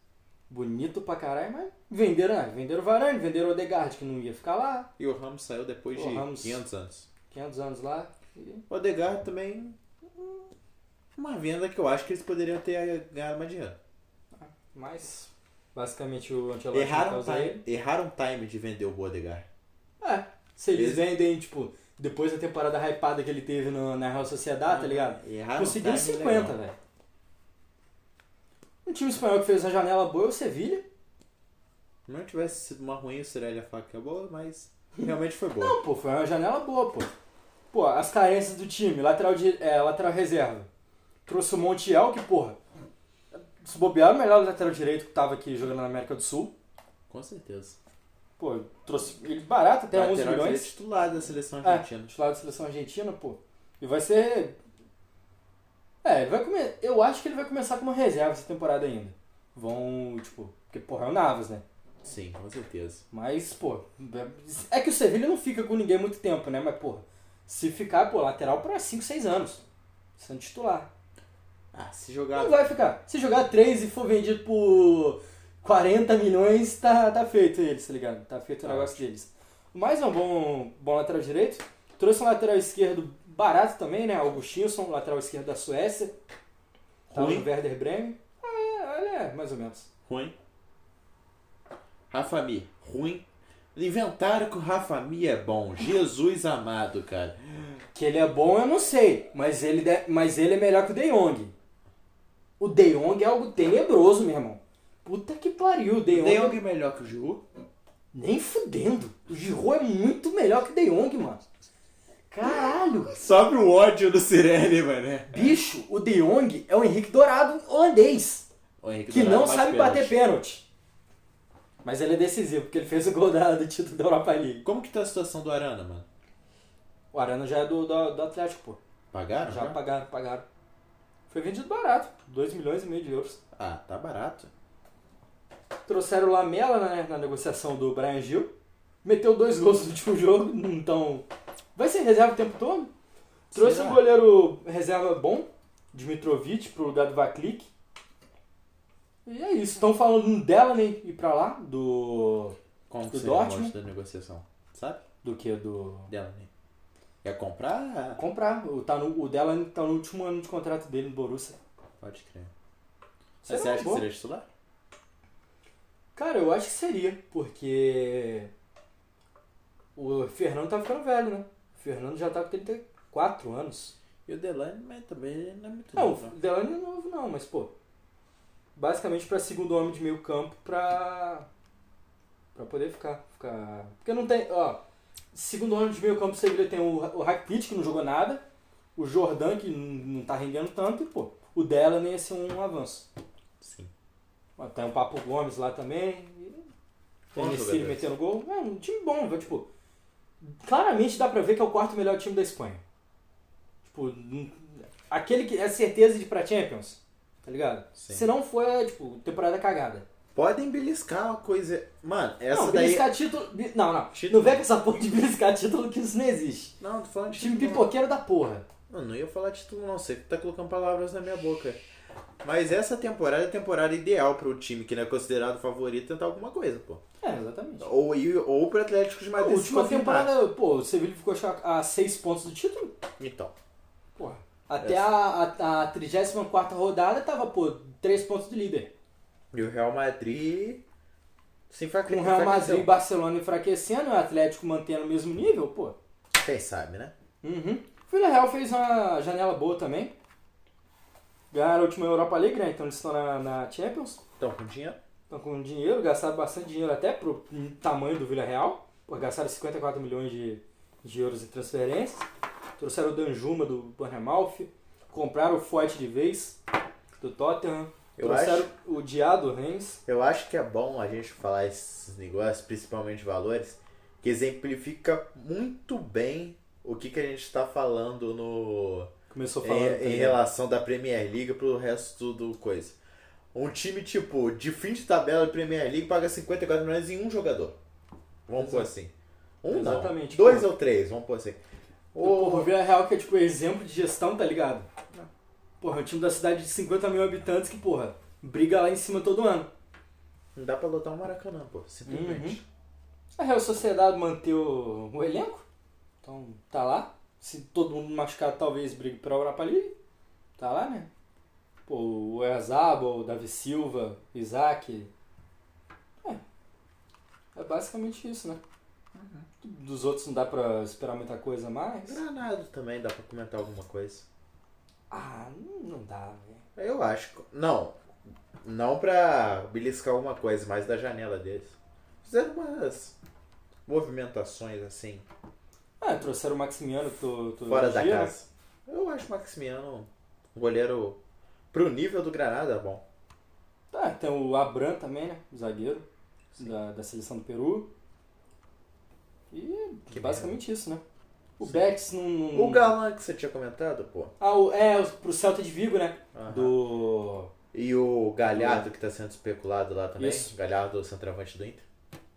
[SPEAKER 1] Bonito pra caralho, mas venderam, ah, venderam o Varane, venderam o Odegaard, que não ia ficar lá,
[SPEAKER 2] E o Ramos saiu depois
[SPEAKER 1] O
[SPEAKER 2] de
[SPEAKER 1] Ramos.
[SPEAKER 2] 500 anos.
[SPEAKER 1] 500 anos lá. e-
[SPEAKER 2] O Odegaard também. hum, Uma venda que eu acho que eles poderiam ter ganhado mais dinheiro.
[SPEAKER 1] Mas, basicamente, o
[SPEAKER 2] Então,
[SPEAKER 1] Ancelotti não
[SPEAKER 2] Erraram o
[SPEAKER 1] causa ele.
[SPEAKER 2] time, erraram o time de vender o Odegaard.
[SPEAKER 1] É, se eles
[SPEAKER 2] Eles-
[SPEAKER 1] vendem, tipo, depois da temporada hypada que ele teve no- na Real Sociedade, tá ligado?
[SPEAKER 2] Ah, Erraram né, o
[SPEAKER 1] Conseguiram né?
[SPEAKER 2] timing
[SPEAKER 1] 50,
[SPEAKER 2] legal.
[SPEAKER 1] velho. Um time espanhol que fez uma janela boa é o Sevilha.
[SPEAKER 2] Se não tivesse sido uma ruim, o Cirelli ia falar que é boa, mas realmente foi boa.
[SPEAKER 1] Não, pô, foi uma janela boa, pô. Pô, as carências do time, lateral, de, é, lateral reserva. Trouxe o Montiel, que, porra, se bobear, é o melhor lateral direito que tava aqui jogando na América do Sul.
[SPEAKER 2] Com certeza.
[SPEAKER 1] Pô, trouxe ele barato, até 11
[SPEAKER 2] Lateral
[SPEAKER 1] milhões.
[SPEAKER 2] direito titular da seleção
[SPEAKER 1] É,
[SPEAKER 2] argentina.
[SPEAKER 1] titular da seleção argentina, pô. E vai ser. É, ele vai come... eu acho que ele vai começar como reserva essa temporada ainda. Vão, tipo, porque, porra, é o Navas, né?
[SPEAKER 2] Sim, com certeza.
[SPEAKER 1] Mas, pô, é que o Sevilha não fica com ninguém muito tempo, né? Mas, porra, se ficar, pô, lateral pra 5, 6 anos, sendo titular.
[SPEAKER 2] Ah, se
[SPEAKER 1] Não
[SPEAKER 2] jogar.
[SPEAKER 1] vai ficar. Se jogar 3 e for vendido por 40 milhões, tá, tá feito eles, tá ligado? Tá feito o
[SPEAKER 2] Tá
[SPEAKER 1] negócio deles. Mais um bom, bom lateral direito. Trouxe um lateral esquerdo barato também, né? Augustinson, lateral esquerdo da Suécia. Tava
[SPEAKER 2] Ruim.
[SPEAKER 1] no Werder Bremen. É, olha, é, mais ou menos.
[SPEAKER 2] Ruim. Rafa Mi, ruim. Inventaram que o Rafa Mi é bom. Jesus amado, cara.
[SPEAKER 1] Que ele é bom, eu não sei. Mas ele, de- mas ele é melhor que o De Jong. O De Jong é algo tenebroso, meu irmão. Puta que pariu, o De Jong.
[SPEAKER 2] Tem alguém melhor que o Giroud?
[SPEAKER 1] Nem fudendo. O Giroud é muito melhor que o De Jong, mano. Caralho.
[SPEAKER 2] Sobe o ódio do Cirelli, mano.
[SPEAKER 1] Bicho, o De Jong é o Henrique Dourado holandês,
[SPEAKER 2] O Henrique
[SPEAKER 1] que
[SPEAKER 2] Dourado
[SPEAKER 1] não
[SPEAKER 2] bate
[SPEAKER 1] sabe
[SPEAKER 2] pênalti.
[SPEAKER 1] bater pênalti. Mas ele é decisivo, porque ele fez o gol da, do título da Europa League.
[SPEAKER 2] Como que tá a situação do Arana, mano?
[SPEAKER 1] O Arana já é do, do, do Atlético, pô.
[SPEAKER 2] Pagaram?
[SPEAKER 1] Já pagaram, pagaram. Foi vendido barato, 2 milhões e meio de euros.
[SPEAKER 2] Ah, tá barato.
[SPEAKER 1] Trouxeram o Lamela né, na negociação do Brian Gil. Meteu dois gols no último jogo, então. Vai ser reserva o tempo todo. Trouxe
[SPEAKER 2] Será?
[SPEAKER 1] um goleiro reserva bom, Dmitrovic, pro lugar do Vaklik. E é isso. Estão falando dela né, ir pra lá, do.
[SPEAKER 2] Como que
[SPEAKER 1] Do
[SPEAKER 2] seria o
[SPEAKER 1] Dortmund?
[SPEAKER 2] mote da negociação? Sabe?
[SPEAKER 1] Do que? Do.
[SPEAKER 2] Dela, né? Ia comprar?
[SPEAKER 1] Comprar. O, tá no, o dela tá no último ano de contrato dele no Borussia.
[SPEAKER 2] Pode crer.
[SPEAKER 1] Será
[SPEAKER 2] Você acha
[SPEAKER 1] bom?
[SPEAKER 2] que seria titular?
[SPEAKER 1] Cara, eu acho que seria, porque o Fernando tá ficando velho, né? O Fernando já tá com 34 anos.
[SPEAKER 2] E o Delaney, mas também não é muito
[SPEAKER 1] Não, o
[SPEAKER 2] novo,
[SPEAKER 1] Delaney não é novo não, mas pô, basicamente pra segundo homem de meio campo pra para poder ficar, ficar, porque não tem, ó, segundo homem de meio campo Sevilha tem o, o Rakitic que não jogou nada, o Jordan que não, não tá rendendo tanto e pô, o Delaney ia ser um avanço.
[SPEAKER 2] Sim.
[SPEAKER 1] Ó, Tem o Papo Gomes lá também. e- Tem
[SPEAKER 2] Bom
[SPEAKER 1] Messi
[SPEAKER 2] jogador.
[SPEAKER 1] metendo gol. É um time bom, vai, tipo. Claramente dá pra ver que é o quarto melhor time da Espanha. Tipo, n- aquele que é certeza de ir pra Champions, tá ligado?
[SPEAKER 2] Sim.
[SPEAKER 1] Se não for, é, tipo, temporada cagada.
[SPEAKER 2] Podem beliscar uma coisa. Mano, essa
[SPEAKER 1] não,
[SPEAKER 2] daí.
[SPEAKER 1] beliscar título. bi- Não, não.
[SPEAKER 2] Título.
[SPEAKER 1] Não vem com essa porra de beliscar título que isso não existe.
[SPEAKER 2] Não, tô falando de
[SPEAKER 1] Time
[SPEAKER 2] título, não.
[SPEAKER 1] pipoqueiro da porra.
[SPEAKER 2] Mano, não ia falar título não, você que tá colocando palavras na minha boca. Mas essa temporada é a temporada ideal para o time que não é considerado favorito tentar alguma coisa, pô.
[SPEAKER 1] É, exatamente.
[SPEAKER 2] Ou, e- ou pro Atlético de
[SPEAKER 1] A
[SPEAKER 2] Madrid se
[SPEAKER 1] última
[SPEAKER 2] confirmar.
[SPEAKER 1] temporada, pô, o Sevilla ficou acho, a a seis pontos do título.
[SPEAKER 2] Então,
[SPEAKER 1] Porra. Até a, a, a 34 rodada tava, pô, 3 pontos de líder.
[SPEAKER 2] e o Real Madrid se enfraque-
[SPEAKER 1] Com o Real
[SPEAKER 2] enfraqueceu.
[SPEAKER 1] Madrid e Barcelona enfraquecendo, o Atlético mantendo o mesmo nível, pô.
[SPEAKER 2] Quem sabe, né?
[SPEAKER 1] Uhum. O Villarreal fez uma janela boa também. Ganharam a última Europa League, né? Então eles estão na, na Champions.
[SPEAKER 2] Então, com dinheiro.
[SPEAKER 1] Estão com dinheiro, gastaram bastante dinheiro até pro tamanho do Villarreal. Pô, gastaram 54 milhões de, de euros em transferências. Trouxeram o Danjuma do Bournemouth. Compraram o Foyt de vez, do Tottenham.
[SPEAKER 2] Eu
[SPEAKER 1] trouxeram
[SPEAKER 2] acho,
[SPEAKER 1] o Diado Reis.
[SPEAKER 2] eu acho que é bom a gente falar esses negócios, principalmente valores, que exemplifica muito bem o que, que a gente tá falando no,
[SPEAKER 1] Começou falando.
[SPEAKER 2] É, em,
[SPEAKER 1] tá
[SPEAKER 2] em
[SPEAKER 1] ligado?
[SPEAKER 2] relação da Premier League pro resto do coisa. Um time, tipo, de fim de tabela da Premier League paga 54 milhões em um jogador. Vamos pôr assim. Um
[SPEAKER 1] Exatamente,
[SPEAKER 2] não. Dois
[SPEAKER 1] pô.
[SPEAKER 2] ou três, vamos pôr assim.
[SPEAKER 1] O,
[SPEAKER 2] Ou-
[SPEAKER 1] o Villarreal que é tipo exemplo de gestão, tá ligado? Porra, é um time da cidade de 50 mil habitantes que, porra, briga lá em cima todo ano.
[SPEAKER 2] Não dá pra lotar um Maracanã, pô. Simplesmente.
[SPEAKER 1] Uhum. A É Real Sociedade manteve o, o elenco, então tá lá. Se todo mundo machucado, talvez brigue pra Europa League. Tá lá, né? Pô, o Erzabal, o Davi Silva, o Isaac. É. É basicamente isso, né? Dos outros não dá pra esperar muita coisa mais.
[SPEAKER 2] É Granado também dá pra comentar alguma coisa.
[SPEAKER 1] Ah, não não dá, velho.
[SPEAKER 2] Eu acho. que- Não. Não pra beliscar alguma coisa, mas da janela deles. Fizeram umas movimentações assim,
[SPEAKER 1] Ah, trouxeram o Maximiano todo, todo
[SPEAKER 2] Fora da
[SPEAKER 1] dia, né?
[SPEAKER 2] casa. Eu acho o Maximiano um goleiro pro nível do Granada bom.
[SPEAKER 1] Ah, tem o Abran também, né? O zagueiro da, da seleção do Peru. E
[SPEAKER 2] Que
[SPEAKER 1] basicamente isso, né? O Betis não... não-
[SPEAKER 2] O Galan que você tinha comentado, pô.
[SPEAKER 1] Ah, o, é, o- pro Celta de Vigo, né?
[SPEAKER 2] Aham.
[SPEAKER 1] Do...
[SPEAKER 2] E o Galhardo que tá sendo especulado lá também.
[SPEAKER 1] Isso.
[SPEAKER 2] Galhardo, o centroavante do Inter.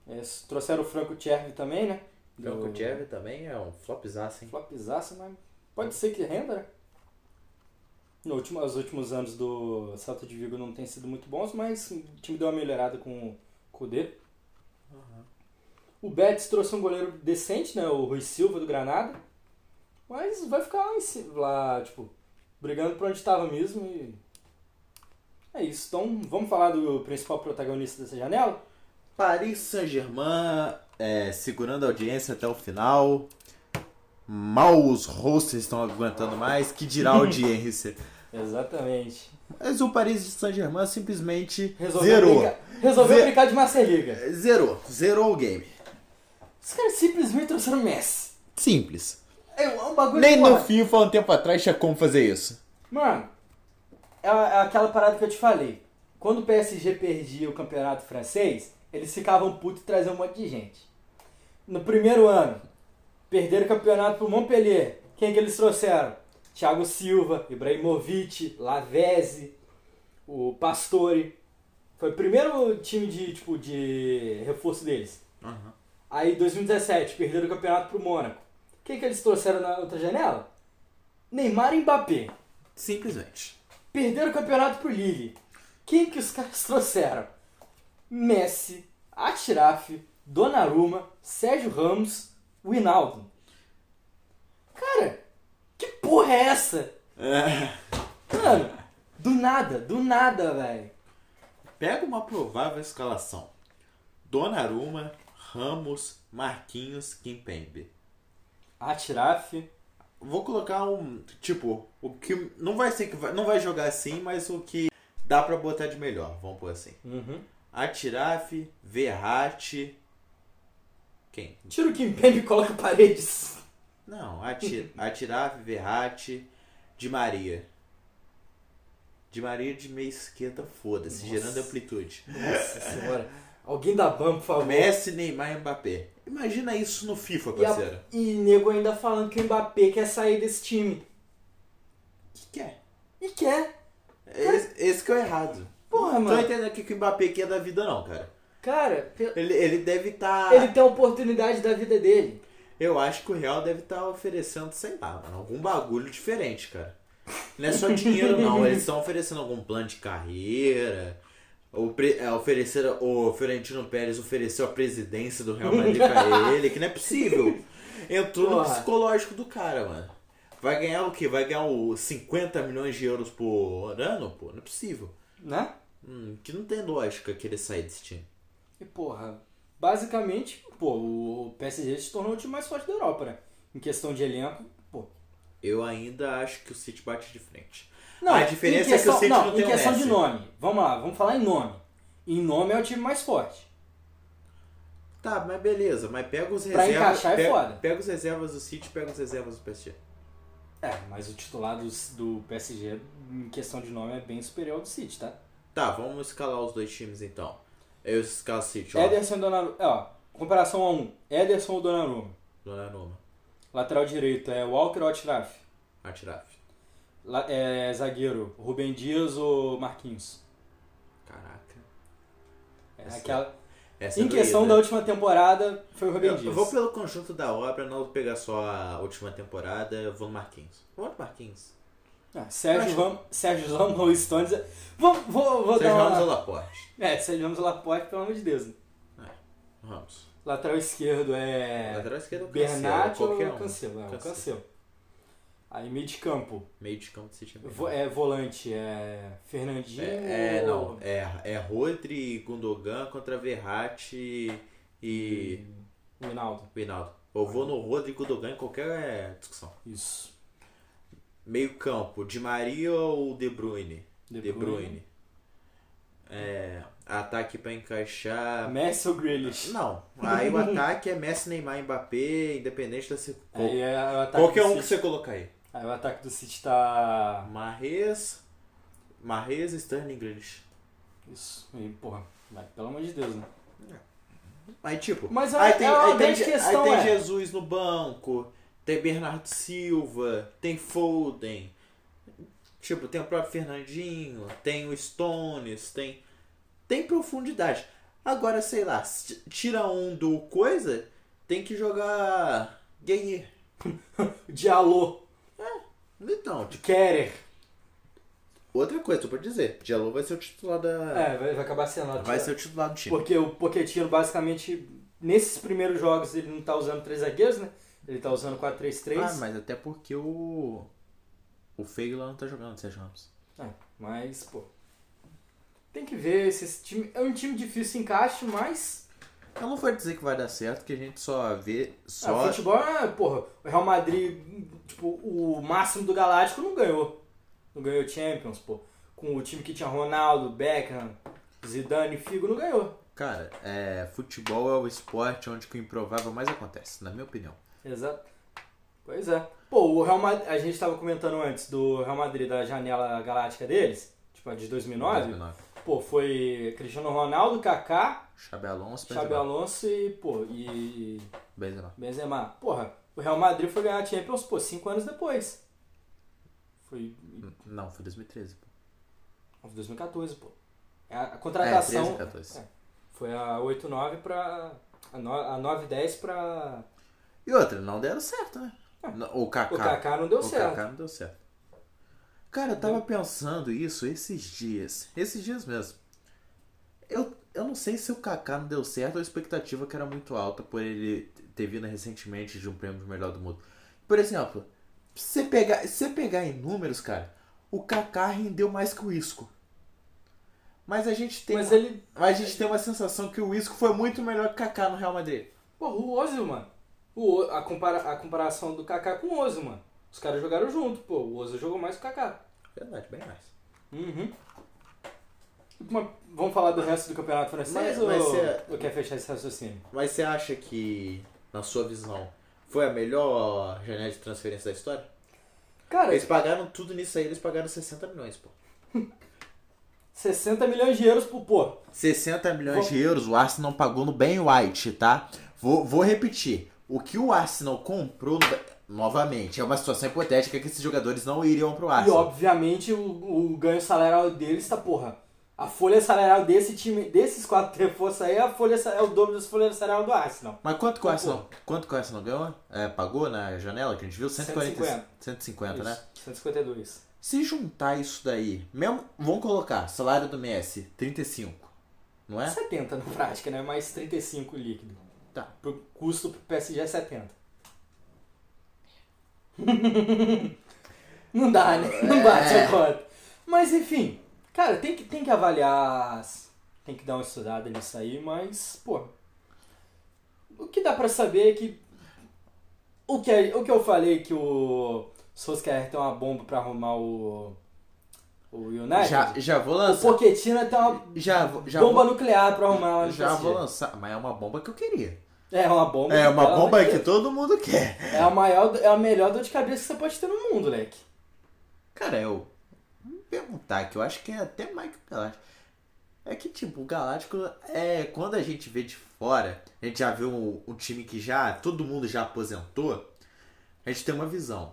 [SPEAKER 1] eles é, trouxeram o Franco Cervi também, né? Do-
[SPEAKER 2] Franco Tcheve também é um flopzaço, hein?
[SPEAKER 1] Flopzaço, mas pode ser que renda, né? No último, os últimos anos do Celta de Vigo não tem sido muito bons, mas o time deu uma melhorada com o Kudê. O Betis trouxe um goleiro decente, né? O Rui Silva do Granada. Mas vai ficar lá, em ci- lá tipo, brigando por onde estava mesmo e... É isso. Então, vamos falar do principal protagonista dessa janela?
[SPEAKER 2] Paris Saint-Germain é, segurando a audiência até o final. Mal os hosts estão aguentando mais, que dirá a audiência.
[SPEAKER 1] Exatamente.
[SPEAKER 2] Mas o Paris Saint-Germain simplesmente
[SPEAKER 1] Resolveu
[SPEAKER 2] zerou.
[SPEAKER 1] brincar- Resolveu
[SPEAKER 2] Ze-
[SPEAKER 1] brincar de Master Liga.
[SPEAKER 2] Zerou. Zerou o game.
[SPEAKER 1] Os caras simplesmente trouxeram o Messi.
[SPEAKER 2] Simples.
[SPEAKER 1] É um bagulho
[SPEAKER 2] Nem
[SPEAKER 1] porra.
[SPEAKER 2] no FIFA, um tempo atrás, tinha como fazer isso.
[SPEAKER 1] Mano, é, é aquela parada que eu te falei. Quando o PSG perdia o campeonato francês, eles ficavam putos e traziam um monte de gente. No primeiro ano, perderam o campeonato pro Montpellier. Quem é que eles trouxeram? Thiago Silva, Ibrahimovic, Lavezzi, o Pastore. Foi o primeiro time de, tipo, de reforço deles. Aí, 2017, perderam o campeonato pro Mônaco. Quem que eles trouxeram na outra janela? Neymar e Mbappé.
[SPEAKER 2] Simplesmente.
[SPEAKER 1] Perderam o campeonato pro Lille. Quem que os caras trouxeram? Messi, Achraf, Donnarumma, Sérgio Ramos, Winaldo. Cara, que porra é essa?
[SPEAKER 2] É.
[SPEAKER 1] Mano, do nada, do nada, velho.
[SPEAKER 2] Pega uma provável escalação. Donnarumma, Ramos, Marquinhos, Kimpembe.
[SPEAKER 1] Achraf,
[SPEAKER 2] Vou colocar um, tipo, o que não vai ser que vai, não vai jogar assim, mas o que dá pra botar de melhor, vamos pôr assim.
[SPEAKER 1] uhum.
[SPEAKER 2] Atirafe, Verratti, quem?
[SPEAKER 1] tira o Kimpembe e coloca paredes.
[SPEAKER 2] Não, Ati- Atirafe, Verratti, Di Maria. Di Maria de meia esquerda, foda-se,
[SPEAKER 1] Nossa. Tá
[SPEAKER 2] gerando amplitude.
[SPEAKER 1] Nossa senhora. Alguém da BAM, por favor.
[SPEAKER 2] Messi, Neymar e Mbappé. Imagina isso no FIFA,
[SPEAKER 1] E, a-
[SPEAKER 2] parceiro.
[SPEAKER 1] e nego ainda falando que o Mbappé quer sair desse time.
[SPEAKER 2] O que, que é?
[SPEAKER 1] E quer.
[SPEAKER 2] Esse, esse que é o errado.
[SPEAKER 1] Porra,
[SPEAKER 2] Não tô
[SPEAKER 1] mano.
[SPEAKER 2] entendendo o que que o Mbappé quer da vida, não, cara.
[SPEAKER 1] Cara, pelo...
[SPEAKER 2] Ele, ele deve tá estar.
[SPEAKER 1] Ah. Ele tem a oportunidade da vida dele.
[SPEAKER 2] Eu acho que o Real deve estar oferecendo, sei lá, mano, algum bagulho diferente, cara. Não é só dinheiro, não. Eles estão oferecendo algum plano de carreira. O, pre- é, oferecer, o Fiorentino Pérez ofereceu a presidência do Real Madrid pra ele, que não é possível. Entrou no
[SPEAKER 1] Porra.
[SPEAKER 2] psicológico do cara, mano. Vai ganhar o quê? Vai ganhar o 50 milhões de euros por ano? Pô, não é possível.
[SPEAKER 1] Né?
[SPEAKER 2] Hum, que não tem lógica querer sair desse time.
[SPEAKER 1] E porra, basicamente, pô, o PSG se tornou o time mais forte da Europa, né? Em questão de elenco, pô.
[SPEAKER 2] Eu ainda acho que o City bate de frente.
[SPEAKER 1] Não,
[SPEAKER 2] A diferença é que
[SPEAKER 1] em questão,
[SPEAKER 2] o City não tem
[SPEAKER 1] em
[SPEAKER 2] o
[SPEAKER 1] questão de
[SPEAKER 2] Messi.
[SPEAKER 1] nome. Vamos lá, vamos falar em nome. Em nome é o time mais forte.
[SPEAKER 2] Tá, mas beleza, mas pega os
[SPEAKER 1] Pra
[SPEAKER 2] reservas.
[SPEAKER 1] encaixar é
[SPEAKER 2] pega,
[SPEAKER 1] foda.
[SPEAKER 2] Pega os reservas do City, pega os reservas do PSG.
[SPEAKER 1] É, mas o titular do, do PSG, em questão de nome, é bem superior ao do City, tá?
[SPEAKER 2] Tá, vamos escalar os dois times então. Eu escalo o City, ó.
[SPEAKER 1] Ederson e Donnarumma. É, ó, comparação a um. Ederson ou Donnarumma.
[SPEAKER 2] Donnarumma,
[SPEAKER 1] Lateral direito é Walker ou Atiraf.
[SPEAKER 2] Atiraf.
[SPEAKER 1] La- é, zagueiro, Rubem Dias ou Marquinhos.
[SPEAKER 2] Caraca.
[SPEAKER 1] É
[SPEAKER 2] Essa-
[SPEAKER 1] aquela-
[SPEAKER 2] Essa
[SPEAKER 1] Em
[SPEAKER 2] é
[SPEAKER 1] questão da
[SPEAKER 2] doída.
[SPEAKER 1] última temporada, foi o Rubem
[SPEAKER 2] Eu, eu
[SPEAKER 1] Dias.
[SPEAKER 2] vou pelo conjunto da obra, não vou pegar só a última temporada, eu vou no Marquinhos. Vou no Marquinhos.
[SPEAKER 1] Ah,
[SPEAKER 2] Eu
[SPEAKER 1] Sérgio,
[SPEAKER 2] acho-
[SPEAKER 1] Ram... Sérgio Ramos ou Stones. Vou, vou, vou
[SPEAKER 2] Sérgio
[SPEAKER 1] dar
[SPEAKER 2] Ramos ou
[SPEAKER 1] uma...
[SPEAKER 2] Laporte?
[SPEAKER 1] É, Sérgio Ramos ou Laporte, pelo amor de Deus. né?
[SPEAKER 2] Ramos.
[SPEAKER 1] Lateral esquerdo é.
[SPEAKER 2] Lateral esquerdo,
[SPEAKER 1] Bernat
[SPEAKER 2] Cancelo,
[SPEAKER 1] ou
[SPEAKER 2] qualquer um.
[SPEAKER 1] Cancelo? É, o
[SPEAKER 2] Cancelo.
[SPEAKER 1] Cancelo. Aí, meio de campo.
[SPEAKER 2] Meio de campo do City é melhor.
[SPEAKER 1] vo- É volante, é. Fernandinho.
[SPEAKER 2] É, é,
[SPEAKER 1] ou-
[SPEAKER 2] não. É, é Rodri e Gundogan contra Verratti e...
[SPEAKER 1] Rinaldo.
[SPEAKER 2] Reinaldo. Eu vou no Rodrigo Dogan em qualquer eh, discussão.
[SPEAKER 1] Isso.
[SPEAKER 2] Meio campo, Di Maria ou De Bruyne?
[SPEAKER 1] De
[SPEAKER 2] É, ataque pra encaixar...
[SPEAKER 1] Messi ou Grealish?
[SPEAKER 2] Não, aí o ataque é Messi, Neymar, Mbappé, independente da... se- Qual...
[SPEAKER 1] Aí é o ataque
[SPEAKER 2] Qualquer
[SPEAKER 1] do
[SPEAKER 2] um que
[SPEAKER 1] City.
[SPEAKER 2] você colocar aí.
[SPEAKER 1] Aí o ataque do City tá.
[SPEAKER 2] Marrez, Marrez, Sterling, Grealish.
[SPEAKER 1] Isso. E, porra, vai, pelo amor de Deus, né?
[SPEAKER 2] Aí tipo,
[SPEAKER 1] Mas é-
[SPEAKER 2] aí tem,
[SPEAKER 1] é uma
[SPEAKER 2] aí tem,
[SPEAKER 1] grande
[SPEAKER 2] Je-
[SPEAKER 1] questão,
[SPEAKER 2] aí tem
[SPEAKER 1] é.
[SPEAKER 2] Jesus no banco, tem Bernardo Silva, tem Foden, tipo, tem o próprio Fernandinho, tem o Stones, tem. Tem profundidade. Agora, sei lá, se t- tira um do coisa, tem que jogar. Gueye.
[SPEAKER 1] Diallo,
[SPEAKER 2] Então, tipo,
[SPEAKER 1] Kerer.
[SPEAKER 2] outra coisa, só pra dizer. Diallo vai ser o titular da.
[SPEAKER 1] É, vai, vai acabar sendo. lá.
[SPEAKER 2] Vai ser o titular do time.
[SPEAKER 1] Porque o Pochettino, basicamente, nesses primeiros jogos, ele não tá usando três zagueiros, né? Ele tá usando 4-3-3.
[SPEAKER 2] Ah, mas até porque o. O Feio lá não tá jogando, Sérgio Ramos.
[SPEAKER 1] É, mas, pô. Tem que ver se esse time. É um time difícil de encaixe, mas.
[SPEAKER 2] Eu não vou dizer que vai dar certo, que a gente só vê.
[SPEAKER 1] ah,
[SPEAKER 2] Só.
[SPEAKER 1] futebol é, porra. O Real Madrid, tipo, o máximo do Galáctico não ganhou. não ganhou Champions, pô. Com o time que tinha Ronaldo, Beckham, Zidane, Figo, não ganhou.
[SPEAKER 2] Cara, é, futebol é o esporte onde que o improvável mais acontece, na minha opinião.
[SPEAKER 1] Exato. Pois é. Pô, o Real Madrid, a gente tava comentando antes do Real Madrid, da janela galáctica deles, tipo a de 2009.
[SPEAKER 2] 2009.
[SPEAKER 1] Pô, foi Cristiano Ronaldo, Kaká,
[SPEAKER 2] Xabi Alonso,
[SPEAKER 1] Xabi
[SPEAKER 2] Benzema.
[SPEAKER 1] Alonso e, pô, e
[SPEAKER 2] Benzema.
[SPEAKER 1] Benzema. Porra, o Real Madrid foi ganhar a Champions, pô, cinco anos depois. Foi
[SPEAKER 2] Não, foi 2013. pô.
[SPEAKER 1] em 2014, pô. A, a
[SPEAKER 2] É,
[SPEAKER 1] contratação
[SPEAKER 2] 13, 14.
[SPEAKER 1] É. foi a 8-9 pra... A, no, a 9-10 pra...
[SPEAKER 2] E outra, não deram certo, né? Não, O Kaká.
[SPEAKER 1] É. O Kaká não deu
[SPEAKER 2] O
[SPEAKER 1] certo.
[SPEAKER 2] Kaká não deu certo. Cara, eu tava pensando isso esses dias. Esses dias mesmo. Eu, eu não sei se o Kaká não deu certo ou a expectativa que era muito alta por ele ter vindo recentemente de um prêmio de melhor do mundo. Por exemplo, se você pegar, se você pegar em números, cara, o Kaká rendeu mais que o Isco. Mas a gente tem, um-
[SPEAKER 1] Mas ele...
[SPEAKER 2] mas a gente tem uma sensação que o Isco foi muito melhor que o Kaká no Real Madrid.
[SPEAKER 1] Porra, o Ozil, mano. O, O- a, compara, a comparação do Kaká com o Ozil, mano. Os caras jogaram junto, pô. O Ozil jogou mais que o Kaká.
[SPEAKER 2] Verdade, bem mais.
[SPEAKER 1] Uhum. Mas vamos falar do resto do campeonato francês
[SPEAKER 2] Mas-
[SPEAKER 1] ou,
[SPEAKER 2] mas cê-
[SPEAKER 1] ou quer fechar esse raciocínio?
[SPEAKER 2] Mas você acha que, na sua visão, foi a melhor janela de transferência da história?
[SPEAKER 1] Cara,
[SPEAKER 2] Eles pagaram tudo nisso aí, eles pagaram 60 milhões, pô.
[SPEAKER 1] 60 milhões de euros pro pô.
[SPEAKER 2] 60 milhões de euros o Arsenal pagou no Ben White, tá? Vou, vou repetir. O que o Arsenal comprou, no Ben- novamente, é uma situação hipotética que esses jogadores não iriam pro
[SPEAKER 1] E
[SPEAKER 2] Arsenal.
[SPEAKER 1] obviamente o, o ganho salarial deles tá, porra. A folha salarial desse time, desses quatro reforços aí, a folha sa- é o dobro das folhas salarial do Arsenal.
[SPEAKER 2] Mas quanto que o Arsenal, quanto que o Arsenal ganhou? É, pagou na janela que a gente viu? 140,
[SPEAKER 1] 150.
[SPEAKER 2] 150 né?
[SPEAKER 1] Isso, 152.
[SPEAKER 2] Se juntar isso daí, mesmo, vamos colocar, salário do Messi, 35, não é?
[SPEAKER 1] 70 na prática, né? Mais 35 líquido.
[SPEAKER 2] Tá.
[SPEAKER 1] Pro custo pro PSG é 70. Não dá, né?
[SPEAKER 2] É.
[SPEAKER 1] Não bate a conta. Mas enfim, cara, tem que, tem que avaliar. as- Tem que dar uma estudada nisso aí, mas, pô. O que dá pra saber é que. O que, é- o que eu falei que o Solskjaer tem uma bomba pra arrumar o. O United?
[SPEAKER 2] Já, já vou
[SPEAKER 1] o
[SPEAKER 2] lançar.
[SPEAKER 1] Pochettino tem uma
[SPEAKER 2] Já, vou- já,
[SPEAKER 1] Né, bomba
[SPEAKER 2] vou,
[SPEAKER 1] nuclear pra arrumar lá no
[SPEAKER 2] já
[SPEAKER 1] PSG.
[SPEAKER 2] vou lançar. Mas é uma bomba que eu queria.
[SPEAKER 1] É uma bomba.
[SPEAKER 2] É uma
[SPEAKER 1] Ela-
[SPEAKER 2] bomba que todo mundo quer.
[SPEAKER 1] É a maior, é a melhor dor de cabeça que você pode ter no mundo, leque.
[SPEAKER 2] Cara, eu. Vou perguntar aqui. Eu acho que é até mais que o Galáctico. É que, tipo, o Galáctico é. Quando a gente vê de fora, a gente já viu um, um time que já. Todo mundo já aposentou. A gente tem uma visão.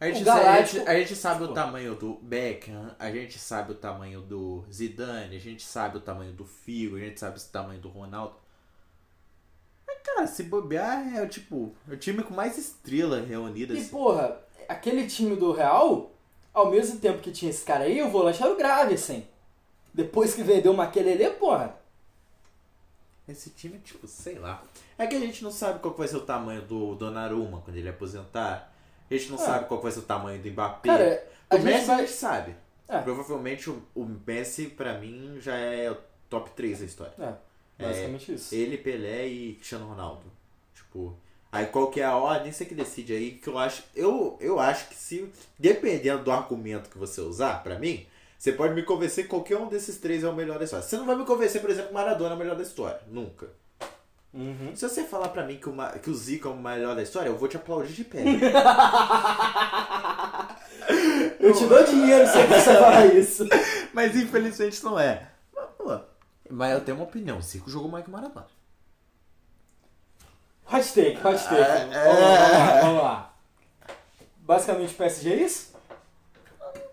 [SPEAKER 2] A gente,
[SPEAKER 1] O
[SPEAKER 2] sa- a
[SPEAKER 1] Galáctico- tipo,
[SPEAKER 2] gente- a gente sabe o
[SPEAKER 1] Pô.
[SPEAKER 2] tamanho do Beckham, a gente sabe o tamanho do Zidane, a gente sabe o tamanho do Figo, a gente sabe o tamanho do Ronaldo. Mas, cara, se bobear é tipo, é o time com mais estrela reunidas.
[SPEAKER 1] E porra, aquele time do Real, ao mesmo tempo que tinha esse cara aí, o volante era o Gravesen. Depois que vendeu o Maquelele, porra.
[SPEAKER 2] Esse time, tipo, sei lá. É que a gente não sabe qual que vai ser o tamanho do Donnarumma quando ele aposentar. A gente não
[SPEAKER 1] É.
[SPEAKER 2] sabe qual que vai ser o tamanho do Mbappé.
[SPEAKER 1] Cara, a
[SPEAKER 2] o
[SPEAKER 1] gente
[SPEAKER 2] Messi
[SPEAKER 1] vai-
[SPEAKER 2] a gente sabe.
[SPEAKER 1] É.
[SPEAKER 2] Provavelmente o, o Messi, pra mim, já é o top 3 da história.
[SPEAKER 1] É, basicamente isso.
[SPEAKER 2] Ele, Pelé e Cristiano Ronaldo. Tipo, aí qual que é a ordem, você que decide aí, que eu acho, eu, eu acho que se, dependendo do argumento que você usar, pra mim, você pode me convencer que qualquer um desses três é o melhor da história. Você não vai me convencer, por exemplo, que Maradona é o melhor da história, nunca.
[SPEAKER 1] Uhum.
[SPEAKER 2] Se você falar pra mim que o, Ma- que o Zico é o melhor da história, eu vou te aplaudir de pé.
[SPEAKER 1] Eu te dou dinheiro se você falar isso.
[SPEAKER 2] Mas infelizmente não é. Mas, pô, mas eu tenho uma opinião, o Zico jogou mais que o Maradona.
[SPEAKER 1] Hot take, hot take.
[SPEAKER 2] É,
[SPEAKER 1] Vamos, lá, vamos lá. Basicamente o PSG é isso?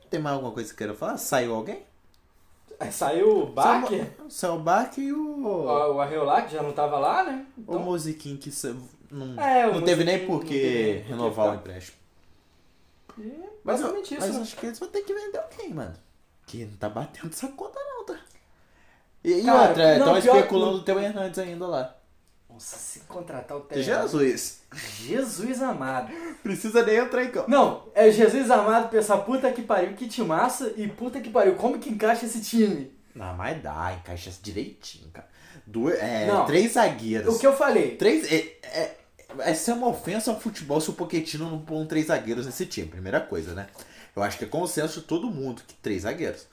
[SPEAKER 2] Tem mais alguma coisa que queira falar? Saiu alguém?
[SPEAKER 1] Aí saiu o Barker,
[SPEAKER 2] Saiu o Bach e o...
[SPEAKER 1] o o Arreolá, que já não tava lá, né?
[SPEAKER 2] O Musiquinho que sa- não,
[SPEAKER 1] É, o
[SPEAKER 2] não teve nem
[SPEAKER 1] Musiquinho
[SPEAKER 2] por
[SPEAKER 1] não
[SPEAKER 2] que
[SPEAKER 1] teve nem por que
[SPEAKER 2] renovar o
[SPEAKER 1] ficar.
[SPEAKER 2] empréstimo.
[SPEAKER 1] É
[SPEAKER 2] Mas, eu,
[SPEAKER 1] basicamente isso,
[SPEAKER 2] mas
[SPEAKER 1] né?
[SPEAKER 2] acho que eles vão ter que vender alguém, mano. Que não tá batendo essa conta não, tá? E, e
[SPEAKER 1] Cara,
[SPEAKER 2] outra,
[SPEAKER 1] não,
[SPEAKER 2] estão
[SPEAKER 1] pior-
[SPEAKER 2] especulando o Theo Hernandes ainda lá.
[SPEAKER 1] Nossa, se contratar o Theo.
[SPEAKER 2] Jesus,
[SPEAKER 1] Jesus amado.
[SPEAKER 2] precisa nem entrar em campo.
[SPEAKER 1] Não, é Jesus amado pensar puta que pariu, que time massa e puta que pariu, como que encaixa esse time?
[SPEAKER 2] Não, mas dá, encaixa direitinho, cara. Duas, é,
[SPEAKER 1] Não.
[SPEAKER 2] Três zagueiros.
[SPEAKER 1] O que eu falei?
[SPEAKER 2] Três. É, é, essa é uma ofensa ao futebol se o Poquetino não pôr um três zagueiros nesse time, primeira coisa, né? Eu acho que é consenso de todo mundo que três zagueiros.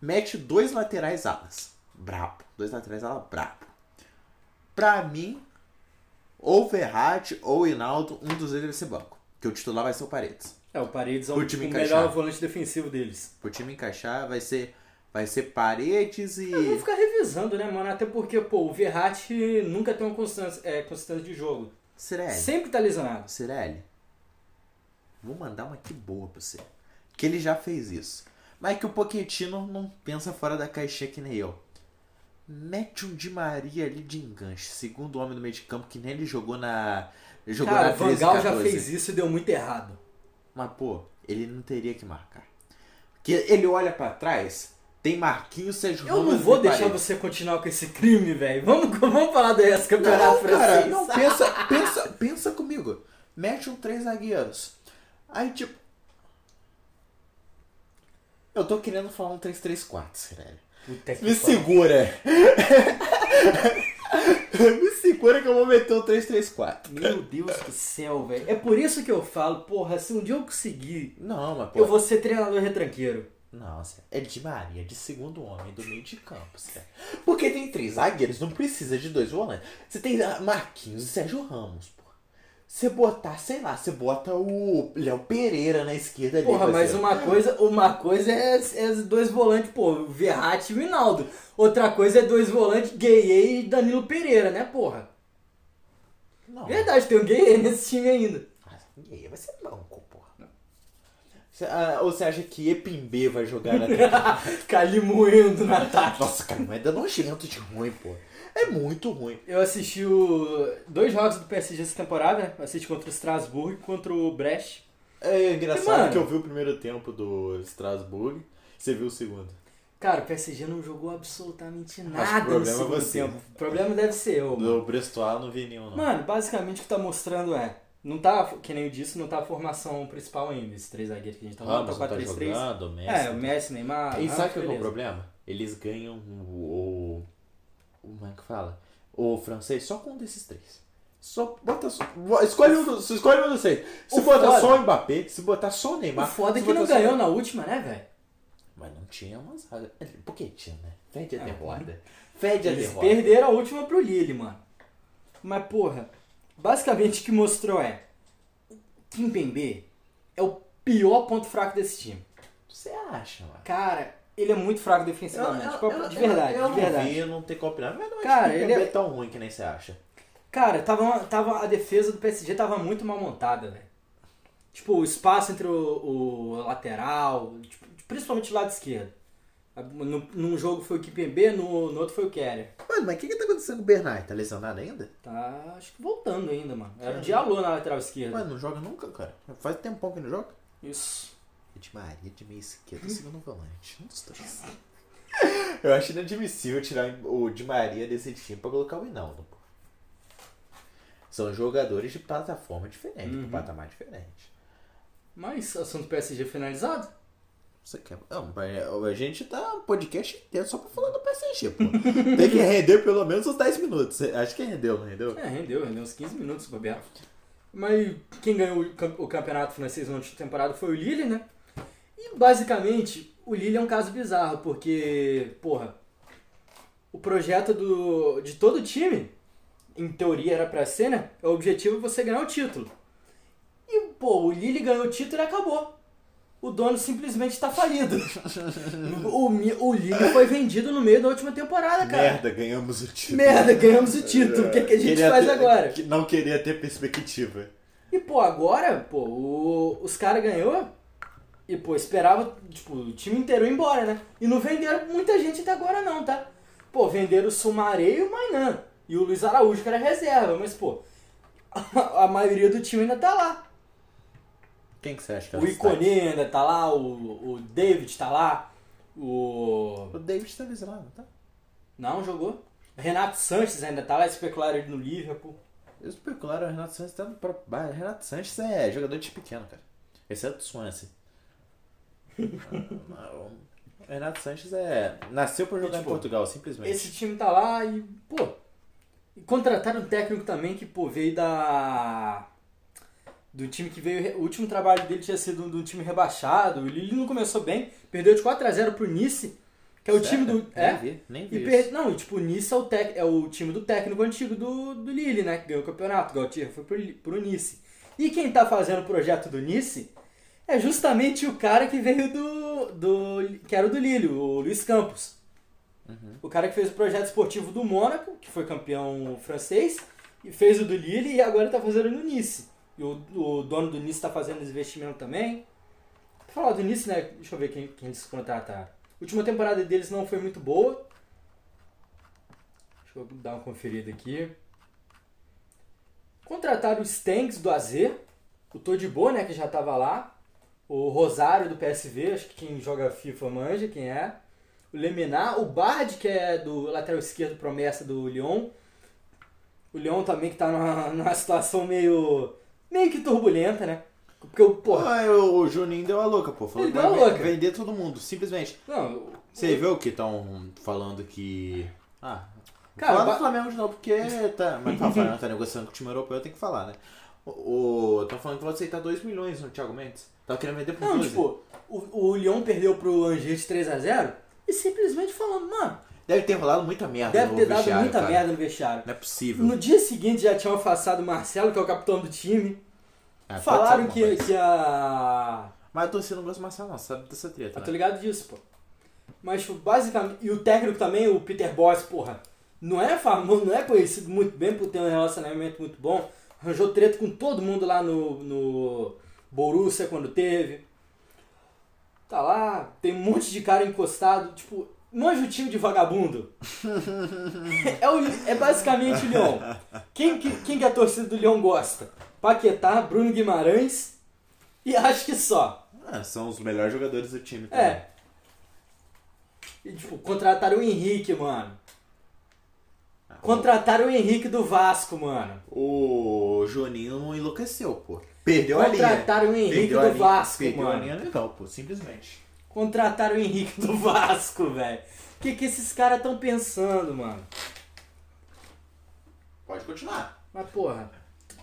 [SPEAKER 2] Mete dois laterais alas. Brabo. Dois laterais alas brabo. Pra mim, ou Verratti ou Hinaldo, um dos dois deve ser banco. Que o titular vai ser o Paredes.
[SPEAKER 1] É, o Paredes é o,
[SPEAKER 2] O time
[SPEAKER 1] tipo, o
[SPEAKER 2] encaixar.
[SPEAKER 1] melhor volante defensivo deles.
[SPEAKER 2] Pro time encaixar, vai ser, vai ser Paredes e.
[SPEAKER 1] Vamos Ah, ficar revisando, né, mano? Até porque, pô, o Verratti nunca tem uma constância, é, constância de jogo.
[SPEAKER 2] Cirelli.
[SPEAKER 1] Sempre tá lesionado.
[SPEAKER 2] Cirelli. Vou mandar uma que boa pra você. Que ele já fez isso. Mas que o Pochettino não pensa fora da caixinha que nem eu. Mete um Di Maria ali de enganche. Segundo homem do meio de campo, que nem ele jogou na. Jogou
[SPEAKER 1] Cara,
[SPEAKER 2] na
[SPEAKER 1] o Van
[SPEAKER 2] 13,
[SPEAKER 1] Gaal já
[SPEAKER 2] 14.
[SPEAKER 1] fez isso e deu muito errado.
[SPEAKER 2] Mas, pô, ele não teria que marcar. Porque ele olha pra trás, tem Marquinhos, Sérgio
[SPEAKER 1] Eu não
[SPEAKER 2] Ramos
[SPEAKER 1] vou
[SPEAKER 2] e
[SPEAKER 1] deixar
[SPEAKER 2] Paredes.
[SPEAKER 1] você continuar com esse crime, velho. Vamos, vamos falar desse campeonato
[SPEAKER 2] Não, cara,
[SPEAKER 1] francês.
[SPEAKER 2] não, pensa, pensa, pensa comigo. Mete um três zagueiros. Aí, tipo. Eu tô querendo falar um 3-3-4, Cirelli.
[SPEAKER 1] Puta que pariu.
[SPEAKER 2] Me segura. Me segura que eu vou meter um 3-3-4.
[SPEAKER 1] Meu Deus do céu, velho. É por isso que eu falo, porra, se um dia eu conseguir,
[SPEAKER 2] Não, mas pô.
[SPEAKER 1] eu vou ser treinador retranqueiro.
[SPEAKER 2] Não, Cé, é de Maria, de segundo homem do meio de campo, Cé. Porque tem três zagueiros, não precisa de dois volantes. Você tem ah, Marquinhos e Sérgio Ramos, pô. Você botar, sei lá, você bota o Léo Pereira na esquerda ali.
[SPEAKER 1] Porra,
[SPEAKER 2] vai
[SPEAKER 1] mas
[SPEAKER 2] ser-
[SPEAKER 1] uma coisa, uma coisa é, é os dois volantes, pô, Verratti e Rinaldo. Outra coisa é dois volantes, Gueye e Danilo Pereira, né, porra?
[SPEAKER 2] Não,
[SPEAKER 1] Verdade, tem o Gueye nesse time ainda.
[SPEAKER 2] Ah, ninguém vai ser banco, porra. Cê- ah, ou você acha que Epimbê vai jogar na
[SPEAKER 1] Tá Calimuendo no ataque.
[SPEAKER 2] Nossa, cara, mas é nojento de ruim, pô. É muito ruim.
[SPEAKER 1] Eu assisti o... dois jogos do PSG essa temporada, né? Eu assisti contra o Strasbourg e contra o Brest.
[SPEAKER 2] É engraçado
[SPEAKER 1] Mano.
[SPEAKER 2] que eu vi o primeiro tempo do Strasbourg, você viu o segundo.
[SPEAKER 1] Cara, o PSG não jogou absolutamente nada
[SPEAKER 2] Acho que o
[SPEAKER 1] no
[SPEAKER 2] problema é
[SPEAKER 1] segundo
[SPEAKER 2] você.
[SPEAKER 1] tempo. O problema deve ser eu, mano.
[SPEAKER 2] Do Brestois não vi nenhum, não.
[SPEAKER 1] Mano, basicamente o que tá mostrando é. Não tá, que nem eu disse, não tá a formação principal ainda, esses três zagueiros que a gente tá falando, tá
[SPEAKER 2] Ramos não tá
[SPEAKER 1] 4-3-3.
[SPEAKER 2] jogando, Messi.
[SPEAKER 1] É, o Messi, Neymar.
[SPEAKER 2] E
[SPEAKER 1] Ramos,
[SPEAKER 2] sabe qual que é o
[SPEAKER 1] beleza.
[SPEAKER 2] problema? Eles ganham o, o. Como é que fala? O francês só com um desses três. Só bota só. vo- Escolhe um, dos- escolhe um dos três. Se
[SPEAKER 1] O
[SPEAKER 2] botar
[SPEAKER 1] foda-
[SPEAKER 2] só o Mbappé, se botar só o
[SPEAKER 1] O
[SPEAKER 2] Neymar.
[SPEAKER 1] foda é
[SPEAKER 2] se
[SPEAKER 1] que não
[SPEAKER 2] botar só-
[SPEAKER 1] ganhou na última, né, velho?
[SPEAKER 2] Mas não tinha uma zaga. Por que tinha, né? Fede a derrota. Fede a
[SPEAKER 1] Ah, Eles
[SPEAKER 2] derrota.
[SPEAKER 1] perderam a última pro Lille, mano. Mas, porra, basicamente o que mostrou é. O Kim Pembe é o pior ponto fraco desse time.
[SPEAKER 2] Você acha, mano?
[SPEAKER 1] Cara, ele é muito fraco defensivamente. tipo, de verdade,
[SPEAKER 2] eu, eu
[SPEAKER 1] de verdade.
[SPEAKER 2] não vi, eu não tenho como opinar. Mas não
[SPEAKER 1] Cara,
[SPEAKER 2] acho que o
[SPEAKER 1] ele
[SPEAKER 2] Mbappé
[SPEAKER 1] é-
[SPEAKER 2] é tão ruim que nem você acha.
[SPEAKER 1] Cara, tava, tava, a defesa do PSG tava muito mal montada, velho. Tipo, o espaço entre o, o lateral, tipo, principalmente o lado esquerdo. No, num jogo foi o Kipembe, no, no outro foi o Keller.
[SPEAKER 2] Mano, mas o que, que tá acontecendo com o Bernard? Tá lesionado ainda?
[SPEAKER 1] Tá, acho que voltando ainda, mano. Era o Diallo na lateral esquerda.
[SPEAKER 2] Mano, não joga nunca, cara. Faz tempão que não joga.
[SPEAKER 1] Isso.
[SPEAKER 2] De Maria de meia esquerda, segundo volante. Um dos dois. Eu acho inadmissível tirar o Di Maria desse time pra colocar o Hinaldo. pô. São jogadores de plataforma diferente, de
[SPEAKER 1] Uhum.
[SPEAKER 2] patamar diferente.
[SPEAKER 1] Mas, assunto PSG finalizado?
[SPEAKER 2] Você quer... Não, mas a gente tá um podcast inteiro só pra falar do PSG, pô. Tem que render pelo menos uns 10 minutos. Acho que rendeu, não rendeu?
[SPEAKER 1] É, rendeu, rendeu uns 15 minutos se bobear. Mas quem ganhou o cam- o campeonato francês na última temporada foi o Lille, né? E basicamente, o Lille é um caso bizarro, porque, porra, o projeto do, de todo time, em teoria era pra ser, né? O objetivo é você ganhar o título. E, pô, o Lille ganhou o título e acabou. O dono simplesmente tá falido. o, Mi- o Lille foi vendido no meio da última temporada, cara.
[SPEAKER 2] Merda, ganhamos o título.
[SPEAKER 1] Merda, ganhamos o título. O que, é que a gente
[SPEAKER 2] Queria
[SPEAKER 1] faz
[SPEAKER 2] ter-
[SPEAKER 1] agora?
[SPEAKER 2] que Não queria ter perspectiva.
[SPEAKER 1] E, pô, agora, pô, o- os caras ganhou e, pô, esperava, tipo, o time inteiro ir embora, né? E não venderam muita gente até agora não, tá? Pô, venderam o Sumaré e o Mainan. E o Luiz Araújo, que era reserva, mas, pô, a, a maioria do time ainda tá lá.
[SPEAKER 2] Quem que você acha que é
[SPEAKER 1] O Icone ainda tá lá, o, o David tá lá, o...
[SPEAKER 2] O David tá lesionado, tá?
[SPEAKER 1] Não, jogou. Renato Sanches ainda tá lá, especularam ele no Liverpool.
[SPEAKER 2] Eu especularam o Renato Sanches tá no próprio Bayern. Renato Sanches é jogador de pequeno, cara. Exceto o Swansea. Ah, o Renato Sanches é. Nasceu pra jogar
[SPEAKER 1] E, tipo,
[SPEAKER 2] em Portugal, simplesmente.
[SPEAKER 1] Esse time tá lá e, pô. E contrataram um técnico também que, pô, veio da. do time que veio. O último trabalho dele tinha sido de um time rebaixado. O Lille não começou bem, perdeu de 4 a 0 pro Nice, que é o time do.
[SPEAKER 2] Nem
[SPEAKER 1] é?
[SPEAKER 2] vi, nem vi.
[SPEAKER 1] E
[SPEAKER 2] isso.
[SPEAKER 1] per... Não, e tipo, o Nice é o, tec... é o time do técnico antigo do, do Lille, né? Que ganhou o campeonato. O Gautier foi pro, Li- pro Nice. E quem tá fazendo o projeto do Nice é justamente o cara que veio do. do... que era o do Lille, o Luiz Campos. O cara que fez o projeto esportivo do Mônaco, que foi campeão francês, e fez o do Lille e agora tá fazendo no Nice. E o, o dono do Nice tá fazendo esse investimento também. Pra falar do Nice, né? Deixa eu ver quem, quem eles contrataram. A última temporada deles não foi muito boa. Deixa eu dar uma conferida aqui. Contrataram o Stanks do AZ, o Todibo, né, que já tava lá, o Rosário do PSV, acho que quem joga FIFA manja quem é, o Leminar, o Bard, que é do lateral esquerdo, promessa do Lyon, o Lyon também que tá numa, numa situação meio, meio que turbulenta, né, porque o, porra,
[SPEAKER 2] Ah, eu- o Juninho deu a louca, pô. Falou
[SPEAKER 1] Ele
[SPEAKER 2] que
[SPEAKER 1] deu
[SPEAKER 2] vai
[SPEAKER 1] a louca.
[SPEAKER 2] vender todo mundo, simplesmente.
[SPEAKER 1] não,
[SPEAKER 2] Você viu que estão falando que. Ah,
[SPEAKER 1] Cara,
[SPEAKER 2] fala
[SPEAKER 1] ba-
[SPEAKER 2] do Flamengo de novo, porque tá. Mas tá, o Flamengo tá negociando com o time europeu, tem que falar, né? O. Estão falando que vão aceitar 2 milhões no Thiago Mendes. Tava querendo vender por
[SPEAKER 1] não,
[SPEAKER 2] 12.
[SPEAKER 1] tipo, o, o Lyon perdeu pro Angers 3 a 0 e simplesmente falando, mano,
[SPEAKER 2] Deve ter rolado muita merda
[SPEAKER 1] deve
[SPEAKER 2] Ah, no
[SPEAKER 1] ter dado
[SPEAKER 2] vestiário,
[SPEAKER 1] muita
[SPEAKER 2] cara.
[SPEAKER 1] merda no vestiário.
[SPEAKER 2] Não é possível.
[SPEAKER 1] No dia seguinte já tinham afastado o Marcelo, que é o capitão do time.
[SPEAKER 2] Ah, pode ser
[SPEAKER 1] Falaram
[SPEAKER 2] alguma
[SPEAKER 1] que,
[SPEAKER 2] coisa.
[SPEAKER 1] que a.
[SPEAKER 2] Mas a torcida não gosta do Marcelo, não. Sabe dessa treta,
[SPEAKER 1] Eu tô
[SPEAKER 2] né?
[SPEAKER 1] ligado disso, pô. Mas tipo, basicamente. E o técnico também, o Peter Boss, porra, não é famoso, não é conhecido muito bem por ter um relacionamento muito bom. Arranjou treta com todo mundo lá no, no Borussia quando teve. Tá lá, tem um monte de cara encostado, tipo, manja o time de vagabundo. é, o- é basicamente o Leão. Quem, que- quem que a torcida do Leão gosta? Paquetá, Bruno Guimarães e acho que só.
[SPEAKER 2] Ah, são os melhores jogadores do time. também.
[SPEAKER 1] É. E, tipo, contrataram o Henrique, mano.
[SPEAKER 2] Ah,
[SPEAKER 1] Contrataram o Henrique do Vasco, mano.
[SPEAKER 2] O Juninho não enlouqueceu, pô. Perdeu a linha.
[SPEAKER 1] Contrataram o Henrique
[SPEAKER 2] né? Perdeu a
[SPEAKER 1] do
[SPEAKER 2] linha-
[SPEAKER 1] Vasco,
[SPEAKER 2] perdeu a
[SPEAKER 1] mano.
[SPEAKER 2] linha legal, pô. Simplesmente.
[SPEAKER 1] Contrataram o Henrique do Vasco, velho. O que, que esses caras estão pensando, mano?
[SPEAKER 2] Pode continuar.
[SPEAKER 1] Mas porra.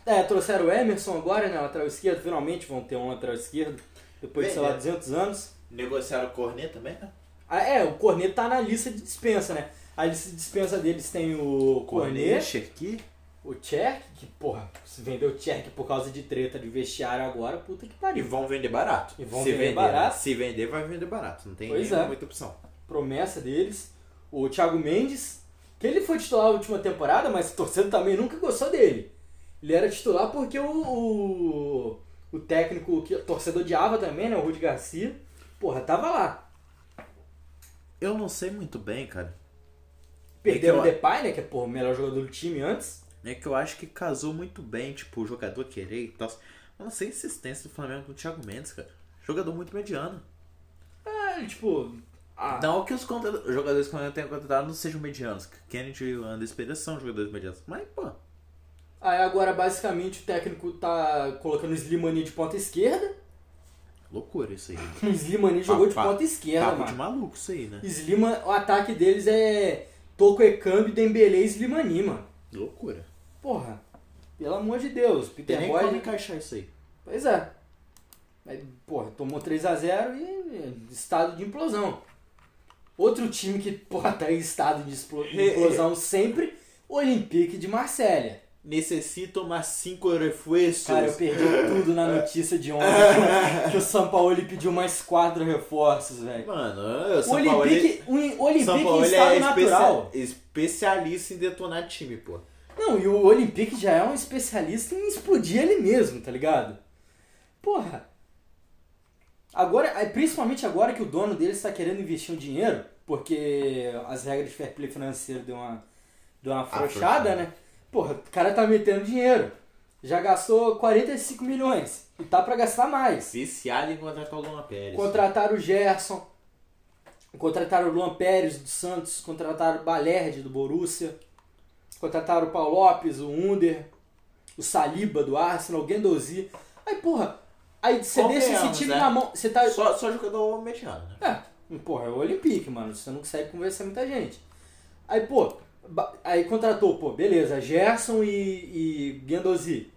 [SPEAKER 1] É, trouxeram o Emerson agora, né? Lateral esquerdo. Finalmente vão ter um lateral esquerdo. Depois de, sei lá,
[SPEAKER 2] Vendeu.
[SPEAKER 1] 200 anos.
[SPEAKER 2] Negociaram o Cornet também, né?
[SPEAKER 1] Ah, é, o Cornet tá na lista de dispensa, né? A lista de dispensa deles tem o Cornet.
[SPEAKER 2] Cherki.
[SPEAKER 1] O Cherk, que porra, se vendeu o Cherk por causa de treta de vestiário agora, puta que
[SPEAKER 2] E
[SPEAKER 1] pariu.
[SPEAKER 2] vão vender barato.
[SPEAKER 1] E vão
[SPEAKER 2] se
[SPEAKER 1] vender
[SPEAKER 2] vender
[SPEAKER 1] barato.
[SPEAKER 2] Se vender, vai vender barato. Não tem
[SPEAKER 1] Pois
[SPEAKER 2] nenhuma
[SPEAKER 1] é.
[SPEAKER 2] muita opção.
[SPEAKER 1] Promessa deles. O Thiago Mendes, que ele foi titular na última temporada, mas o torcedor também nunca gostou dele. Ele era titular porque o, o, o técnico que o torcedor odiava também, né? O Rudy Garcia, porra, tava lá.
[SPEAKER 2] Eu não sei muito bem, cara.
[SPEAKER 1] Perderam o
[SPEAKER 2] Aquela-
[SPEAKER 1] Depay, né? Que é porra, o melhor jogador do time antes.
[SPEAKER 2] É que eu acho que casou muito bem, tipo, o jogador querer e tal. Eu não sei a insistência do Flamengo com o Thiago Mendes, cara. Jogador muito mediano.
[SPEAKER 1] Ah, ele, tipo. Ah,
[SPEAKER 2] Não que os contra- os jogadores que eu tenho contratado não sejam medianos. que Kennedy e o Anderson Pereira são jogadores medianos. Mas, pô,
[SPEAKER 1] aí agora basicamente o técnico tá colocando o Slimani de ponta esquerda.
[SPEAKER 2] loucura isso aí.
[SPEAKER 1] O Slimani jogou de
[SPEAKER 2] Papo-
[SPEAKER 1] ponta esquerda,
[SPEAKER 2] Papo de
[SPEAKER 1] mano.
[SPEAKER 2] maluco isso aí, né?
[SPEAKER 1] Slima, o ataque deles é Toco Ekambi, Dembele e Slimani, mano.
[SPEAKER 2] Loucura.
[SPEAKER 1] Porra, pelo amor de Deus,
[SPEAKER 2] Tem
[SPEAKER 1] Peter
[SPEAKER 2] nem
[SPEAKER 1] Boyd...
[SPEAKER 2] como encaixar isso aí.
[SPEAKER 1] Pois é. Mas, porra, tomou 3x0 e estado de implosão. Outro time que, porra, tá em estado de explo- de implosão sempre, Olympique de Marselha.
[SPEAKER 2] Necessito tomar 5 refuerzos.
[SPEAKER 1] Cara, eu perdi tudo
[SPEAKER 2] É.
[SPEAKER 1] na notícia de ontem que o São Paulo pediu mais quatro reforços, velho.
[SPEAKER 2] Mano, eu
[SPEAKER 1] O
[SPEAKER 2] São Paulo... ele-
[SPEAKER 1] Olympique, o Olympique
[SPEAKER 2] São
[SPEAKER 1] em
[SPEAKER 2] Paulo ele
[SPEAKER 1] estado
[SPEAKER 2] é
[SPEAKER 1] natural.
[SPEAKER 2] especia- especialista em detonar time, pô.
[SPEAKER 1] Não, e o Olympique já é um especialista em explodir ele mesmo, tá ligado? Porra. Agora, é, principalmente agora que o dono dele está querendo investir um dinheiro, porque as regras de fair play financeiro deu uma, deu uma afrouxada,
[SPEAKER 2] Afrouxada.
[SPEAKER 1] né? Porra, o cara tá metendo dinheiro. Já gastou 45 milhões e tá pra gastar mais.
[SPEAKER 2] Viciado em contratar o Luan Pérez.
[SPEAKER 1] Contrataram o Gerson. Contrataram o Luan Pérez do Santos. Contrataram o Balerdi do Borussia. Contrataram o Paulo Lopes, o Under. O Saliba do Arsenal, o Guendouzi. Aí, porra, aí você deixa esse
[SPEAKER 2] Convenhamos,
[SPEAKER 1] time
[SPEAKER 2] né?
[SPEAKER 1] na mão. Você tá.
[SPEAKER 2] Só, só jogador mediano, né?
[SPEAKER 1] É, porra, é o Olympique, mano. Você não consegue convencer muita gente. Aí, pô, ba- aí contratou, pô, beleza, Gerson e, e Guendouzi.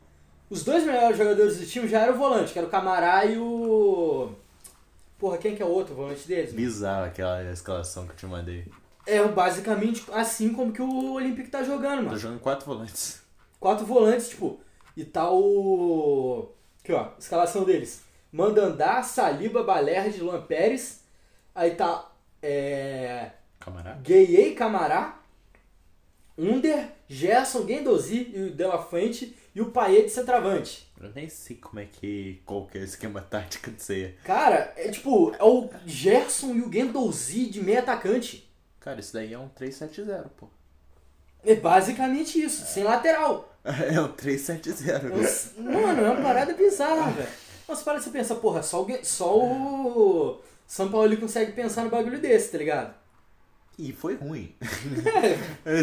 [SPEAKER 1] Os dois melhores jogadores do time já eram o volante, que era o Camará e o. Porra, quem que é o outro volante deles? mano?
[SPEAKER 2] Bizarro aquela escalação que eu te mandei.
[SPEAKER 1] É basicamente assim como que o Olympique tá jogando,
[SPEAKER 2] Tô
[SPEAKER 1] mano.
[SPEAKER 2] jogando quatro volantes.
[SPEAKER 1] Quatro volantes, tipo, e tá o. Aqui, ó, escalação deles. Mandandá, Saliba, Balerdi, Luan Pérez. Aí tá. É.
[SPEAKER 2] Camará?
[SPEAKER 1] Gueye Camará, Under, Gerson, Guendouzi e o De La Fuente e o Paê de centroavante.
[SPEAKER 2] Eu nem sei como é que. qual que é o esquema tático de ser.
[SPEAKER 1] Cara, é tipo, é o Gerson e o Guendouzi de meio atacante.
[SPEAKER 2] Cara, isso daí é um 3-7-0, pô.
[SPEAKER 1] É basicamente isso, sem lateral.
[SPEAKER 2] É um 3-7-0.
[SPEAKER 1] É um- Mano, é uma parada bizarra, velho. Mas para você pensar, porra, só o, Gue- só o São Paulo consegue pensar no bagulho desse, tá ligado?
[SPEAKER 2] E foi ruim.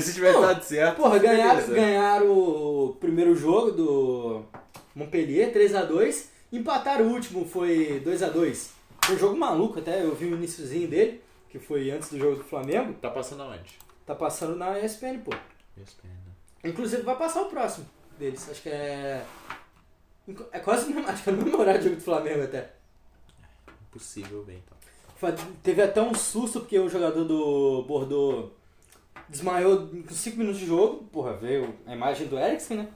[SPEAKER 2] Se tivesse
[SPEAKER 1] Não,
[SPEAKER 2] dado certo.
[SPEAKER 1] Porra, ganharam,
[SPEAKER 2] beleza.
[SPEAKER 1] ganharam o primeiro jogo do Montpellier, 3x2. Empataram o último, foi 2x2. Foi um jogo maluco até, eu vi o iníciozinho dele, que foi antes do jogo do Flamengo.
[SPEAKER 2] Tá passando aonde?
[SPEAKER 1] Tá passando na ESPN, pô. Inclusive vai passar o próximo deles, acho que é... É quase o mesmo- acho que é o mesmo horário do jogo do Flamengo até.
[SPEAKER 2] Impossível ver, então.
[SPEAKER 1] Fa- Teve até um susto porque o jogador do Bordeaux desmaiou com 5 minutos de jogo. Porra, veio a imagem do Eriksen, né?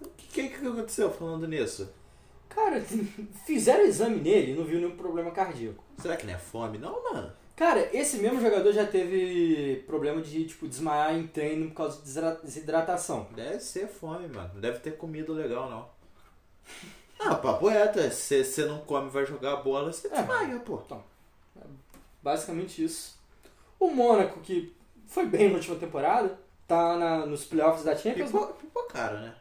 [SPEAKER 2] O que, que, que aconteceu falando nisso?
[SPEAKER 1] Cara, fizeram exame nele, não viu nenhum problema cardíaco.
[SPEAKER 2] Será que não é fome? Não, mano.
[SPEAKER 1] Cara, esse mesmo jogador já teve problema de, tipo, desmaiar em treino por causa de desra- desidratação.
[SPEAKER 2] Deve ser fome, mano. Não deve ter comido legal, não. Ah, papo reto. Se você não come vai jogar a bola, você
[SPEAKER 1] É.
[SPEAKER 2] desmaia, pô.
[SPEAKER 1] Basicamente isso. O Mônaco, que foi bem na última temporada, tá na- nos playoffs da Champions,
[SPEAKER 2] Pipo- Pipocaram, né?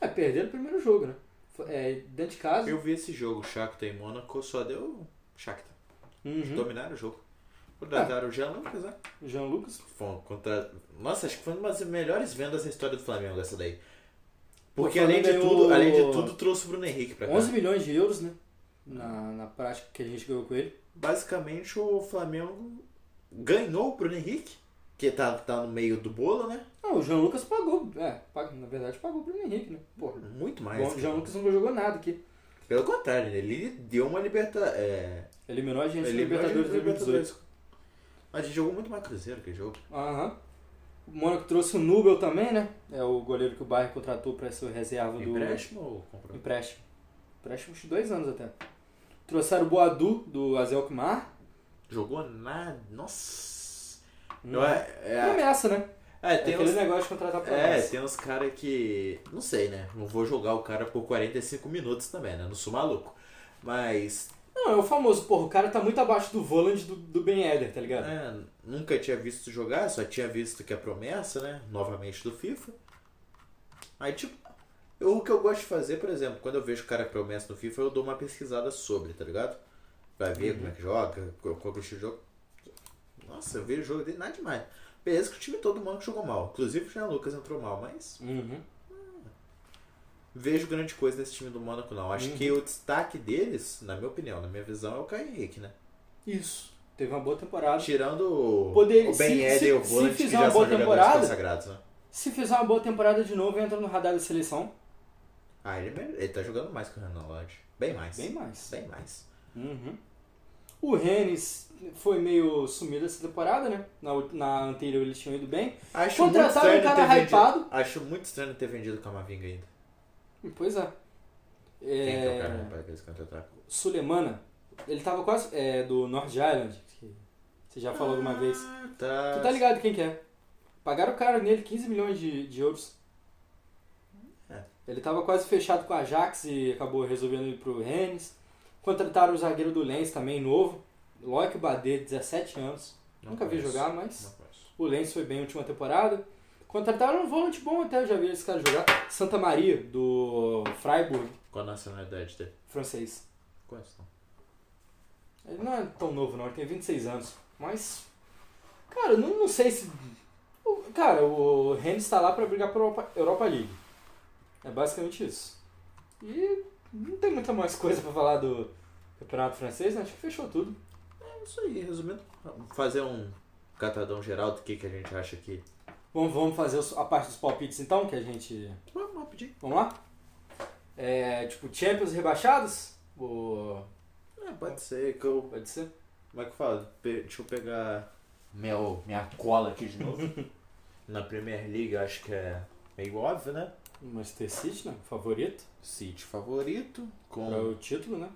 [SPEAKER 1] é, perderam o primeiro jogo, né? Foi- É, dentro de casa.
[SPEAKER 2] Eu vi esse jogo, Shakhtar e Mônaco, só deu Shakhtar.
[SPEAKER 1] Uhum.
[SPEAKER 2] Dominaram o jogo. Contrataram o Jean Lucas, né?
[SPEAKER 1] O Jean Lucas.
[SPEAKER 2] Foi um contra... Nossa, acho que foi uma das melhores vendas da história do Flamengo essa daí.
[SPEAKER 1] Pô,
[SPEAKER 2] Porque
[SPEAKER 1] o
[SPEAKER 2] além de,
[SPEAKER 1] Flamengo
[SPEAKER 2] tudo,
[SPEAKER 1] ganhou-
[SPEAKER 2] além de tudo, trouxe o Bruno Henrique pra cá.
[SPEAKER 1] 11 milhões de euros, né? Na, na prática que a gente ganhou com ele.
[SPEAKER 2] Basicamente o Flamengo ganhou o Bruno Henrique, que tá, tá no meio do bolo, né?
[SPEAKER 1] Não, o Jean Lucas pagou. É, pag- na verdade pagou o Bruno Henrique, né? Porra.
[SPEAKER 2] Muito mais.
[SPEAKER 1] Bom, é um o
[SPEAKER 2] cara.
[SPEAKER 1] Jean Lucas não jogou nada aqui.
[SPEAKER 2] Pelo contrário, né? ele deu uma liberta... é,
[SPEAKER 1] Eliminou a gente no
[SPEAKER 2] ele
[SPEAKER 1] Libertadores de 2018.
[SPEAKER 2] Mas ele jogou muito mais Cruzeiro que jogo.
[SPEAKER 1] Aham. O Mônaco trouxe o Nubel também, né? É o goleiro que o Bayern contratou pra ser o reserva do...
[SPEAKER 2] Empréstimo ou comprou?
[SPEAKER 1] Empréstimo. Empréstimo de dois anos até. Trouxeram o Boadu, do Azelkmar.
[SPEAKER 2] Jogou nada. Nossa.
[SPEAKER 1] Hum.
[SPEAKER 2] Eu- é, é,
[SPEAKER 1] Promessa, né?
[SPEAKER 2] é,
[SPEAKER 1] É
[SPEAKER 2] tem
[SPEAKER 1] aquele
[SPEAKER 2] uns,
[SPEAKER 1] negócio de contratar
[SPEAKER 2] é,
[SPEAKER 1] promessa.
[SPEAKER 2] tem uns caras que. Não sei, né? Não vou jogar o cara por 45 minutos também, né? Não sou maluco. Mas.
[SPEAKER 1] Não, é o famoso, porra, o cara tá muito abaixo do Voland do, do Ben Eder, tá ligado?
[SPEAKER 2] né, nunca tinha visto jogar, só tinha visto que é promessa, né? Novamente do FIFA. Aí, tipo. eu- o que eu gosto de fazer, por exemplo, quando eu vejo o cara é promessa no FIFA, eu dou uma pesquisada sobre, tá ligado? Pra ver como é que joga, qual qual que é o estilo de jogo. Nossa, eu vi o jogo dele nada demais. Beleza que o time todo mundo jogou mal. Inclusive o Jean Lucas entrou mal, mas.
[SPEAKER 1] Uhum.
[SPEAKER 2] vejo grande coisa nesse time do Mônaco, não. Acho
[SPEAKER 1] Uhum.
[SPEAKER 2] que o destaque deles, na minha opinião, na minha visão, é o Caio Henrique, né?
[SPEAKER 1] Isso. Teve uma boa temporada.
[SPEAKER 2] Tirando o-
[SPEAKER 1] Poder-
[SPEAKER 2] o Ben
[SPEAKER 1] se-
[SPEAKER 2] Eder
[SPEAKER 1] se-
[SPEAKER 2] e o
[SPEAKER 1] se
[SPEAKER 2] Volant, que
[SPEAKER 1] fizer
[SPEAKER 2] já
[SPEAKER 1] uma
[SPEAKER 2] são
[SPEAKER 1] boa
[SPEAKER 2] jogadores
[SPEAKER 1] temporada-
[SPEAKER 2] consagrados, né?
[SPEAKER 1] Se fizer uma boa temporada de novo, entra no radar da seleção.
[SPEAKER 2] Ah, ele, mere- ele tá jogando mais que o Renan Lodge. Bem mais.
[SPEAKER 1] Bem mais.
[SPEAKER 2] Bem mais.
[SPEAKER 1] Uhum. O Rennes foi meio sumido essa temporada, né? Na, ult- na anterior ele tinha ido bem.
[SPEAKER 2] Acho
[SPEAKER 1] Contrataram
[SPEAKER 2] muito
[SPEAKER 1] um
[SPEAKER 2] estranho
[SPEAKER 1] cara
[SPEAKER 2] ter vendido-
[SPEAKER 1] hypado.
[SPEAKER 2] Acho muito estranho ter vendido o Camavinga ainda.
[SPEAKER 1] E, Pois é.
[SPEAKER 2] Quem que é o cara
[SPEAKER 1] é
[SPEAKER 2] hypado que eles contrataram?
[SPEAKER 1] Sulemana, ele tava quase. É do North Island, que você já falou alguma vez.
[SPEAKER 2] Ah, tá.
[SPEAKER 1] Tu tá ligado quem que é? Pagaram o cara nele 15 milhões de, de euros.
[SPEAKER 2] É.
[SPEAKER 1] Ele tava quase fechado com a Ajax e acabou resolvendo ir pro Rennes. Contrataram o zagueiro do Lens também, novo. Loic Badê, 17 anos.
[SPEAKER 2] Não
[SPEAKER 1] Nunca vi
[SPEAKER 2] conheço.
[SPEAKER 1] jogar, mas
[SPEAKER 2] Não conheço.
[SPEAKER 1] o Lens foi bem na última temporada. Contrataram um volante bom até, eu já vi esse cara jogar. Santa Maria, do Freiburg,
[SPEAKER 2] Qual a nacionalidade dele?
[SPEAKER 1] francês.
[SPEAKER 2] Não Conheço, não.
[SPEAKER 1] Ele não é tão novo não, ele tem 26 anos. Mas, cara, eu não, não sei se... o- Cara, o Rennes tá lá pra brigar por Europa, Europa League. É basicamente isso. E não tem muita mais coisa pra falar do campeonato francês, né? Acho que fechou tudo.
[SPEAKER 2] É isso aí, resumindo. Fazer um catadão geral do que, que a gente acha que
[SPEAKER 1] Vamos, vamos fazer os- a parte dos palpites então, que a gente...
[SPEAKER 2] Uma, uma rapidinho.
[SPEAKER 1] Vamos lá? É, tipo, Champions rebaixados? Ou-
[SPEAKER 2] É, pode ser que eu.
[SPEAKER 1] Pode ser?
[SPEAKER 2] Como é que fala? Pe- Deixa eu pegar meu, minha cola aqui de novo. Na Premier League, acho que é meio óbvio, né?
[SPEAKER 1] Manchester City, né? Favorito
[SPEAKER 2] City favorito. Com,
[SPEAKER 1] para o título, né?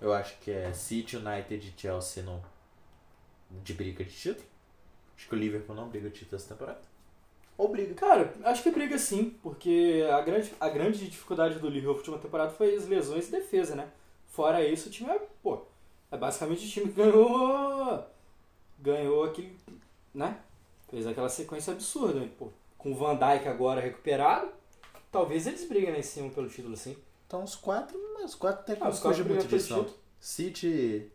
[SPEAKER 2] Eu acho que é City, United e Chelsea não. De briga de título. Acho que o Liverpool não briga de título essa temporada. Ou briga.
[SPEAKER 1] Cara, acho que briga sim, porque a grande, a grande dificuldade do Liverpool na última temporada foi as lesões e defesa, né? Fora isso, o time é, pô, é basicamente o time que ganhou, ganhou aquele, né? Fez aquela sequência absurda, né? pô. Com o Van Dijk agora recuperado, talvez eles briguem lá em cima pelo título, sim.
[SPEAKER 2] Então os quatro. Os quatro até que
[SPEAKER 1] Ah,
[SPEAKER 2] não
[SPEAKER 1] os quatro
[SPEAKER 2] fugem muito
[SPEAKER 1] brigam pelo
[SPEAKER 2] disso, não.
[SPEAKER 1] título.
[SPEAKER 2] City,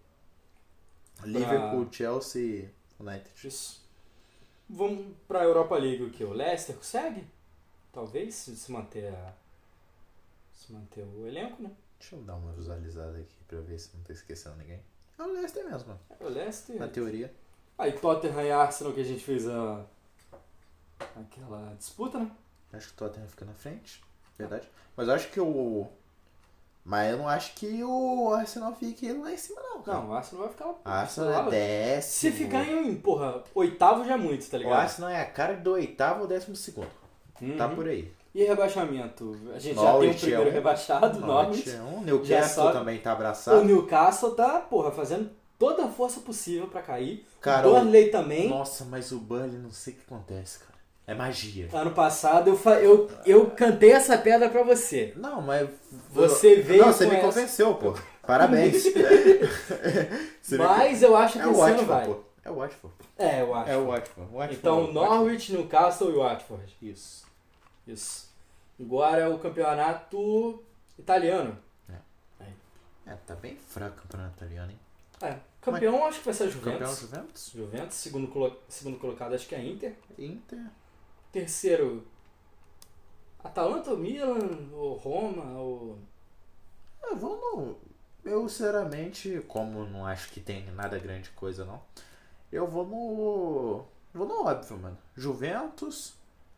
[SPEAKER 2] Liverpool, Chelsea, United.
[SPEAKER 1] Isso. Vamos pra Europa League o que? O Leicester consegue? Talvez, se se manter a... Se manter o elenco, né?
[SPEAKER 2] Deixa eu dar uma visualizada aqui pra ver se não tô esquecendo ninguém. É o Leicester mesmo, mano.
[SPEAKER 1] O Leicester...
[SPEAKER 2] na teoria.
[SPEAKER 1] Aí Tottenham e Arsenal que a gente fez a... Aquela disputa, né?
[SPEAKER 2] Acho que o Tottenham fica na frente, verdade. Mas eu acho que o... Mas eu não acho que o Arsenal fique lá em cima não, cara.
[SPEAKER 1] Não, o Arsenal vai ficar lá.
[SPEAKER 2] O Arsenal é
[SPEAKER 1] Se
[SPEAKER 2] décimo.
[SPEAKER 1] ficar em, um, porra, oitavo já é muito, tá
[SPEAKER 2] O
[SPEAKER 1] ligado?
[SPEAKER 2] Arsenal é a cara do oitavo ou décimo segundo.
[SPEAKER 1] Uhum.
[SPEAKER 2] Tá por aí.
[SPEAKER 1] E rebaixamento? A gente
[SPEAKER 2] Norwich é
[SPEAKER 1] já tem o primeiro
[SPEAKER 2] um.
[SPEAKER 1] rebaixado,
[SPEAKER 2] Norwich
[SPEAKER 1] Norwich.
[SPEAKER 2] é um.
[SPEAKER 1] Já
[SPEAKER 2] Newcastle
[SPEAKER 1] sobe.
[SPEAKER 2] também tá
[SPEAKER 1] O
[SPEAKER 2] abraçado.
[SPEAKER 1] Newcastle tá, porra, fazendo toda a força possível pra cair.
[SPEAKER 2] Cara,
[SPEAKER 1] o Burnley também.
[SPEAKER 2] Nossa, mas o Burnley não sei o que acontece, cara. É magia.
[SPEAKER 1] Ano passado eu, fa- eu, eu cantei essa pedra pra você.
[SPEAKER 2] Não, mas...
[SPEAKER 1] Você veio
[SPEAKER 2] Não, você
[SPEAKER 1] com
[SPEAKER 2] me
[SPEAKER 1] essa.
[SPEAKER 2] convenceu, pô. Parabéns. Você me
[SPEAKER 1] mas eu acho
[SPEAKER 2] con-
[SPEAKER 1] que
[SPEAKER 2] É o
[SPEAKER 1] esse ano
[SPEAKER 2] Watford,
[SPEAKER 1] vai.
[SPEAKER 2] pô. É o Watford.
[SPEAKER 1] É, eu acho.
[SPEAKER 2] É o Watford. O Watford é
[SPEAKER 1] então,
[SPEAKER 2] o
[SPEAKER 1] Norwich, Newcastle e Watford.
[SPEAKER 2] Isso.
[SPEAKER 1] Isso. Agora é o campeonato italiano.
[SPEAKER 2] É, tá bem fraco o campeonato italiano, hein?
[SPEAKER 1] É, campeão acho que vai ser a Juventus.
[SPEAKER 2] Campeão Juventus?
[SPEAKER 1] Juventus, segundo, colo- segundo colocado acho que é a Inter.
[SPEAKER 2] Inter.
[SPEAKER 1] Terceiro, Atalanta ou Milan, ou Roma, ou...
[SPEAKER 2] Eu vou no... Ah, Eu, sinceramente, como não acho que tem nada grande coisa, não, eu vou no... Vou no óbvio, mano. Juventus,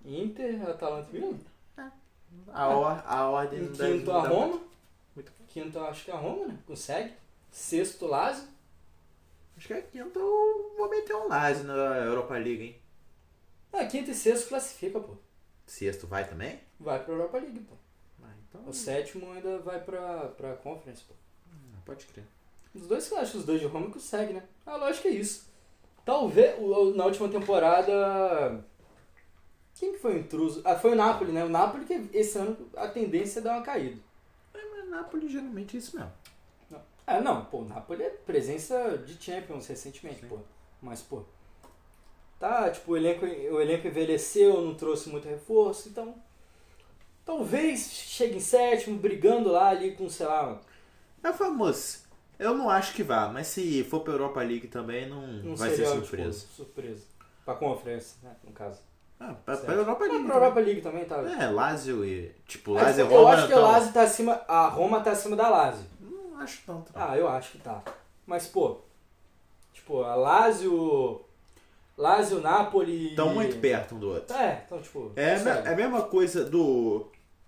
[SPEAKER 1] Inter, Atalanta e Milan.
[SPEAKER 2] a, or- a ordem...
[SPEAKER 1] Em
[SPEAKER 2] da-
[SPEAKER 1] É. quinto, a
[SPEAKER 2] um da-
[SPEAKER 1] Roma.
[SPEAKER 2] Muito bem.
[SPEAKER 1] Quinto, acho que é a Roma, né? Consegue. Sexto, Lazio.
[SPEAKER 2] Acho que é quinto, eu vou meter um Lazio na Europa League, hein?
[SPEAKER 1] Ah, quinto e sexto classifica, pô.
[SPEAKER 2] Sexto vai também?
[SPEAKER 1] Vai pra Europa League, pô.
[SPEAKER 2] Ah, então...
[SPEAKER 1] O sétimo ainda vai pra, pra Conference, pô.
[SPEAKER 2] Pode crer.
[SPEAKER 1] Os dois, eu acho que os dois de Roma conseguem, né? Ah, lógico que é isso. Talvez, o- o- na última temporada... Quem que foi o intruso? Ah, foi o Napoli, né? O Napoli que esse ano a tendência é dar uma caída.
[SPEAKER 2] Mas Napoli geralmente é isso mesmo.
[SPEAKER 1] Ah, não, pô, o Napoli é presença de Champions recentemente,
[SPEAKER 2] Sim.
[SPEAKER 1] pô. Mas, pô... Tá, tipo, o elenco, o elenco envelheceu, não trouxe muito reforço, então... Talvez chegue em sétimo, brigando lá ali com, sei lá,
[SPEAKER 2] É famoso. Eu não acho que vá, mas se for pra Europa League também, não,
[SPEAKER 1] Não
[SPEAKER 2] vai ser
[SPEAKER 1] seria,
[SPEAKER 2] surpresa.
[SPEAKER 1] um Tipo, surpresa. Pra conferência, né? No caso.
[SPEAKER 2] Ah, pra, pra
[SPEAKER 1] Certo.
[SPEAKER 2] Europa
[SPEAKER 1] Mas
[SPEAKER 2] League.
[SPEAKER 1] pra Europa League também tá.
[SPEAKER 2] também. É, Lazio e. Tipo,
[SPEAKER 1] Mas
[SPEAKER 2] Lazio e
[SPEAKER 1] eu
[SPEAKER 2] Roma.
[SPEAKER 1] acho que a
[SPEAKER 2] então-
[SPEAKER 1] Lazio tá acima. A Roma tá acima da Lazio.
[SPEAKER 2] Não acho tanto. não.
[SPEAKER 1] Ah, eu acho que tá. Mas, pô. Tipo, a Lazio. Lazio, Napoli.
[SPEAKER 2] Tão muito perto um do outro.
[SPEAKER 1] É, então, tipo.
[SPEAKER 2] É, a me-
[SPEAKER 1] consegue.
[SPEAKER 2] é a mesma coisa do.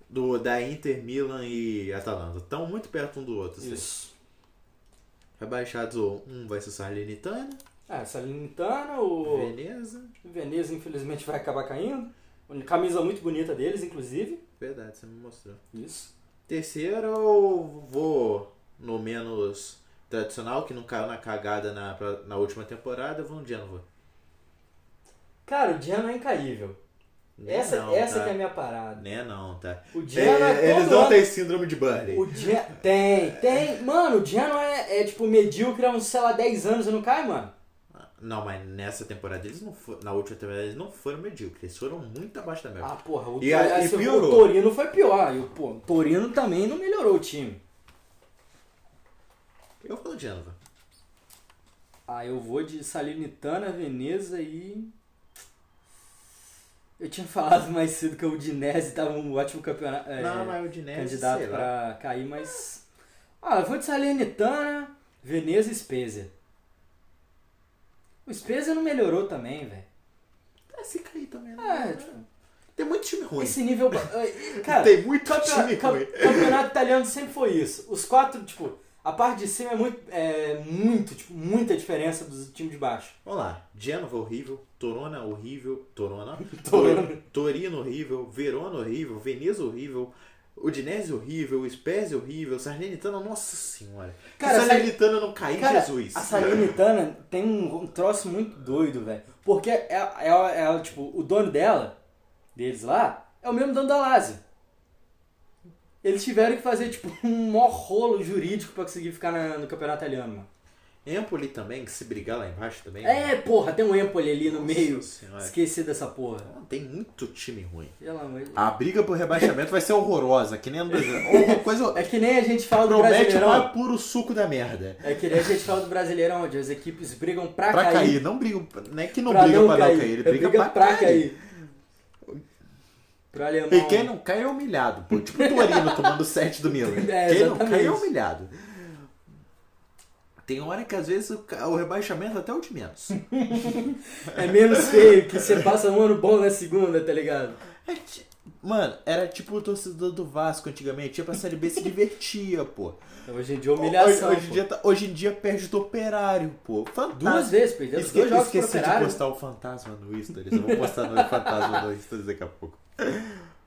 [SPEAKER 2] do da Inter, Milan e Atalanta. Tão muito perto um do outro. Assim.
[SPEAKER 1] Isso.
[SPEAKER 2] Rebaixados, um vai ser Sarlinitana,
[SPEAKER 1] É, Salernitana, o
[SPEAKER 2] Veneza.
[SPEAKER 1] Veneza infelizmente vai acabar caindo. Camisa muito bonita deles, inclusive.
[SPEAKER 2] Verdade, você me mostrou.
[SPEAKER 1] Isso.
[SPEAKER 2] Terceiro, eu vou no menos tradicional, que não caiu na cagada na, pra- na última temporada, eu vou no Genova.
[SPEAKER 1] Cara, o Genoa é incaível.
[SPEAKER 2] Nem
[SPEAKER 1] Essa,
[SPEAKER 2] não,
[SPEAKER 1] essa
[SPEAKER 2] tá?
[SPEAKER 1] que é a minha parada.
[SPEAKER 2] Né, não, tá?
[SPEAKER 1] O Genoa
[SPEAKER 2] É,
[SPEAKER 1] é,
[SPEAKER 2] eles
[SPEAKER 1] todo
[SPEAKER 2] não
[SPEAKER 1] ano-
[SPEAKER 2] têm síndrome de Burley.
[SPEAKER 1] O Gen... Tem, tem. Mano, o Genoa é, é tipo medíocre há uns, sei lá, 10 anos e não cai, mano.
[SPEAKER 2] Não, mas nessa temporada eles não foram. Na última temporada eles não foram medíocres, eles foram muito abaixo da média.
[SPEAKER 1] Ah, porra, o,
[SPEAKER 2] É. E a-
[SPEAKER 1] Tor-
[SPEAKER 2] e
[SPEAKER 1] assim, o
[SPEAKER 2] piorou.
[SPEAKER 1] Torino foi pior. E o pô, o Torino também não melhorou o time.
[SPEAKER 2] Eu vou no Genova.
[SPEAKER 1] Ah, eu vou de Salernitana, Veneza e. Eu tinha falado mais cedo que o Udinese tava um ótimo campeonato. é,
[SPEAKER 2] não, mas o Dinese,
[SPEAKER 1] candidato
[SPEAKER 2] sei lá.
[SPEAKER 1] pra cair, mas. Ah, eu vou de Salernitana, Veneza e Spezia. O Spezia não melhorou também, velho.
[SPEAKER 2] Ah, se cair também, não.
[SPEAKER 1] É,
[SPEAKER 2] né?
[SPEAKER 1] tipo,
[SPEAKER 2] Tem muito time ruim.
[SPEAKER 1] Esse nível. ba- é, Cara, é
[SPEAKER 2] Tem muito
[SPEAKER 1] campeonato,
[SPEAKER 2] time
[SPEAKER 1] cam-
[SPEAKER 2] ruim.
[SPEAKER 1] campeonato italiano sempre foi isso. Os quatro, tipo, a parte de cima é muito. É muito, tipo, muita diferença dos times de baixo.
[SPEAKER 2] Vamos lá. Genova horrível, Torona horrível, Torona.
[SPEAKER 1] Torona.
[SPEAKER 2] Torino horrível, Verona horrível, Veneza horrível, Udinese horrível, Spezia horrível, Salernitana, nossa senhora.
[SPEAKER 1] Cara,
[SPEAKER 2] Salernitana não caiu em
[SPEAKER 1] Cara,
[SPEAKER 2] Jesus.
[SPEAKER 1] a Salernitana tem um troço muito doido, velho. Porque é, ela, ela- ela, tipo, o dono dela, deles lá, é o mesmo dono da Lazio. Eles tiveram que fazer, tipo, um maior rolo jurídico pra conseguir ficar na- no campeonato italiano, mano.
[SPEAKER 2] Empoli também, que se brigar lá embaixo também. né?
[SPEAKER 1] É, porra, tem um Empoli ali no
[SPEAKER 2] Nossa é.
[SPEAKER 1] meio.
[SPEAKER 2] senhora.
[SPEAKER 1] Esqueci dessa porra.
[SPEAKER 2] Tem muito time ruim.
[SPEAKER 1] Pelo amor de
[SPEAKER 2] A briga por rebaixamento vai ser horrorosa, que nem no Brasil. Uma coisa
[SPEAKER 1] É que nem a gente fala do
[SPEAKER 2] promete o
[SPEAKER 1] Brasileirão.
[SPEAKER 2] mais é puro suco da merda.
[SPEAKER 1] É que nem a gente fala do Brasileirão, onde as equipes brigam pra,
[SPEAKER 2] Pra cair,
[SPEAKER 1] cair.
[SPEAKER 2] não briga. Não é que não
[SPEAKER 1] pra
[SPEAKER 2] briga
[SPEAKER 1] não
[SPEAKER 2] pra
[SPEAKER 1] cair.
[SPEAKER 2] não cair, ele
[SPEAKER 1] É,
[SPEAKER 2] briga, pra, cair.
[SPEAKER 1] Pro alemão.
[SPEAKER 2] E quem não cai é humilhado, pô. Tipo o Torino tomando 7 do Milan.
[SPEAKER 1] É,
[SPEAKER 2] quem não
[SPEAKER 1] exatamente.
[SPEAKER 2] cai é humilhado. Tem hora que às vezes o ca- o rebaixamento até é o de menos.
[SPEAKER 1] É menos feio que você passa um ano bom na segunda, tá ligado?
[SPEAKER 2] É ti- Mano, era tipo o torcedor do Vasco antigamente. Ia pra Série B se divertia, pô.
[SPEAKER 1] Hoje em dia é humilhação.
[SPEAKER 2] Hoje, hoje em
[SPEAKER 1] pô.
[SPEAKER 2] dia, tá- hoje em dia perde do operário, pô. Fantástico.
[SPEAKER 1] Duas vezes, perdeu os
[SPEAKER 2] Esque,
[SPEAKER 1] dois jogos pro
[SPEAKER 2] esqueci de
[SPEAKER 1] Operário.
[SPEAKER 2] postar o fantasma no Stories. Eu vou postar no fantasma no Stories daqui a pouco.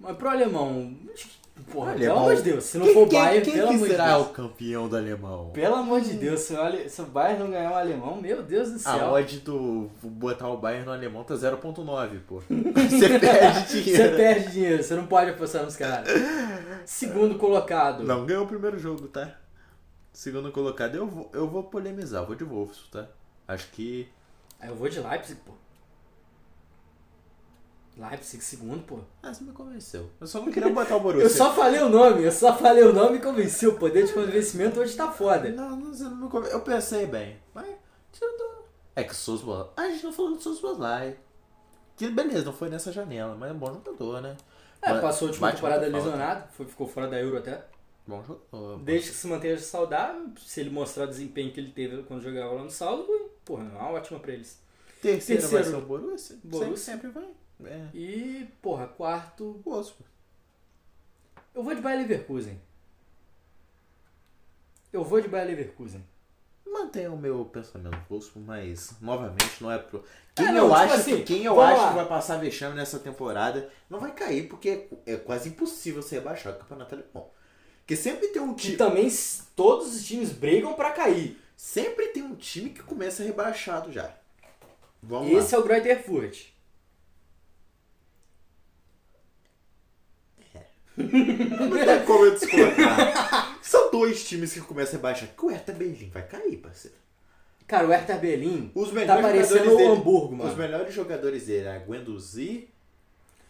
[SPEAKER 1] Mas pro alemão, acho que- porra,
[SPEAKER 2] Olha,
[SPEAKER 1] pelo
[SPEAKER 2] irmão,
[SPEAKER 1] amor de Deus, se não
[SPEAKER 2] quem,
[SPEAKER 1] for o
[SPEAKER 2] quem-
[SPEAKER 1] Bayern,
[SPEAKER 2] quem
[SPEAKER 1] pelo
[SPEAKER 2] que
[SPEAKER 1] amor de
[SPEAKER 2] será
[SPEAKER 1] Deus.
[SPEAKER 2] o campeão do alemão?
[SPEAKER 1] Pelo amor de Deus, se, o Ale- se o Bayern não ganhar o alemão, meu Deus do
[SPEAKER 2] A
[SPEAKER 1] céu.
[SPEAKER 2] odd do botar o Bayern no alemão tá 0.9, pô. Você perde
[SPEAKER 1] Você
[SPEAKER 2] dinheiro.
[SPEAKER 1] perde dinheiro, você não pode apostar nos caras. Segundo colocado.
[SPEAKER 2] Não ganhou o primeiro jogo, tá? Segundo colocado, eu vou, eu vou polemizar, eu vou de Wolves, tá? Acho que.
[SPEAKER 1] Aí eu vou de Leipzig, pô. Leipzig, segundo, pô.
[SPEAKER 2] Ah, você me convenceu. Eu só não queria botar o Borussia.
[SPEAKER 1] Eu só falei o nome, eu só falei o nome e convenci. O poder de convencimento hoje tá foda.
[SPEAKER 2] Não, não, você não me convenceu. Eu pensei bem, mas. tirando- É que o Sosbo. A gente não falou do Sosbo lá. Que beleza, não foi nessa janela, mas é um bom jogador, né?
[SPEAKER 1] É,
[SPEAKER 2] Mas-
[SPEAKER 1] passou a última
[SPEAKER 2] bate
[SPEAKER 1] temporada
[SPEAKER 2] muita falta.
[SPEAKER 1] lesionado, foi- ficou fora da Euro até.
[SPEAKER 2] Bom jogador.
[SPEAKER 1] Desde que se mantenha saudável, se ele mostrar o desempenho que ele teve quando jogava lá no Salzburg, porra, é uma ótima pra eles.
[SPEAKER 2] Terceiro,
[SPEAKER 1] Terceiro.
[SPEAKER 2] vai ser o Borussia?
[SPEAKER 1] Borussia.
[SPEAKER 2] Sempre, sempre vai. É.
[SPEAKER 1] E, porra, quarto,
[SPEAKER 2] O Wolfsburg.
[SPEAKER 1] eu vou de Bayer Leverkusen. Eu vou de Bayer Leverkusen.
[SPEAKER 2] Mantenho o meu pensamento Wolfsburg, mas novamente não é pro. Quem
[SPEAKER 1] não,
[SPEAKER 2] eu
[SPEAKER 1] tipo
[SPEAKER 2] acho,
[SPEAKER 1] assim,
[SPEAKER 2] que, quem eu
[SPEAKER 1] vamos
[SPEAKER 2] acho
[SPEAKER 1] lá.
[SPEAKER 2] que vai passar vexame nessa temporada não vai cair, porque é, é quase impossível você rebaixar o campeonato alemão. Porque sempre tem um
[SPEAKER 1] Que
[SPEAKER 2] time.
[SPEAKER 1] também s- todos os times brigam pra cair.
[SPEAKER 2] Sempre tem um time que começa rebaixado já. Vamos
[SPEAKER 1] Esse é o Greuther Furt.
[SPEAKER 2] lá. Não tem como eu discordar. São dois times que começam a rebaixar. Que o Hertha Berlim vai cair, parceiro.
[SPEAKER 1] Cara, o Hertha Berlim
[SPEAKER 2] Os
[SPEAKER 1] tá parecendo o
[SPEAKER 2] dele-
[SPEAKER 1] Hamburgo, mano.
[SPEAKER 2] Os melhores jogadores dele é Guendouzi,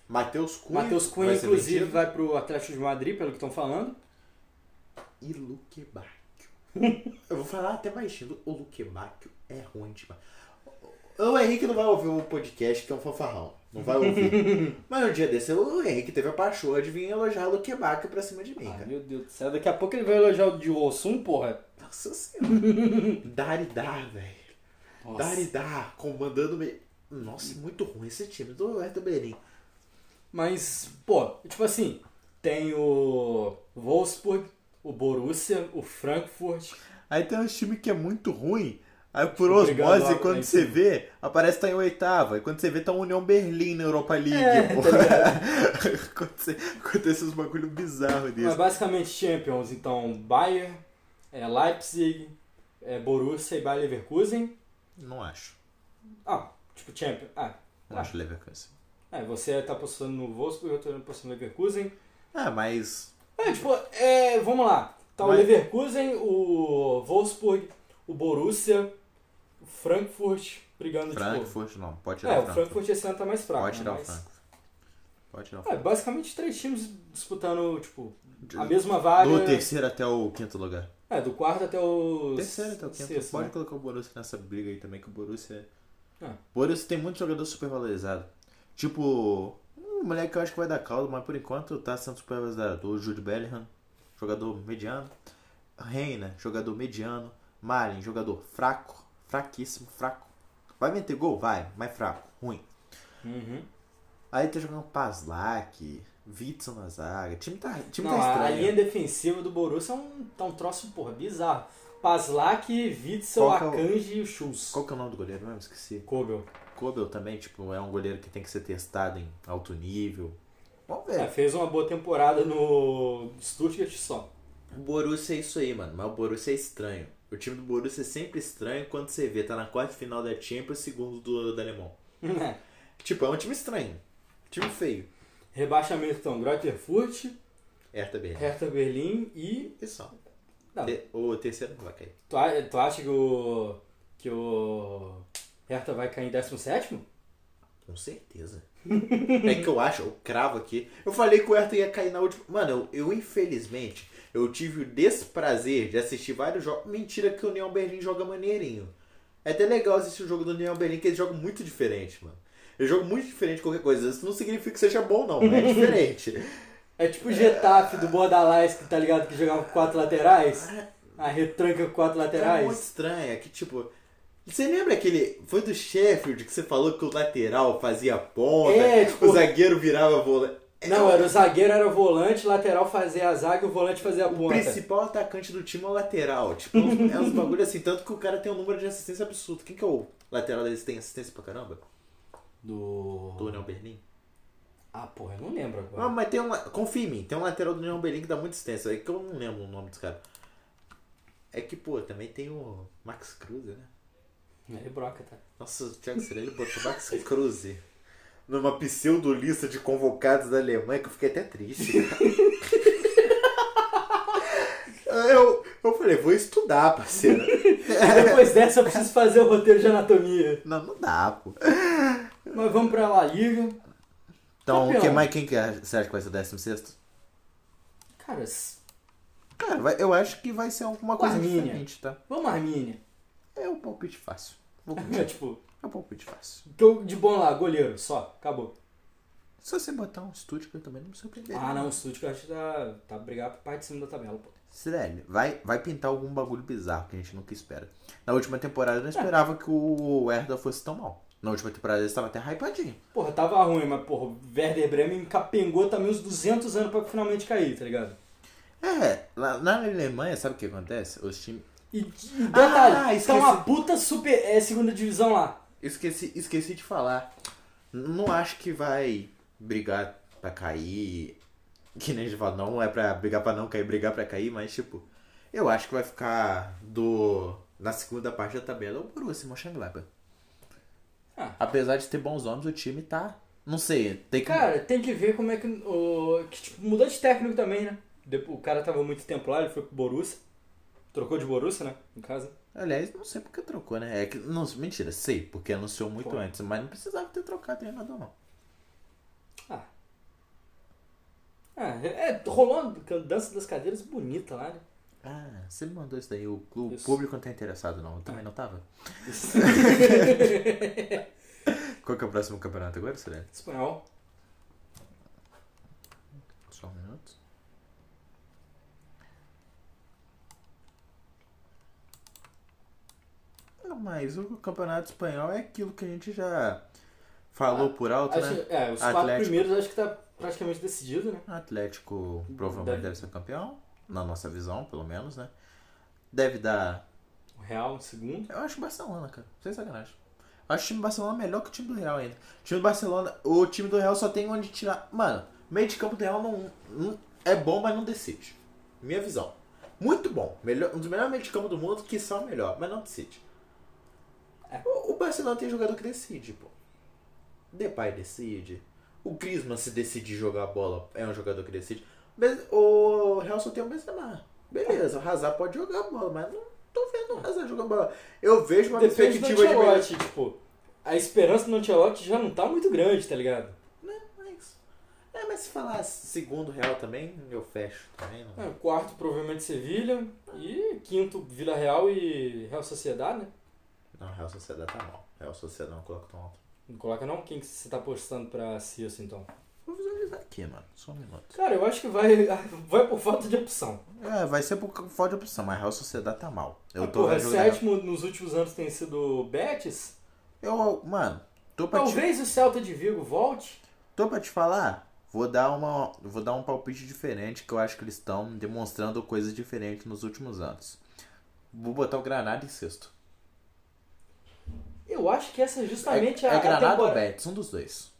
[SPEAKER 2] Matheus Cunha.
[SPEAKER 1] Matheus Cunha,
[SPEAKER 2] vai ser
[SPEAKER 1] inclusive,
[SPEAKER 2] vendido,
[SPEAKER 1] vai pro Atlético de Madrid, pelo que estão falando.
[SPEAKER 2] E Luque Bacchio. Eu vou falar até mais baixinho. O Luque Bacchio é ruim demais. O Henrique não vai ouvir o podcast, que é um fanfarrão. Não vai ouvir. Mas no dia desse, o Henrique teve a paixão de vir elogiar o Luque Bacchio pra cima de mim,
[SPEAKER 1] Ah,
[SPEAKER 2] cara.
[SPEAKER 1] meu Deus do céu, daqui a pouco ele vai elogiar o de Olsun, porra.
[SPEAKER 2] Nossa senhora. Daridar, velho.
[SPEAKER 1] Nossa.
[SPEAKER 2] Daridar, comandando meio. Nossa, muito ruim esse time do Hertha Berlim.
[SPEAKER 1] Mas, pô, tipo assim, tem o Wolfsburg, o Borussia, o Frankfurt.
[SPEAKER 2] Aí tem um time que é muito ruim. Aí por
[SPEAKER 1] Obrigado,
[SPEAKER 2] osmose,
[SPEAKER 1] Álvaro, lá
[SPEAKER 2] quando
[SPEAKER 1] em
[SPEAKER 2] você
[SPEAKER 1] cima.
[SPEAKER 2] vê, aparece tá em oitava. E quando você vê, tá a União Berlim na Europa League.
[SPEAKER 1] É,
[SPEAKER 2] pô.
[SPEAKER 1] tá
[SPEAKER 2] Quando você- Acontece uns bagulho bizarro
[SPEAKER 1] Mas
[SPEAKER 2] desse.
[SPEAKER 1] basicamente Champions, então, Bayern, é, Leipzig, é, Borussia e Bayer Leverkusen.
[SPEAKER 2] Não acho.
[SPEAKER 1] Ah, tipo Champions. Ah,
[SPEAKER 2] Não acho Leverkusen.
[SPEAKER 1] é, você tá postando no Wolfsburg, eu tô postando no Leverkusen.
[SPEAKER 2] Ah, mas.
[SPEAKER 1] É, tipo, é, vamos lá. Tá o
[SPEAKER 2] Mas-
[SPEAKER 1] Leverkusen, o Wolfsburg, o Borussia, o Frankfurt brigando tipo.
[SPEAKER 2] Frankfurt não. Pode
[SPEAKER 1] É,
[SPEAKER 2] tirar o
[SPEAKER 1] o
[SPEAKER 2] Frankfurt.
[SPEAKER 1] Frankfurt esse ano tá mais fraco.
[SPEAKER 2] Pode
[SPEAKER 1] né,
[SPEAKER 2] tirar o
[SPEAKER 1] mas-
[SPEAKER 2] Frankfurt. Pode tirar o
[SPEAKER 1] É,
[SPEAKER 2] Frankfurt.
[SPEAKER 1] basicamente três times disputando, tipo, a mesma vaga.
[SPEAKER 2] Do terceiro até o quinto lugar.
[SPEAKER 1] É, do quarto até o.
[SPEAKER 2] Terceiro até o quinto.
[SPEAKER 1] sexto,
[SPEAKER 2] Pode
[SPEAKER 1] né?
[SPEAKER 2] colocar o Borussia nessa briga aí também, que o Borussia.
[SPEAKER 1] É.
[SPEAKER 2] O Borussia tem muito jogador supervalorizado. Tipo, um moleque que eu acho que vai dar caldo, mas por enquanto tá sendo supervalorizado. O Jude Bellingham, jogador mediano. Reina, jogador mediano. Malin, jogador fraco. Fraquíssimo, fraco. Vai meter gol? Vai, mas fraco, ruim.
[SPEAKER 1] Uhum.
[SPEAKER 2] Aí tá jogando Paslak, Witzel na zaga. O time tá, o time
[SPEAKER 1] não,
[SPEAKER 2] tá
[SPEAKER 1] a- a
[SPEAKER 2] estranho.
[SPEAKER 1] linha defensiva do Borussia é um, tá um troço, porra, bizarro. Paslak, Witzel,
[SPEAKER 2] Qual que é o-
[SPEAKER 1] Akanji e o Schultz.
[SPEAKER 2] Qual que é o nome do goleiro mesmo? Esqueci.
[SPEAKER 1] Kobel.
[SPEAKER 2] Kobel também, tipo, é um goleiro que tem que ser testado em alto nível. Vamos ver.
[SPEAKER 1] É, fez uma boa temporada no Stuttgart só.
[SPEAKER 2] O Borussia é isso aí, mano. Mas o Borussia é estranho. O time do Borussia é sempre estranho quando você vê, tá na quarta final da Champions, segundo do, do Alemão.
[SPEAKER 1] Né?
[SPEAKER 2] Tipo, é um time estranho. Time feio. É
[SPEAKER 1] Rebaixamento então, Grotterfurt,
[SPEAKER 2] Hertha Berlim.
[SPEAKER 1] Hertha Berlim e...
[SPEAKER 2] E só.
[SPEAKER 1] É. Não.
[SPEAKER 2] Te- O terceiro não vai cair.
[SPEAKER 1] Tu, a- tu acha que o... que o... Hertha vai cair em 17º?
[SPEAKER 2] Com certeza. é que eu acho, eu cravo aqui. Eu falei que o Hertha ia cair na última. Mano, eu, eu, infelizmente, eu tive o desprazer de assistir vários jogos. Mentira que o Neon Berlim joga maneirinho. É até legal assistir o jogo do Neon Berlim, que eles jogam muito diferente, mano. Eles jogam muito diferente de qualquer coisa. Isso não significa que seja bom, não. mas É diferente.
[SPEAKER 1] É tipo o Getafe do Bordalás, que tá ligado, que jogava com quatro laterais. A retranca com quatro
[SPEAKER 2] É muito
[SPEAKER 1] laterais.
[SPEAKER 2] estranho, é que tipo. Você lembra aquele. Foi do Sheffield que você falou que o lateral fazia ponta,
[SPEAKER 1] É, tipo-
[SPEAKER 2] o zagueiro virava É volante.
[SPEAKER 1] Não, era o zagueiro era o volante, lateral fazia a zaga e o volante fazia a
[SPEAKER 2] O
[SPEAKER 1] ponta.
[SPEAKER 2] principal atacante do time é o lateral. Tipo, é uns bagulho assim, tanto que o cara tem um número de assistência absurdo. Quem que é o lateral deles que tem assistência pra caramba? Do
[SPEAKER 1] Do.
[SPEAKER 2] União Berlim?
[SPEAKER 1] Ah, porra, eu não lembro agora.
[SPEAKER 2] Ah, mas tem um. la- Confia em mim, tem um lateral do União Berlim que dá muita assistência. É que eu não lembro o nome dos caras. É que, pô, também tem o Max Cruz, né?
[SPEAKER 1] Ele broca, tá?
[SPEAKER 2] Nossa, o Thiago Cirelli botou Max Cruz numa pseudo-lista de convocados da Alemanha que eu fiquei até triste. eu, eu falei, vou estudar, parceiro.
[SPEAKER 1] Depois dessa eu preciso fazer o roteiro de anatomia.
[SPEAKER 2] Não, não dá, pô.
[SPEAKER 1] Mas vamos pra La Liga.
[SPEAKER 2] Então,
[SPEAKER 1] Campeão.
[SPEAKER 2] o que mais, quem que acha- você acha que vai ser o 16
[SPEAKER 1] Cara, s-
[SPEAKER 2] Cara, vai- eu acho que vai ser alguma coisa
[SPEAKER 1] Armínia.
[SPEAKER 2] diferente, tá?
[SPEAKER 1] vamos Armínia.
[SPEAKER 2] É um palpite fácil. Vou
[SPEAKER 1] É,
[SPEAKER 2] comer.
[SPEAKER 1] tipo,
[SPEAKER 2] É um palpite fácil.
[SPEAKER 1] tô de bom lá, goleiro, só, acabou.
[SPEAKER 2] Se você botar um Stuttgart também, não me surpreender.
[SPEAKER 1] Ah, não, o Stuttgart tá, tá brigar pra parte de cima da tabela, pô.
[SPEAKER 2] Cirelli, vai, vai pintar algum bagulho bizarro que a gente nunca espera. Na última temporada
[SPEAKER 1] É.
[SPEAKER 2] eu não esperava que o Herda fosse tão mal. Na última temporada ele estava até hypadinho.
[SPEAKER 1] Porra, tava ruim, mas, porra, o Werder Bremen capengou também uns 200 anos pra finalmente cair, tá ligado?
[SPEAKER 2] É, lá, na Alemanha, sabe o que acontece? Os times.
[SPEAKER 1] E, e detalhe,
[SPEAKER 2] Ah,
[SPEAKER 1] tá
[SPEAKER 2] esqueci.
[SPEAKER 1] uma puta super. É segunda divisão lá.
[SPEAKER 2] Esqueci, esqueci de falar. N- Não acho que vai brigar pra cair. Que nem a gente fala, não é pra brigar pra não cair, brigar pra cair, mas tipo, eu acho que vai ficar do. Na segunda parte da tabela o Borussia Mönchengladbach.
[SPEAKER 1] Ah.
[SPEAKER 2] Apesar de ter bons homens, o time tá. Não sei, tem que.
[SPEAKER 1] Cara, tem que ver como é que. O, que tipo, mudou de técnico também, né? Depo- O cara tava muito tempo lá, ele foi pro Borussia. Trocou de Borussia, né? Em casa.
[SPEAKER 2] Aliás, não sei porque trocou, né? É que. Não, mentira, sei, porque anunciou muito
[SPEAKER 1] Pô.
[SPEAKER 2] antes, mas não precisava ter trocado treinador, não.
[SPEAKER 1] Ah. Ah, é, é, rolou uma dança das cadeiras bonita lá, né?
[SPEAKER 2] Ah, você me mandou isso daí, o, o
[SPEAKER 1] Isso.
[SPEAKER 2] público não tá interessado, não. Eu também não tava. Qual que é o próximo campeonato agora, Sirene?
[SPEAKER 1] Espanhol.
[SPEAKER 2] Só um minuto. Não, Mas o campeonato espanhol é aquilo que a gente já falou por alto,
[SPEAKER 1] Acho,
[SPEAKER 2] né?
[SPEAKER 1] É, os quatro
[SPEAKER 2] Atlético.
[SPEAKER 1] primeiros acho que tá praticamente decidido, né?
[SPEAKER 2] Atlético provavelmente
[SPEAKER 1] Deve-
[SPEAKER 2] deve ser campeão, na nossa visão, pelo menos, né? Deve dar.
[SPEAKER 1] O Real em segundo.
[SPEAKER 2] Eu acho o Barcelona, cara. Sem sacanagem. Eu acho o time do Barcelona é melhor que o time do Real ainda. O time do Barcelona, o time do Real só tem onde tirar. Mano, meio de campo do Real não, não- é bom, mas não decide. Minha visão. Muito bom. Melhor, um dos melhores meios de campo do mundo, que são o melhor, mas não decide.
[SPEAKER 1] É.
[SPEAKER 2] O, o Barcelona tem jogador que decide, pô. Depay decide. O Griezmann, se decide jogar a bola, é um jogador que decide. Mas o Real só tem o Benzema. Beleza, o Hazard pode jogar a bola, mas não tô vendo o Hazard jogar a bola. Eu vejo uma
[SPEAKER 1] Depende do
[SPEAKER 2] perspectiva de melhor
[SPEAKER 1] Ancelotti, tipo. A esperança do Ancelotti já não tá muito grande, tá ligado?
[SPEAKER 2] Mas, é, mas se falar segundo real também, eu fecho também. Não.
[SPEAKER 1] É, o quarto provavelmente Sevilha e quinto Vila Real e Real Sociedade, né?
[SPEAKER 2] não, Real Sociedade tá mal. Real Sociedade não coloca tão alto.
[SPEAKER 1] Não coloca não quem que você tá postando pra Cício, então.
[SPEAKER 2] Vou visualizar aqui, mano. Só um minuto.
[SPEAKER 1] Cara, eu acho que vai, vai por falta de opção.
[SPEAKER 2] É, vai ser por falta de opção, mas Real Sociedade tá mal. Eu
[SPEAKER 1] Mas,
[SPEAKER 2] tô
[SPEAKER 1] Ah, Porra,
[SPEAKER 2] jogando-
[SPEAKER 1] sétimo nos últimos anos tem sido o Betis.
[SPEAKER 2] Eu, mano, tô pra ti-
[SPEAKER 1] Talvez o Celta de Vigo volte.
[SPEAKER 2] Tô pra te falar, vou dar, uma, vou dar um palpite diferente que eu acho que eles estão demonstrando coisas diferentes nos últimos anos. Vou botar o Granada em sexto.
[SPEAKER 1] Eu acho que essa é justamente
[SPEAKER 2] é,
[SPEAKER 1] a,
[SPEAKER 2] é
[SPEAKER 1] a
[SPEAKER 2] Granada ou
[SPEAKER 1] temporada.
[SPEAKER 2] Betis, um dos dois.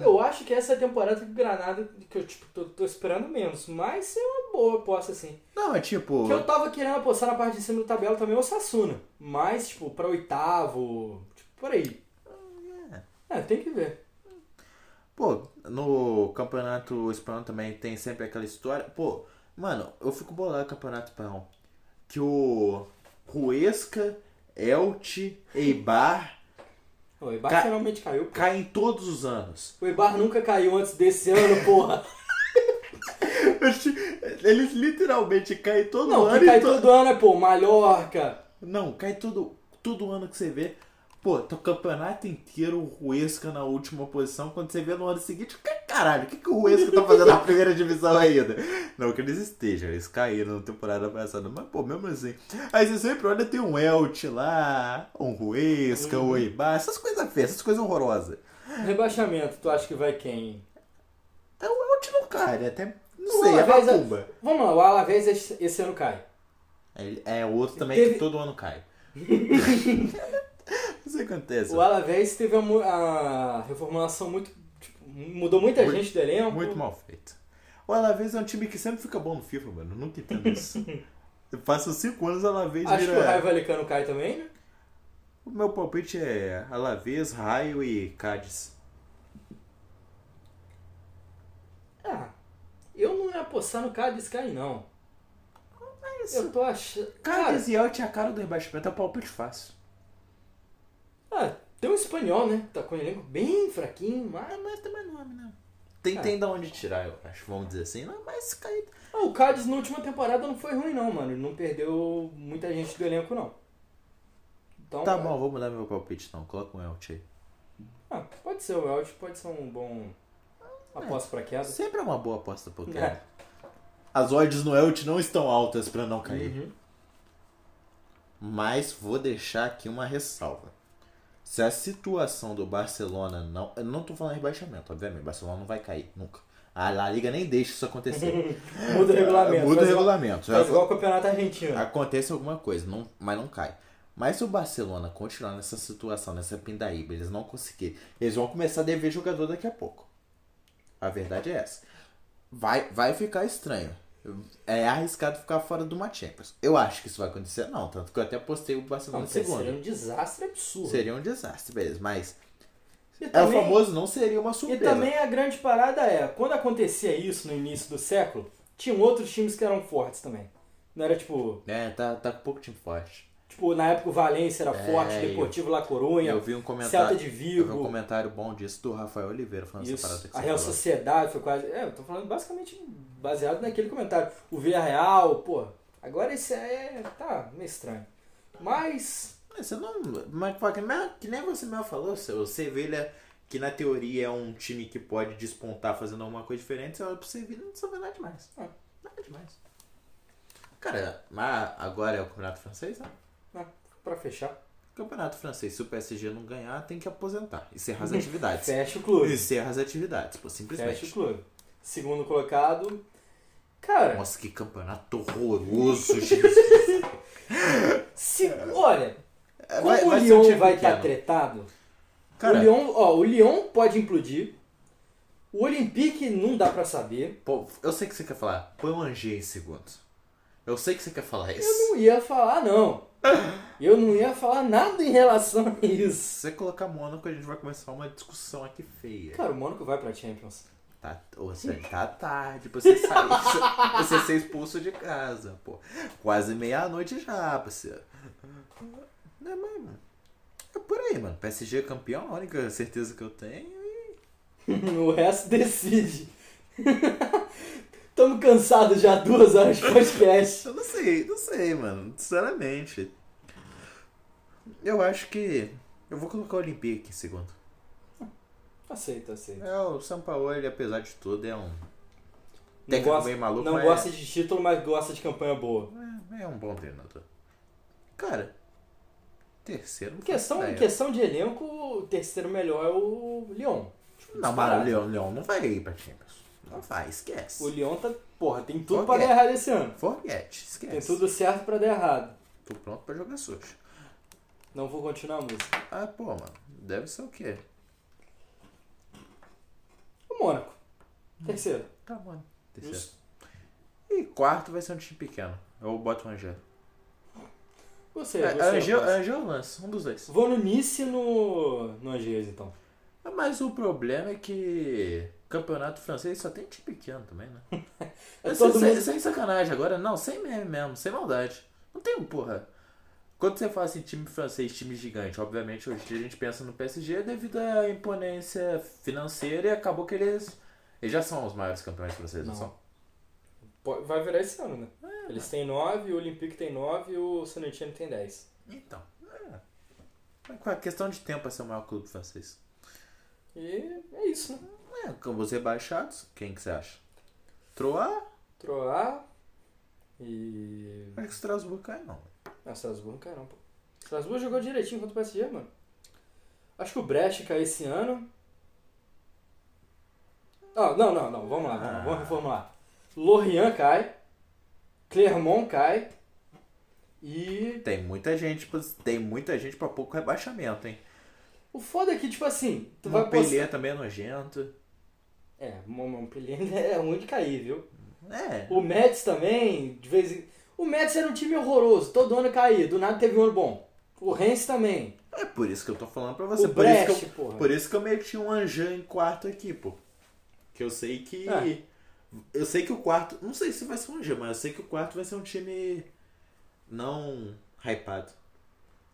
[SPEAKER 1] Eu acho que essa é a temporada que o Granada, que eu tipo, tô, tô esperando menos, mas é uma boa aposta, assim.
[SPEAKER 2] Não, é tipo.
[SPEAKER 1] Que eu tava querendo apostar na parte de cima do tabela também o Sassuna, mas, tipo, pra oitavo, tipo, por aí. É, tem que ver.
[SPEAKER 2] Pô, no campeonato espanhol também tem sempre aquela história. Pô, mano, eu fico bolado com o campeonato espanhol. Que o Huesca, Elche, Eibar
[SPEAKER 1] O Eibar
[SPEAKER 2] Ca-
[SPEAKER 1] finalmente caiu. pô.
[SPEAKER 2] caem todos os anos.
[SPEAKER 1] O Eibar nunca caiu antes desse ano, porra.
[SPEAKER 2] Eles literalmente caem todo
[SPEAKER 1] Não,
[SPEAKER 2] ano
[SPEAKER 1] que
[SPEAKER 2] e
[SPEAKER 1] cai
[SPEAKER 2] todo-
[SPEAKER 1] todo ano é, pô, Mallorca.
[SPEAKER 2] Não, cai todo, todo ano que você vê. Pô, tá o campeonato inteiro o Huesca na última posição. Quando você vê no ano seguinte, "Ca- caralho, o que, que o Huesca tá fazendo na primeira divisão ainda? Não que eles estejam, eles caíram na temporada passada. Mas, pô, mesmo assim. Aí você sempre olha, tem um Elche lá, um Huesca,
[SPEAKER 1] Uhum.
[SPEAKER 2] um Eibar, essas coisas feias, essas coisas horrorosas.
[SPEAKER 1] Rebaixamento, tu acha que vai quem?
[SPEAKER 2] Então o Elche não cai, né? Até, não
[SPEAKER 1] O
[SPEAKER 2] sei, é
[SPEAKER 1] Alavés é-
[SPEAKER 2] macumba.
[SPEAKER 1] Vamos lá, o Alavés esse esse ano cai.
[SPEAKER 2] É, é outro também
[SPEAKER 1] Teve-
[SPEAKER 2] que todo ano cai. Isso acontece.
[SPEAKER 1] O Alavés teve a, mu- a reformulação muito. tipo, mudou muita
[SPEAKER 2] Muito-
[SPEAKER 1] gente do elenco.
[SPEAKER 2] Muito mal feito. O Alavés é um time que sempre fica bom no FIFA, mano. Eu nunca entendo isso. Eu Passam 5 anos, o Alavés
[SPEAKER 1] Acho que o Raio
[SPEAKER 2] vira... é.
[SPEAKER 1] Valecano cai também, né?
[SPEAKER 2] O meu palpite é Alavés, Raio e Cádiz.
[SPEAKER 1] Ah, eu não ia apostar no Cádiz cair, não. Eu tô achando. Cara,
[SPEAKER 2] Cádiz e Elche é a cara do rebaixamento. É um palpite fácil.
[SPEAKER 1] ah, tem um espanhol, né? Tá com o elenco bem fraquinho, É, mas.
[SPEAKER 2] mas também nome, né? Tem,
[SPEAKER 1] É.
[SPEAKER 2] tem da onde tirar, eu acho. Vamos dizer assim. Não, mas cai...
[SPEAKER 1] Ah, o Cádiz na última temporada não foi ruim, não, mano. Ele não perdeu muita gente do elenco, não. Então,
[SPEAKER 2] Tá
[SPEAKER 1] cara,
[SPEAKER 2] bom, vou mudar meu palpite, então. Coloca um Elche aí.
[SPEAKER 1] Ah, pode ser o Elche, pode ser um bom aposta pra queda.
[SPEAKER 2] Sempre é uma boa aposta pro cara.
[SPEAKER 1] É.
[SPEAKER 2] As odds no Elche não estão altas pra não cair.
[SPEAKER 1] Uhum.
[SPEAKER 2] Mas vou deixar aqui uma ressalva. Se a situação do Barcelona não. Eu não tô falando rebaixamento, obviamente. Barcelona não vai cair, nunca. A La Liga nem deixa isso acontecer. É,
[SPEAKER 1] Muda o regulamento.
[SPEAKER 2] Muda o
[SPEAKER 1] faz igual-
[SPEAKER 2] regulamento. É,
[SPEAKER 1] Faz igual o campeonato argentino.
[SPEAKER 2] Acontece alguma coisa, não, mas não cai. Mas se o Barcelona continuar nessa situação, nessa pindaíba, eles não conseguir, eles vão começar a dever jogador daqui a pouco. A verdade é essa. Vai, vai ficar estranho. É arriscado ficar fora de uma Champions. Eu acho que isso vai acontecer, não. Tanto que eu até postei o Barcelona
[SPEAKER 1] Não,
[SPEAKER 2] em
[SPEAKER 1] seria
[SPEAKER 2] segundo.
[SPEAKER 1] um desastre absurdo.
[SPEAKER 2] Seria um desastre, beleza. Mas
[SPEAKER 1] E
[SPEAKER 2] é o
[SPEAKER 1] também-
[SPEAKER 2] famoso não seria uma
[SPEAKER 1] E
[SPEAKER 2] surpresa.
[SPEAKER 1] também a grande parada é, quando acontecia isso no início do século, tinham outros times que eram fortes também. Não era tipo.
[SPEAKER 2] É, tá, tá com pouco time forte.
[SPEAKER 1] Tipo, na época o Valência era
[SPEAKER 2] É,
[SPEAKER 1] forte,
[SPEAKER 2] eu-
[SPEAKER 1] Deportivo La Coruña,
[SPEAKER 2] Eu vi um
[SPEAKER 1] Celta
[SPEAKER 2] comentário.
[SPEAKER 1] de
[SPEAKER 2] Eu vi um
[SPEAKER 1] Vigo,
[SPEAKER 2] comentário bom disso do Rafael Oliveira falando essa parada
[SPEAKER 1] isso,
[SPEAKER 2] que
[SPEAKER 1] a
[SPEAKER 2] você
[SPEAKER 1] Real
[SPEAKER 2] falou.
[SPEAKER 1] Sociedade foi quase. É, eu tô falando basicamente baseado naquele comentário. O Villarreal, pô, agora esse é. tá meio estranho. Mas.
[SPEAKER 2] Mas Você não. Mas fala que nem- que nem você mesmo falou, seu, o Sevilha, que na teoria é um time que pode despontar fazendo alguma coisa diferente, você olha pro Sevilha e não sabe nada demais.
[SPEAKER 1] É.
[SPEAKER 2] Nada demais. Cara, mas agora é o Campeonato Francês, né?
[SPEAKER 1] né, pra fechar,
[SPEAKER 2] Campeonato Francês, se o PSG não ganhar, tem que aposentar. Encerrar as atividades.
[SPEAKER 1] fecha o clube.
[SPEAKER 2] Encerra as atividades, pô,
[SPEAKER 1] Fecha o
[SPEAKER 2] simplesmente.
[SPEAKER 1] clube. Segundo colocado. Cara.
[SPEAKER 2] Nossa, que campeonato horroroso, gente.
[SPEAKER 1] Se, olha, como
[SPEAKER 2] Vai- vai
[SPEAKER 1] o
[SPEAKER 2] ser um
[SPEAKER 1] Lyon
[SPEAKER 2] time
[SPEAKER 1] vai estar
[SPEAKER 2] pequeno.
[SPEAKER 1] tretado,
[SPEAKER 2] Cara,
[SPEAKER 1] o Lyon, ó, o Lyon pode implodir. O Olympique não dá pra saber.
[SPEAKER 2] pô, eu sei o que você quer falar. Põe o Angers em segundo. Eu sei que você quer falar isso.
[SPEAKER 1] Eu não ia falar não. Eu não ia falar nada em relação a isso.
[SPEAKER 2] Se você colocar Mônaco, a gente vai começar uma discussão aqui feia.
[SPEAKER 1] Cara, o Mônaco vai pra Champions.
[SPEAKER 2] Tá, ou seja, tá tarde pra você sair, pra você ser expulso de casa, pô. Quase meia-noite já, parceiro. Não é, mano. É por aí, mano. PSG é campeão, a única certeza que eu tenho.
[SPEAKER 1] O resto decide. Tamo cansado já duas horas de podcast.
[SPEAKER 2] Eu não sei, não sei, mano. Sinceramente. Eu acho que. Eu vou colocar o Olympique em segundo.
[SPEAKER 1] Aceito, aceito.
[SPEAKER 2] É, o Sampaoli, apesar de tudo, é um.
[SPEAKER 1] Não,
[SPEAKER 2] Técnico
[SPEAKER 1] gosta,
[SPEAKER 2] meio maluco, é.
[SPEAKER 1] não
[SPEAKER 2] mas-
[SPEAKER 1] gosta de título, mas gosta de campanha boa.
[SPEAKER 2] É, é um bom treinador. Cara, terceiro. não
[SPEAKER 1] Em questão,
[SPEAKER 2] faço
[SPEAKER 1] em
[SPEAKER 2] ideia.
[SPEAKER 1] questão de elenco, é o terceiro melhor é o Lyon.
[SPEAKER 2] Não, mas o Leão, Leão não vai ir pra Champions. Não vai, esquece.
[SPEAKER 1] O Lyon tá, porra, tem tudo
[SPEAKER 2] Qual
[SPEAKER 1] pra
[SPEAKER 2] que é?
[SPEAKER 1] dar errado esse ano.
[SPEAKER 2] Forget, esquece.
[SPEAKER 1] Tem tudo certo pra dar errado.
[SPEAKER 2] Tô pronto pra jogar sujo.
[SPEAKER 1] Não vou continuar a música.
[SPEAKER 2] Ah, pô, mano. Deve ser o quê?
[SPEAKER 1] O Mônaco. Terceiro.
[SPEAKER 2] Tá, mano. Terceiro.
[SPEAKER 1] Justo.
[SPEAKER 2] E quarto vai ser um time pequeno. Eu boto o Angelo.
[SPEAKER 1] Você,
[SPEAKER 2] É,
[SPEAKER 1] você.
[SPEAKER 2] Angelo,
[SPEAKER 1] Afonso.
[SPEAKER 2] Angelo Lance, um dos dois.
[SPEAKER 1] Vou no Nice e no, no Angers, então.
[SPEAKER 2] Ah, Mas o problema é que campeonato francês só tem time pequeno também, né?
[SPEAKER 1] É
[SPEAKER 2] sem,
[SPEAKER 1] todo
[SPEAKER 2] sem-
[SPEAKER 1] mundo-
[SPEAKER 2] sem sacanagem agora, não, sem meme mesmo, sem maldade. Não tem um porra. Quando você fala assim, time francês, time gigante, obviamente hoje em dia a gente pensa no PSG devido à imponência financeira e acabou que eles. Eles já são os maiores campeões franceses, não
[SPEAKER 1] Não.
[SPEAKER 2] são?
[SPEAKER 1] Pô, Vai virar esse ano, né? Eles têm 9, o Olympique tem 9 e o San Etienne tem 10.
[SPEAKER 2] Então. É. É com a questão de tempo pra ser o maior clube francês.
[SPEAKER 1] E é isso, né?
[SPEAKER 2] É, com os rebaixados, quem que você acha? Troar?
[SPEAKER 1] Troar e...
[SPEAKER 2] Acho que o Strasbourg cai, não. né?
[SPEAKER 1] Ah, Strasbourg não cai não, pô. Strasbourg jogou direitinho contra o PSG, mano. Acho que o Brecht cai esse ano. Ah, não, não, não. Vamos lá, vamos,
[SPEAKER 2] Ah.
[SPEAKER 1] lá, vamos reformular. Lorient cai. Clermont cai. E...
[SPEAKER 2] Tem muita gente, pra- tem muita gente pra pouco rebaixamento, hein?
[SPEAKER 1] O foda é que, tipo assim... Tu vai
[SPEAKER 2] Montpellier também é nojento.
[SPEAKER 1] postar- É, Mon- Montpellier é ruim de cair, viu?
[SPEAKER 2] É.
[SPEAKER 1] O Mets também, de vez em... O Mets era um time horroroso, todo ano caía, do nada teve um ano bom. O Rennes também.
[SPEAKER 2] É por isso que eu tô falando pra você.
[SPEAKER 1] o
[SPEAKER 2] por, isso
[SPEAKER 1] Brecht,
[SPEAKER 2] que eu,
[SPEAKER 1] porra.
[SPEAKER 2] por isso que eu meti um Anjan em quarto aqui, pô. Que eu sei que.
[SPEAKER 1] É.
[SPEAKER 2] Eu sei que o quarto. Não sei se vai ser um Anjan, mas eu sei que o quarto vai ser um time. Não hypado.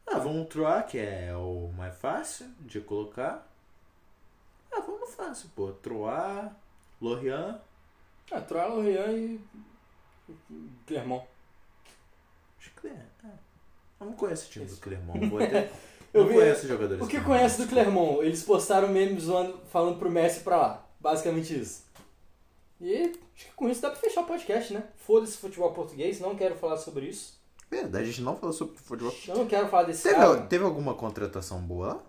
[SPEAKER 2] Ah, vamos Troar, que é o mais fácil de colocar. Ah, vamos fácil, pô. Troar, Lorient.
[SPEAKER 1] Ah, Troia, Lorient e... Clermont.
[SPEAKER 2] Acho que é. é. Eu não conheço o time do Clermont. Vou até.
[SPEAKER 1] Eu
[SPEAKER 2] não
[SPEAKER 1] vi-
[SPEAKER 2] conheço os jogadores.
[SPEAKER 1] O que
[SPEAKER 2] do
[SPEAKER 1] conhece do Clermont? Eles postaram memes zoando, falando pro Messi pra lá. Basicamente isso. E acho que com isso dá pra fechar o podcast, né? Foda-se futebol português, não quero falar sobre isso.
[SPEAKER 2] Verdade, a gente não falou sobre futebol.
[SPEAKER 1] Eu não quero falar desse
[SPEAKER 2] Teve,
[SPEAKER 1] cara. mano.
[SPEAKER 2] teve alguma contratação boa lá?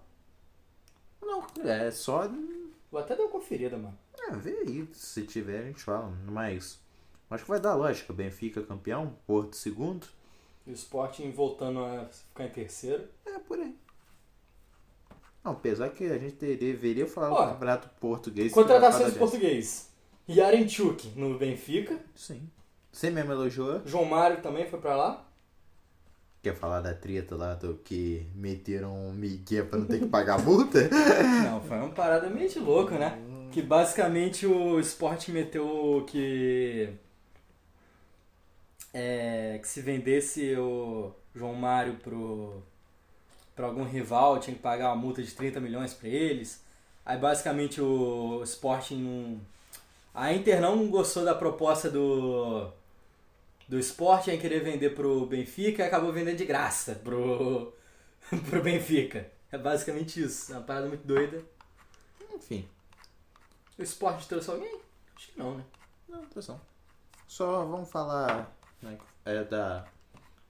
[SPEAKER 2] Não, é só.
[SPEAKER 1] Vou até dar uma conferida, mano.
[SPEAKER 2] É, vê aí. Se tiver, a gente fala. Mas. Acho que vai dar lógica. Benfica campeão, Porto segundo.
[SPEAKER 1] E o Sporting voltando a ficar em terceiro.
[SPEAKER 2] É por aí. Não, apesar que a gente ter- deveria falar
[SPEAKER 1] Ó,
[SPEAKER 2] do campeonato português.
[SPEAKER 1] Contratações de
[SPEAKER 2] Cada-
[SPEAKER 1] português. Yarenchuk no Benfica.
[SPEAKER 2] Sim. Você mesmo elogiou?
[SPEAKER 1] João Mário também foi pra lá.
[SPEAKER 2] Quer falar da treta lá do que meteram um Miguel pra não ter que pagar a multa?
[SPEAKER 1] Não, foi uma parada meio de louco, né? Que basicamente o Sporting meteu que. É, que se vendesse o João Mário pro. pra algum rival, tinha que pagar uma multa de 30 milhões pra eles. Aí basicamente o Sporting não. A Inter não gostou da proposta do. do Sporting em querer vender pro Benfica e acabou vendendo de graça pro. pro Benfica. É basicamente isso. É uma parada muito doida.
[SPEAKER 2] Enfim.
[SPEAKER 1] O esporte trouxe alguém? Acho que não, né?
[SPEAKER 2] Não, tá só. Só vamos falar né, é, da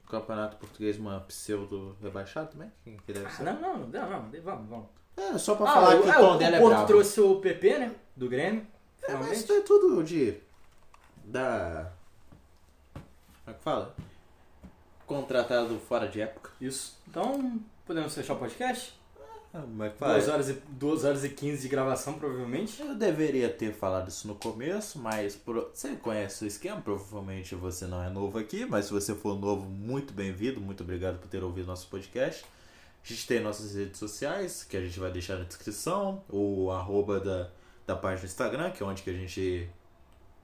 [SPEAKER 2] do Campeonato Português, uma pseudo rebaixada também? Quem que deve
[SPEAKER 1] Ah,
[SPEAKER 2] ser?
[SPEAKER 1] não, não, não, não, não, vamos, vamos.
[SPEAKER 2] É, só pra falar
[SPEAKER 1] o-
[SPEAKER 2] que
[SPEAKER 1] ah,
[SPEAKER 2] o tom
[SPEAKER 1] o
[SPEAKER 2] dela é
[SPEAKER 1] Porto
[SPEAKER 2] bravo.
[SPEAKER 1] trouxe o PP, né? Do Grêmio.
[SPEAKER 2] É, mas
[SPEAKER 1] Finalmente.
[SPEAKER 2] isso é tudo de... Da... Como é que fala? Contratado fora de época.
[SPEAKER 1] Isso. Então, podemos fechar o podcast?
[SPEAKER 2] Ah, Como é que fala?
[SPEAKER 1] 2 horas, e, duas horas e 15 de gravação, provavelmente.
[SPEAKER 2] Eu deveria ter falado isso no começo, mas pro- você conhece o esquema, provavelmente você não é novo aqui, mas se você for novo, muito bem-vindo, muito obrigado por ter ouvido nosso podcast. A gente tem nossas redes sociais, que a gente vai deixar na descrição, o arroba da, da página do Instagram, que é onde que a gente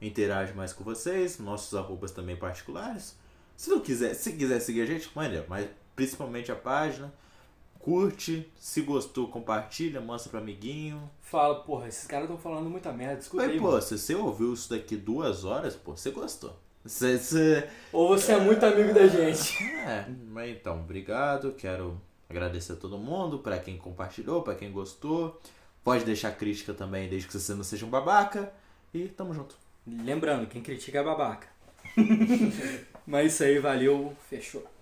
[SPEAKER 2] interage mais com vocês, nossos arrobas também particulares. Se não quiser, se quiser seguir a gente, manda, mas principalmente a página. Curte, se gostou, compartilha, mostra para amiguinho.
[SPEAKER 1] Fala, porra, esses caras estão falando muita merda, escuta aí.
[SPEAKER 2] Mas, pô,
[SPEAKER 1] mano.
[SPEAKER 2] se você ouviu isso daqui duas horas, pô, você gostou. Você, você...
[SPEAKER 1] Ou você é muito amigo da gente.
[SPEAKER 2] É, mas então, obrigado. Quero agradecer a todo mundo, pra quem compartilhou, pra quem gostou. Pode deixar crítica também, desde que você não seja um babaca. E tamo junto.
[SPEAKER 1] Lembrando, quem critica é babaca. Mas isso aí, valeu, fechou.